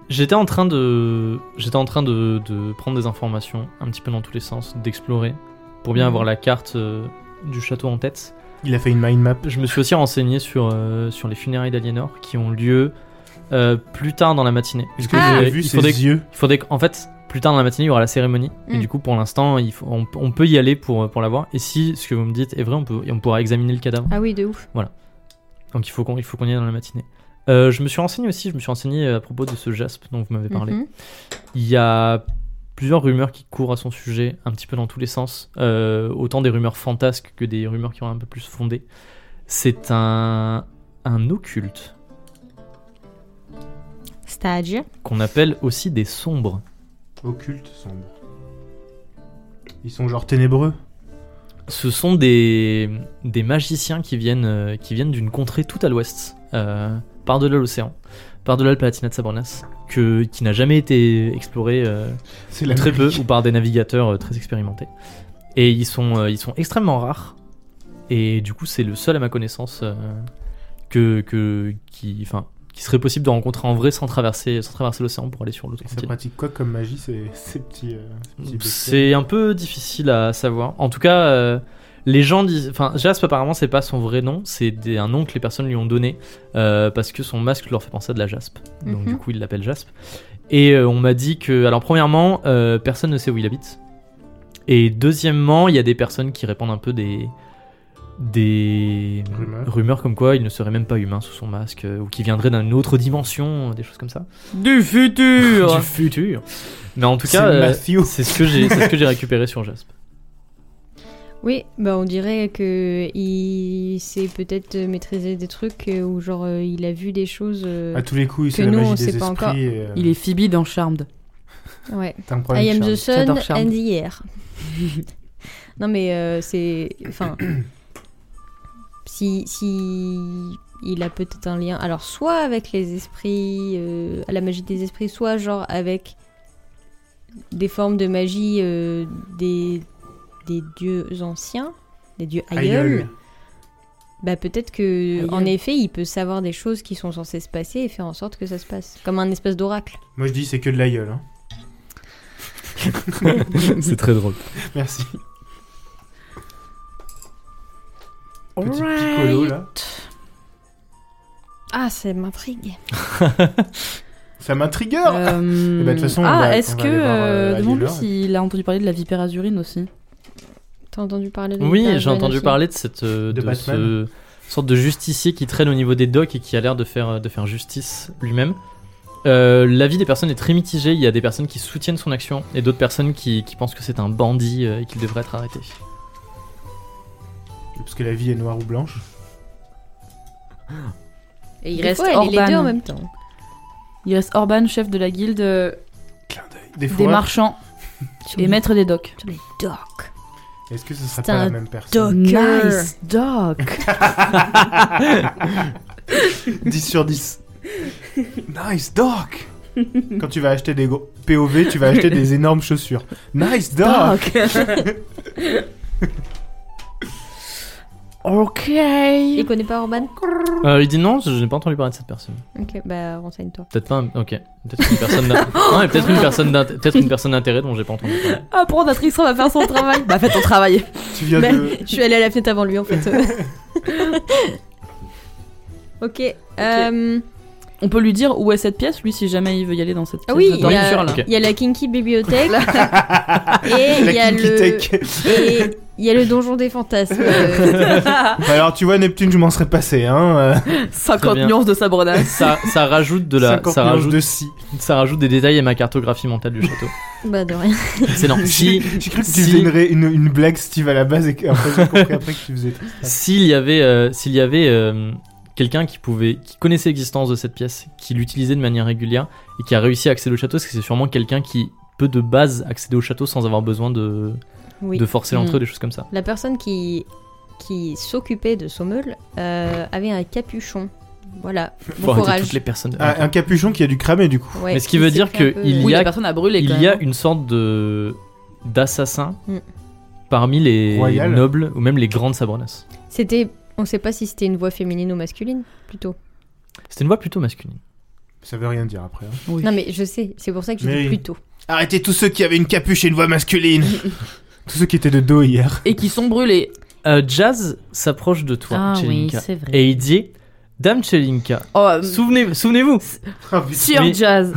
[SPEAKER 1] j'étais en train de j'étais en train de, de prendre des informations un petit peu dans tous les sens d'explorer pour bien avoir la carte euh, du château en tête
[SPEAKER 2] Il a fait une mind map.
[SPEAKER 1] je me suis aussi renseigné sur euh, sur les funérailles d'Aliénor qui ont lieu euh, plus tard dans la matinée
[SPEAKER 2] Est-ce que
[SPEAKER 1] Ah. Il
[SPEAKER 2] vous
[SPEAKER 1] faudrait-
[SPEAKER 2] avez vu
[SPEAKER 1] il
[SPEAKER 2] ses
[SPEAKER 1] faudrait
[SPEAKER 2] yeux
[SPEAKER 1] Il faudrait qu'en fait, plus tard dans la matinée, il y aura la cérémonie. Et
[SPEAKER 4] Mm.
[SPEAKER 1] du coup, pour l'instant, il faut- on, on peut y aller pour, pour la voir. Et si ce que vous me dites est vrai, on, peut, on pourra examiner le cadavre.
[SPEAKER 4] Ah oui, de ouf.
[SPEAKER 1] Donc il faut qu'on il faut qu'on y aille dans la matinée. Euh, je me suis renseigné aussi, je me suis renseigné à propos de ce jaspe dont vous m'avez parlé.
[SPEAKER 4] Mhm.
[SPEAKER 1] Il y a plusieurs rumeurs qui courent à son sujet, un petit peu dans tous les sens, euh, autant des rumeurs fantasques que des rumeurs qui ont un peu plus fondé. C'est un, un occulte
[SPEAKER 4] C'est-à-dire
[SPEAKER 1] qu'on appelle aussi des sombres.
[SPEAKER 2] Occulte, sombre. Ils sont genre ténébreux.
[SPEAKER 1] Ce sont des, des magiciens qui viennent, euh, qui viennent d'une contrée tout à l'ouest, euh, par-delà l'océan, par-delà le Palatinat de Sabornas, que, qui n'a jamais été exploré euh,
[SPEAKER 2] C'est la
[SPEAKER 1] très peu ou par des navigateurs euh, très expérimentés. Et ils sont, euh, ils sont extrêmement rares. Et du coup, c'est le seul à ma connaissance euh, que, que qui, enfin, qui serait possible de rencontrer en vrai sans traverser, sans traverser l'océan pour aller sur l'autre
[SPEAKER 2] Et ça
[SPEAKER 1] continent.
[SPEAKER 2] pratique quoi comme magie ces, ces petits. euh, ces petits bestiaux
[SPEAKER 1] C'est un peu difficile à savoir. En tout cas, euh, les gens disent, enfin, Jasp apparemment c'est pas son vrai nom, c'est des- un nom que les personnes lui ont donné euh, parce que son masque leur fait penser à de la Jasp. Donc
[SPEAKER 4] Mhm.
[SPEAKER 1] du coup, il l'appelle Jasp. Et euh, on m'a dit que, alors premièrement, euh, personne ne sait où il habite. Et deuxièmement, il y a des personnes qui répandent un peu des des
[SPEAKER 2] Rumeurs.
[SPEAKER 1] comme quoi il ne serait même pas humain sous son masque euh, ou qui viendrait d'une autre dimension, euh, des choses comme ça.
[SPEAKER 3] Du futur
[SPEAKER 1] Du futur. Mais en tout
[SPEAKER 2] C'est
[SPEAKER 1] cas, euh,
[SPEAKER 2] Matthew.
[SPEAKER 1] c'est ce que j'ai, c'est ce que j'ai récupéré sur Jasp.
[SPEAKER 4] Oui, bah on dirait que il sait peut-être maîtriser des trucs euh, ou genre euh, il a vu des choses. euh,
[SPEAKER 2] À tous les coups,
[SPEAKER 4] que
[SPEAKER 2] c'est la
[SPEAKER 4] nous, on
[SPEAKER 2] magie
[SPEAKER 4] sait
[SPEAKER 2] des
[SPEAKER 4] pas encore.
[SPEAKER 2] esprits. et, euh,
[SPEAKER 3] Il est Phoebe dans Charmed. Ah.
[SPEAKER 4] Ouais.
[SPEAKER 2] T'as un problème,
[SPEAKER 4] I am the
[SPEAKER 2] Charles.
[SPEAKER 4] sun
[SPEAKER 3] J'adore Charme.
[SPEAKER 4] and the air. [laughs] non mais euh, c'est, enfin, si si il a peut-être un lien. Alors soit avec les esprits, euh, à la magie des esprits, soit genre avec des formes de magie euh, des des dieux anciens, des dieux aïeuls.
[SPEAKER 2] Aïeul.
[SPEAKER 4] Bah peut-être que
[SPEAKER 3] Aïeul.
[SPEAKER 4] en effet, il peut savoir des choses qui sont censées se passer et faire en sorte que ça se passe, comme un espèce d'oracle.
[SPEAKER 2] Moi je dis c'est que de l'aïeul. Hein.
[SPEAKER 1] [laughs]
[SPEAKER 2] [laughs]
[SPEAKER 1] C'est très drôle.
[SPEAKER 2] Merci. Petit piccolo là.
[SPEAKER 4] Ah, ça m'intrigue.
[SPEAKER 2] Ça m'intrigue. [laughs]
[SPEAKER 3] Euh,
[SPEAKER 2] Eh ben, de toute façon, on
[SPEAKER 3] ah,
[SPEAKER 2] va- on
[SPEAKER 3] est-ce
[SPEAKER 2] va
[SPEAKER 3] que
[SPEAKER 2] aller voir, euh,
[SPEAKER 3] euh,
[SPEAKER 2] à
[SPEAKER 3] demande-lui
[SPEAKER 2] Euler, et
[SPEAKER 3] s'il a entendu parler de la vipère azurine aussi.
[SPEAKER 4] T'as entendu parler de
[SPEAKER 1] Oui,
[SPEAKER 4] Peter
[SPEAKER 1] j'ai entendu
[SPEAKER 4] Benassi
[SPEAKER 1] parler de cette euh,
[SPEAKER 2] De
[SPEAKER 1] de
[SPEAKER 2] Batman.
[SPEAKER 1] ce sorte de justicier qui traîne au niveau des docks et qui a l'air de faire euh, de faire justice lui-même. Euh, L'avis des personnes est très mitigé. Il y a des personnes qui soutiennent son action et d'autres personnes qui, qui pensent que c'est un bandit euh, et qu'il devrait être arrêté.
[SPEAKER 2] Parce que la vie est noire ou blanche.
[SPEAKER 3] Et il
[SPEAKER 4] Des
[SPEAKER 3] reste
[SPEAKER 4] fois, elle est les deux en
[SPEAKER 3] Orban.
[SPEAKER 4] même temps.
[SPEAKER 3] Il reste Orban, chef de la guilde euh,
[SPEAKER 2] Clin d'œil. Des
[SPEAKER 3] des
[SPEAKER 2] fois.
[SPEAKER 3] marchands et maître des docks.
[SPEAKER 4] Sur les docks.
[SPEAKER 2] Est-ce que ce sera
[SPEAKER 4] C'est
[SPEAKER 2] pas la
[SPEAKER 4] un
[SPEAKER 2] même personne
[SPEAKER 3] Docker. Nice
[SPEAKER 2] [laughs]
[SPEAKER 3] doc
[SPEAKER 2] 10 sur 10. Nice doc. Quand tu vas acheter des gros POV, tu vas acheter des énormes chaussures. Nice doc. [laughs]
[SPEAKER 3] Ok.
[SPEAKER 4] Il connaît pas Orban
[SPEAKER 1] Euh, il dit non, je n'ai pas entendu parler de cette personne.
[SPEAKER 4] Ok, bah renseigne-toi.
[SPEAKER 1] Peut-être pas. un- Ok. Peut-être une personne. d'in- non, mais peut-être une personne. d'int- Peut-être une personne d'intérêt dont j'ai pas entendu parler.
[SPEAKER 3] Ah, pour notre histoire, on va faire son travail. [laughs] Bah, fais ton travail.
[SPEAKER 2] Tu viens de.
[SPEAKER 4] Je suis allée à la fenêtre avant lui en fait. ok. euh,
[SPEAKER 3] On peut lui dire où est cette pièce, lui, si jamais il veut y aller dans cette pièce.
[SPEAKER 4] Ah oui,
[SPEAKER 3] de
[SPEAKER 4] il y,
[SPEAKER 3] dormir.
[SPEAKER 1] bien sûr, là.
[SPEAKER 3] [laughs]
[SPEAKER 4] a,
[SPEAKER 1] Ok.
[SPEAKER 4] il y a la Kinky Bibliothèque. [laughs] et il y
[SPEAKER 2] La
[SPEAKER 4] a
[SPEAKER 2] Kinky
[SPEAKER 4] le.
[SPEAKER 2] Tech.
[SPEAKER 4] Et il y a le donjon des fantasmes. euh,
[SPEAKER 2] Bah Alors tu vois Neptune, je m'en serais passé. Hein. euh,
[SPEAKER 3] 50
[SPEAKER 1] bien.
[SPEAKER 3] nuances de sabrenas.
[SPEAKER 1] Ça, ça rajoute de la.
[SPEAKER 2] 50
[SPEAKER 1] Ça
[SPEAKER 2] nuances
[SPEAKER 1] rajoute,
[SPEAKER 2] de si.
[SPEAKER 1] ça rajoute des détails à ma cartographie mentale du château.
[SPEAKER 4] bah de rien.
[SPEAKER 1] Excellent.
[SPEAKER 2] [laughs]
[SPEAKER 1] Si,
[SPEAKER 2] J'ai j'ai cru que tu
[SPEAKER 1] si-
[SPEAKER 2] faisais une, ré- une- une blague Steve à la base et que- après j'ai compris après que tu faisais.
[SPEAKER 1] S'il y avait, euh, s'il y avait euh, quelqu'un qui pouvait, qui connaissait l'existence de cette pièce, qui l'utilisait de manière régulière et qui a réussi à accéder au château, parce que c'est sûrement quelqu'un qui peut de base accéder au château sans avoir besoin de,
[SPEAKER 4] Oui.
[SPEAKER 1] de forcer l'entrée,
[SPEAKER 3] Mm.
[SPEAKER 1] des choses comme ça.
[SPEAKER 4] La personne qui, qui s'occupait de Sommel euh, avait un capuchon. Voilà.
[SPEAKER 1] Faut
[SPEAKER 4] Bon
[SPEAKER 1] arrêter
[SPEAKER 4] courage.
[SPEAKER 1] toutes les personnes.
[SPEAKER 2] Ah, un capuchon qui a dû cramer du coup.
[SPEAKER 4] Ouais,
[SPEAKER 1] Mais ce qui veut
[SPEAKER 4] s'est
[SPEAKER 1] dire
[SPEAKER 4] fait un
[SPEAKER 1] que
[SPEAKER 4] peu,
[SPEAKER 1] il
[SPEAKER 4] euh,
[SPEAKER 1] y
[SPEAKER 3] Oui,
[SPEAKER 1] a-
[SPEAKER 3] la personne a brûlé quand
[SPEAKER 1] Il
[SPEAKER 3] même. hein.
[SPEAKER 1] y a une sorte de d'assassin
[SPEAKER 4] Mm.
[SPEAKER 1] parmi les
[SPEAKER 2] Royal.
[SPEAKER 1] nobles ou même les grandes sabronas.
[SPEAKER 4] C'était. On sait pas si c'était une voix féminine ou masculine, plutôt.
[SPEAKER 1] C'était une voix plutôt masculine.
[SPEAKER 2] Ça veut rien dire après. hein.
[SPEAKER 3] Oui.
[SPEAKER 4] Non, mais je sais, c'est pour ça que je
[SPEAKER 2] Mais-
[SPEAKER 4] dis plutôt.
[SPEAKER 2] Arrêtez tous ceux qui avaient une capuche et une voix masculine.
[SPEAKER 4] [laughs]
[SPEAKER 2] tous ceux qui étaient de dos hier.
[SPEAKER 3] Et qui sont brûlés.
[SPEAKER 1] Euh, Jazz s'approche de toi,
[SPEAKER 3] Ah,
[SPEAKER 1] Tchelinka,
[SPEAKER 3] c'est vrai.
[SPEAKER 1] et il dit, Dame Chelinka,
[SPEAKER 3] Oh, euh,
[SPEAKER 1] souvenez, souvenez-vous, Ah,
[SPEAKER 2] Oh, putain.
[SPEAKER 3] Sir
[SPEAKER 1] Mais-
[SPEAKER 3] Jazz.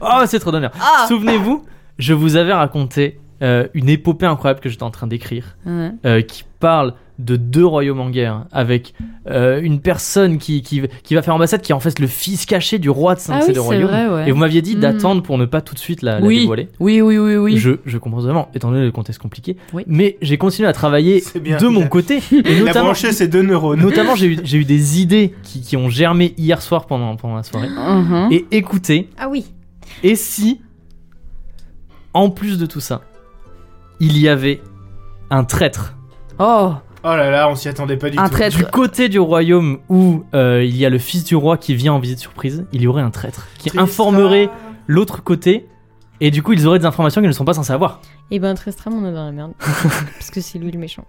[SPEAKER 1] Ah, Oh, c'est trop d'honneur. Souvenez-vous, je vous avais raconté euh, une épopée incroyable que j'étais en train d'écrire, [laughs]
[SPEAKER 3] Ouais.
[SPEAKER 1] euh, qui parle de deux royaumes en guerre, avec euh, une personne qui, qui, qui va faire ambassade, qui est en fait le fils caché du roi de
[SPEAKER 3] Ah
[SPEAKER 1] Saint-Cé
[SPEAKER 3] oui,
[SPEAKER 1] de
[SPEAKER 3] c'est
[SPEAKER 1] Royaume.
[SPEAKER 3] vrai, ouais.
[SPEAKER 1] Et vous m'aviez dit
[SPEAKER 3] Mhm.
[SPEAKER 1] d'attendre pour ne pas tout de suite la, la
[SPEAKER 3] oui.
[SPEAKER 1] dévoiler.
[SPEAKER 3] oui, oui, oui, oui.
[SPEAKER 1] Je, je comprends vraiment, étant donné le contexte compliqué.
[SPEAKER 3] Oui.
[SPEAKER 1] Mais j'ai continué à travailler
[SPEAKER 2] C'est bien.
[SPEAKER 1] de
[SPEAKER 2] Il
[SPEAKER 1] mon
[SPEAKER 2] a- [laughs]
[SPEAKER 1] côté. Et
[SPEAKER 2] Il a
[SPEAKER 1] notamment,
[SPEAKER 2] branché ses deux neurones.
[SPEAKER 1] notamment j'ai eu, j'ai eu des idées qui, qui ont germé hier soir pendant, pendant la soirée.
[SPEAKER 3] Mhm.
[SPEAKER 1] Et écoutez,
[SPEAKER 4] Ah oui.
[SPEAKER 1] et si, en plus de tout ça, il y avait un traître
[SPEAKER 3] Oh,
[SPEAKER 2] Oh là là, on s'y attendait pas du
[SPEAKER 3] un
[SPEAKER 2] tout.
[SPEAKER 3] traître.
[SPEAKER 1] du côté du royaume où euh, il y a le fils du roi qui vient en visite surprise, il y aurait un traître qui
[SPEAKER 2] Triste.
[SPEAKER 1] informerait l'autre côté. Et du coup, ils auraient des informations qu'ils ne sont pas censés avoir.
[SPEAKER 4] Et ben Tristram, on est dans la merde. Parce que c'est lui le méchant.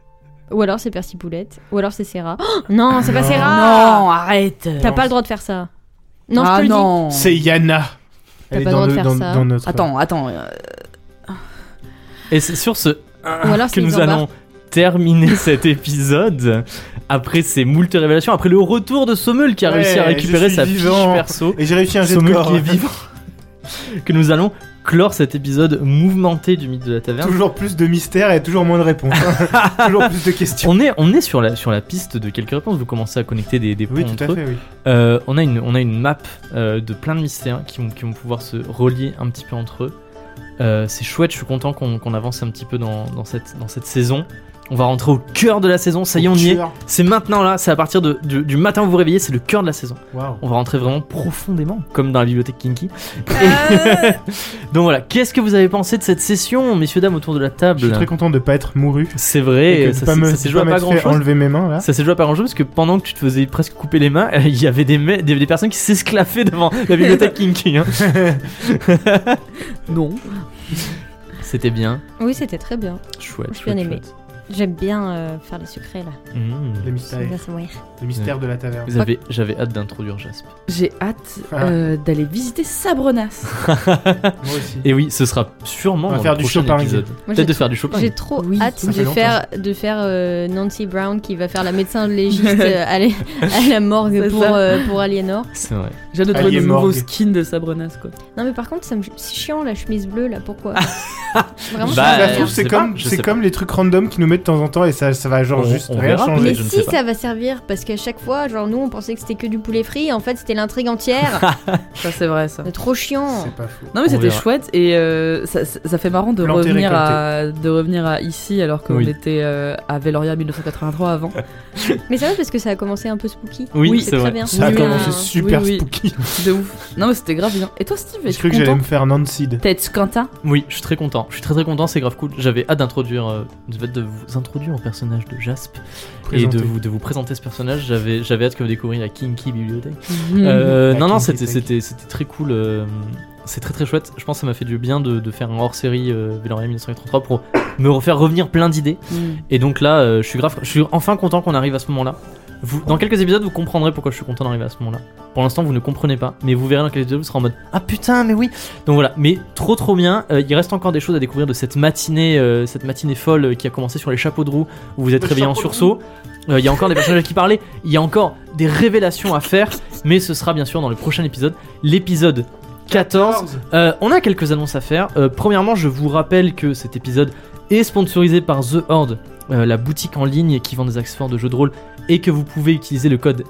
[SPEAKER 4] Ou alors c'est Percipoulette. Ou alors c'est Serra. Oh, non, c'est pas
[SPEAKER 2] Non.
[SPEAKER 4] Serra
[SPEAKER 3] Ah Non, arrête.
[SPEAKER 4] T'as pas le droit de faire ça. Non,
[SPEAKER 3] ah
[SPEAKER 4] je te le dis.
[SPEAKER 3] non.
[SPEAKER 2] C'est Yana.
[SPEAKER 4] T'as
[SPEAKER 2] Elle est
[SPEAKER 4] pas
[SPEAKER 2] dans,
[SPEAKER 4] le droit de
[SPEAKER 2] le-
[SPEAKER 4] faire
[SPEAKER 2] dans-
[SPEAKER 4] ça.
[SPEAKER 2] dans notre.
[SPEAKER 3] Attends, attends. euh,
[SPEAKER 1] Et c'est sur ce
[SPEAKER 4] Ou
[SPEAKER 1] [laughs]
[SPEAKER 4] alors
[SPEAKER 1] que
[SPEAKER 4] c'est
[SPEAKER 1] nous
[SPEAKER 4] Isambard.
[SPEAKER 1] allons terminer [laughs] cet épisode après ces moultes révélations, après le retour de Sommel qui a
[SPEAKER 2] Ouais,
[SPEAKER 1] réussi à
[SPEAKER 2] je
[SPEAKER 1] récupérer
[SPEAKER 2] suis
[SPEAKER 1] sa
[SPEAKER 2] vivant.
[SPEAKER 1] fiche perso.
[SPEAKER 2] [laughs] Et j'ai réussi un jet de
[SPEAKER 1] Sommel
[SPEAKER 2] corps.
[SPEAKER 1] qui est vivant. que nous allons clore cet épisode mouvementé du mythe de la taverne.
[SPEAKER 2] [laughs] Toujours plus de mystères et toujours moins
[SPEAKER 1] [laughs]
[SPEAKER 2] de réponses. [laughs] toujours plus de questions.
[SPEAKER 1] On est, on est sur, la, sur la piste de quelques réponses, vous commencez à connecter des, des points
[SPEAKER 2] Oui, tout
[SPEAKER 1] entre
[SPEAKER 2] à
[SPEAKER 1] eux.
[SPEAKER 2] fait, oui.
[SPEAKER 1] Euh, on, a une, on a une map euh, de plein de mystères qui vont, qui vont pouvoir se relier un petit peu entre eux. Euh, c'est chouette, je suis content qu'on qu'on avance un petit peu dans, dans cette, dans cette saison. On va rentrer au cœur de la saison, ça y est, on y est.
[SPEAKER 2] Tueur.
[SPEAKER 1] C'est maintenant là, c'est à partir de- du, du matin où vous vous réveillez, c'est le cœur de la saison.
[SPEAKER 2] Waouh.
[SPEAKER 1] On va rentrer vraiment profondément, comme dans la bibliothèque Kinky.
[SPEAKER 4] Ah.
[SPEAKER 1] [laughs] Donc voilà, qu'est-ce que vous avez pensé de cette session, messieurs, dames, autour de la
[SPEAKER 2] Je suis
[SPEAKER 1] table
[SPEAKER 2] très content de pas être mouru.
[SPEAKER 1] C'est vrai,
[SPEAKER 2] et que
[SPEAKER 1] Eh, ça
[SPEAKER 2] de pas
[SPEAKER 1] s'est-
[SPEAKER 2] me,
[SPEAKER 1] ça s'est
[SPEAKER 2] de
[SPEAKER 1] joué à
[SPEAKER 2] pas
[SPEAKER 1] pas
[SPEAKER 2] m'être fait
[SPEAKER 1] grand-chose.
[SPEAKER 2] enlever mes mains là.
[SPEAKER 1] Ça s'est joué à pas grand chose parce que pendant que tu te faisais presque couper les mains, euh, il y avait des, me- des, des personnes qui s'esclaffaient devant la bibliothèque Kinky.
[SPEAKER 2] [laughs]
[SPEAKER 1] hein.
[SPEAKER 3] Non.
[SPEAKER 1] C'était bien,
[SPEAKER 4] Oui, c'était très bien.
[SPEAKER 1] chouette.
[SPEAKER 4] Je suis bien
[SPEAKER 1] chouette,
[SPEAKER 4] aimée.
[SPEAKER 1] chouette.
[SPEAKER 4] J'aime bien euh, faire les secrets là.
[SPEAKER 1] Mmh.
[SPEAKER 2] Les
[SPEAKER 4] J'aime bien
[SPEAKER 2] mystères,
[SPEAKER 4] savoir.
[SPEAKER 2] les mystères de la taverne.
[SPEAKER 1] Vous avez- J'avais hâte d'introduire Jasp.
[SPEAKER 3] J'ai hâte
[SPEAKER 2] Ah.
[SPEAKER 3] euh, d'aller visiter Sabrenas.
[SPEAKER 2] Moi aussi.
[SPEAKER 1] Et oui, ce sera sûrement
[SPEAKER 2] On va
[SPEAKER 1] dans
[SPEAKER 2] faire
[SPEAKER 1] le
[SPEAKER 2] du
[SPEAKER 1] prochain
[SPEAKER 2] Chopin.
[SPEAKER 1] épisode.
[SPEAKER 4] Moi,
[SPEAKER 1] Peut-être
[SPEAKER 4] j'ai-
[SPEAKER 1] de faire du Chopin.
[SPEAKER 4] J'ai trop
[SPEAKER 3] Oui.
[SPEAKER 4] hâte
[SPEAKER 3] Ça
[SPEAKER 4] de
[SPEAKER 2] fait longtemps,
[SPEAKER 4] faire, de faire euh, Nancy Brown qui va faire la médecin légiste euh, à, la- à la morgue
[SPEAKER 3] C'est
[SPEAKER 4] pour,
[SPEAKER 3] ça.
[SPEAKER 4] euh, pour Aliénor.
[SPEAKER 1] C'est vrai.
[SPEAKER 3] J'ai hâte de trouver
[SPEAKER 2] Allié
[SPEAKER 3] le nouveau
[SPEAKER 2] Morgue.
[SPEAKER 3] skin de Sabrenas, quoi.
[SPEAKER 4] Non mais par contre, ça me- c'est chiant la chemise bleue là,
[SPEAKER 1] [laughs]
[SPEAKER 4] pourquoi
[SPEAKER 1] Bah,
[SPEAKER 4] Vraiment, ça me
[SPEAKER 2] Ça se
[SPEAKER 4] rend
[SPEAKER 2] trouve,
[SPEAKER 1] je
[SPEAKER 2] c'est
[SPEAKER 1] sais pas,
[SPEAKER 2] comme,
[SPEAKER 1] je
[SPEAKER 2] c'est
[SPEAKER 1] sais
[SPEAKER 2] comme les trucs random qui nous mettent de temps en temps et ça, ça va genre
[SPEAKER 1] On-
[SPEAKER 2] juste
[SPEAKER 1] on
[SPEAKER 2] rien
[SPEAKER 1] verra,
[SPEAKER 4] bien.
[SPEAKER 2] changer.
[SPEAKER 4] mais
[SPEAKER 1] je ne
[SPEAKER 4] si
[SPEAKER 1] sais pas.
[SPEAKER 4] ça va servir, parce qu'à chaque fois, genre nous on pensait que c'était que du poulet frit, en fait c'était l'intrigue
[SPEAKER 1] [laughs]
[SPEAKER 4] entière.
[SPEAKER 3] Ça, c'est vrai, ça.
[SPEAKER 4] C'est trop chiant.
[SPEAKER 2] C'est pas fou.
[SPEAKER 3] Non mais
[SPEAKER 1] On
[SPEAKER 3] c'était
[SPEAKER 1] verra.
[SPEAKER 3] chouette et euh, ça, ça- ça fait marrant de
[SPEAKER 2] Planter,
[SPEAKER 3] revenir à de revenir à ici alors qu'on
[SPEAKER 1] Oui.
[SPEAKER 3] était euh, à Veloria
[SPEAKER 2] [laughs]
[SPEAKER 3] 1983 avant.
[SPEAKER 4] Mais ça va parce que ça a commencé un peu spooky.
[SPEAKER 1] Oui,
[SPEAKER 3] Oui,
[SPEAKER 1] c'est
[SPEAKER 4] très
[SPEAKER 1] vrai.
[SPEAKER 4] bien.
[SPEAKER 2] Ça a
[SPEAKER 3] Oui,
[SPEAKER 2] commencé
[SPEAKER 3] oui.
[SPEAKER 2] super
[SPEAKER 3] Oui, oui.
[SPEAKER 2] spooky.
[SPEAKER 3] De ouf. Non mais c'était grave bien. Et toi Steve,
[SPEAKER 2] J'ai
[SPEAKER 3] es-tu
[SPEAKER 2] cru que j'allais
[SPEAKER 3] content
[SPEAKER 2] me faire Nancy.
[SPEAKER 3] T'es Quentin
[SPEAKER 1] Oui, je suis très content. Je suis très très content, c'est grave cool. J'avais hâte d'introduire, euh, de, fait de vous introduire au personnage de Jasp et
[SPEAKER 2] Présenté.
[SPEAKER 1] de vous, de vous présenter ce personnage. J'avais j'avais hâte que vous découvriez la Kinky Bibliothèque.
[SPEAKER 3] Hmm. Mmh.
[SPEAKER 1] Euh,
[SPEAKER 2] La
[SPEAKER 1] non, non,
[SPEAKER 2] Kinky
[SPEAKER 1] c'était
[SPEAKER 2] Tech.
[SPEAKER 1] c'était- c'était très cool. euh, c'est très très chouette. Je pense que ça m'a fait du bien de, de faire un hors série euh, Véloria 1933 pour me refaire revenir plein d'idées.
[SPEAKER 3] Mmh.
[SPEAKER 1] Et donc là, euh, je suis grave, je suis enfin content qu'on arrive à ce moment-là. Vous, dans quelques épisodes, vous comprendrez pourquoi je suis content d'arriver à ce moment-là. Pour l'instant, vous ne comprenez pas, mais vous verrez dans quelques épisodes, vous serez en mode Ah putain, mais oui Donc voilà, mais trop trop bien. Euh, il reste encore des choses à découvrir de cette matinée, euh, cette matinée folle euh, qui a commencé sur les chapeaux de roue, où vous êtes
[SPEAKER 2] Le
[SPEAKER 1] réveillé en
[SPEAKER 2] chapeau de
[SPEAKER 1] sursaut. Euh, il y a encore des personnages qui parlaient, il y a encore des révélations à faire, mais ce sera bien sûr dans le prochain épisode, l'épisode 14. Euh, on a quelques annonces à faire. Euh, premièrement, je vous rappelle que cet épisode est sponsorisé par The Horde, euh, la boutique en ligne qui vend des accessoires de jeux de rôle, et que vous pouvez utiliser le code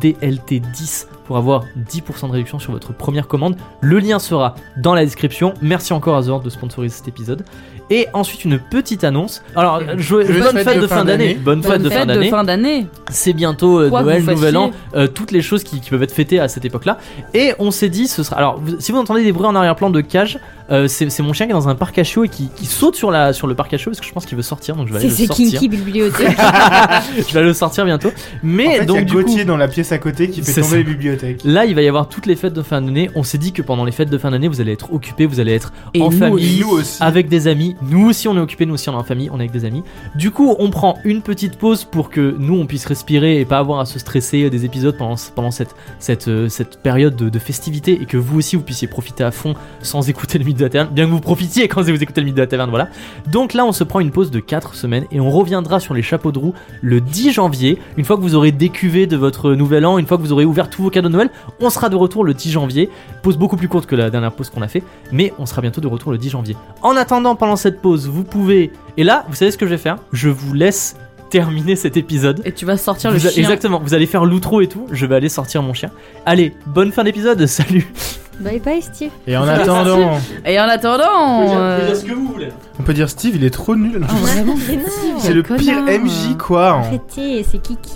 [SPEAKER 1] LMDLT10 pour avoir 10% de réduction sur votre première commande. Le lien sera dans la description. Merci encore à The Horde de sponsoriser cet épisode. Et ensuite, une petite annonce. Alors, joyeux-
[SPEAKER 2] Joyeuse
[SPEAKER 1] bonne fête de fin d'année. Bonne fête
[SPEAKER 3] Bonne
[SPEAKER 1] de fin
[SPEAKER 3] fête de
[SPEAKER 1] d'année.
[SPEAKER 3] fin d'année.
[SPEAKER 1] C'est bientôt euh,
[SPEAKER 3] Quoi que
[SPEAKER 1] Noël,
[SPEAKER 3] vous
[SPEAKER 1] Nouvel An,
[SPEAKER 3] fassiez.
[SPEAKER 1] euh, toutes les choses qui, qui peuvent être fêtées à cette époque-là. Et on s'est dit, ce sera. Alors, vous- si vous entendez des bruits en arrière-plan de cage, euh, c'est c'est mon chien qui est dans un parc à chiots et qui, qui saute sur, la, sur le parc à chiots parce que je pense qu'il veut sortir, donc je vais aller
[SPEAKER 4] C'est
[SPEAKER 1] le
[SPEAKER 4] c'est
[SPEAKER 1] sortir.
[SPEAKER 4] Kinky Bibliothèque.
[SPEAKER 1] [laughs] je vais aller le sortir bientôt. Mais
[SPEAKER 2] En fait, il y
[SPEAKER 1] donc
[SPEAKER 2] a
[SPEAKER 1] du coup,
[SPEAKER 2] Gauthier dans la pièce à côté qui fait
[SPEAKER 1] C'est ça.
[SPEAKER 2] tomber les bibliothèques.
[SPEAKER 1] là, il va y avoir toutes les fêtes de fin d'année. On s'est dit que pendant les fêtes de fin d'année, vous allez être occupés, vous allez être
[SPEAKER 3] Et
[SPEAKER 1] en
[SPEAKER 3] nous
[SPEAKER 1] famille.
[SPEAKER 2] Et nous aussi.
[SPEAKER 1] avec des amis. Nous aussi, on est occupés, nous aussi, on est en famille, on est avec des amis. Du coup, on prend une petite pause pour que nous, on puisse respirer et pas avoir à se stresser des épisodes pendant, pendant cette, cette, euh, cette période de, de festivité et que vous aussi, vous puissiez profiter à fond sans écouter le mythe de la taverne. Bien que vous profitiez quand vous écoutez le mythe de la taverne, voilà. Donc là, on se prend une pause de 4 semaines et on reviendra sur les chapeaux de roue le 10 janvier, une fois que vous aurez décuvé de votre nouvel an, une fois que vous aurez ouvert tous vos cadeaux cadeau de Noël. On sera de retour le 10 janvier. Pause beaucoup plus courte que la dernière pause qu'on a fait, mais on sera bientôt de retour le 10 janvier. En attendant, pendant cette pause, vous pouvez. Et là, vous savez ce que je vais faire Je vous laisse terminer cet épisode.
[SPEAKER 3] Et tu vas sortir le
[SPEAKER 1] Vous a-
[SPEAKER 3] chien.
[SPEAKER 1] Exactement, vous allez faire l'outro et tout. Je vais aller sortir mon chien. Allez, bonne fin d'épisode, salut
[SPEAKER 4] [laughs] Bye bye Steve.
[SPEAKER 2] Et en attendant,
[SPEAKER 3] Et en attendant, euh,
[SPEAKER 1] que vous voulez.
[SPEAKER 2] on peut dire Steve, il est trop nul.
[SPEAKER 3] Ah, vraiment,
[SPEAKER 4] Mais non.
[SPEAKER 2] [laughs] C'est le pire
[SPEAKER 3] connard.
[SPEAKER 2] MJ quoi. en-
[SPEAKER 4] Arrêtez, c'est Kiki.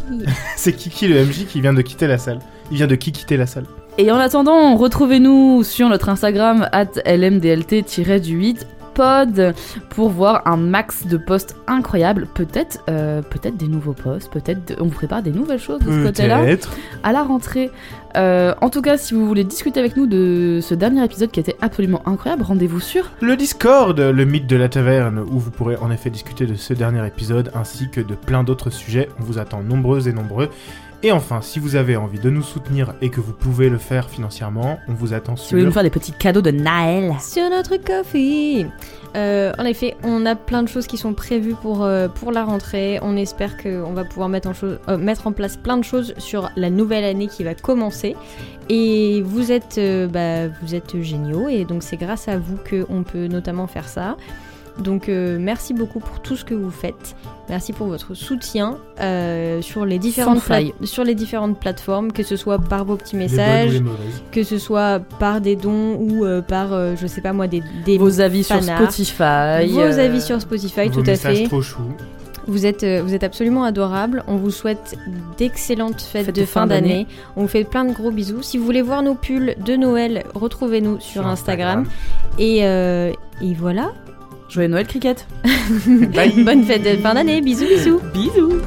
[SPEAKER 2] C'est Kiki le MJ qui vient de quitter la salle. Il vient de qui quitter la salle
[SPEAKER 3] et en attendant, retrouvez-nous sur notre Instagram @lmdlt-du8 pod pour voir un max de posts incroyables. Peut-être, euh, peut-être des nouveaux posts. Peut-être, de- on vous prépare des nouvelles choses de ce côté-là.
[SPEAKER 2] Peut-être.
[SPEAKER 3] à la rentrée. Euh, en tout cas, si vous voulez discuter avec nous de ce dernier épisode qui était absolument incroyable, rendez-vous sur.
[SPEAKER 2] Le Discord, le mythe de la taverne, où vous pourrez en effet discuter de ce dernier épisode ainsi que de plein d'autres sujets. On vous attend nombreuses et nombreux. Et enfin, si vous avez envie de nous soutenir et que vous pouvez le faire financièrement, on vous attend
[SPEAKER 3] Si vous voulez
[SPEAKER 2] sur.
[SPEAKER 3] nous faire des petits cadeaux de Naël.
[SPEAKER 4] Sur notre coffee. Euh, en effet, on a plein de choses qui sont prévues pour, euh, pour la rentrée. On espère qu'on va pouvoir mettre en, chose- euh, mettre en place plein de choses sur la nouvelle année qui va commencer. Et vous êtes, euh, bah, vous êtes géniaux et donc c'est grâce à vous qu'on peut notamment faire ça. Donc euh, merci beaucoup pour tout ce que vous faites. Merci pour votre soutien euh, sur, les différentes pla-
[SPEAKER 3] faille.
[SPEAKER 4] sur les différentes plateformes, que ce soit par vos petits
[SPEAKER 2] les bonnes ou
[SPEAKER 4] messages,
[SPEAKER 2] les mauvaises.
[SPEAKER 4] que ce soit par des dons ou euh, par, euh, je sais pas moi, des, des
[SPEAKER 3] Vos avis sur
[SPEAKER 4] fanarts,
[SPEAKER 3] Spotify.
[SPEAKER 4] vos
[SPEAKER 3] euh,
[SPEAKER 4] avis sur Spotify,
[SPEAKER 2] Vos
[SPEAKER 4] tout à
[SPEAKER 2] messages
[SPEAKER 4] fait.
[SPEAKER 2] trop chou.
[SPEAKER 4] Vous êtes, euh, vous êtes absolument adorables. On vous souhaite d'excellentes fêtes
[SPEAKER 3] Fêtes
[SPEAKER 4] de fin d'année. On vous fait plein de gros bisous. Si vous voulez voir nos pulls de Noël, retrouvez-nous sur, Instagram. Et, euh, et voilà. [laughs]
[SPEAKER 3] Joyeux Noël, cricket.
[SPEAKER 2] Bye.
[SPEAKER 4] Bonne fête de fin d'année. Bisous, bisous.
[SPEAKER 3] Bisous.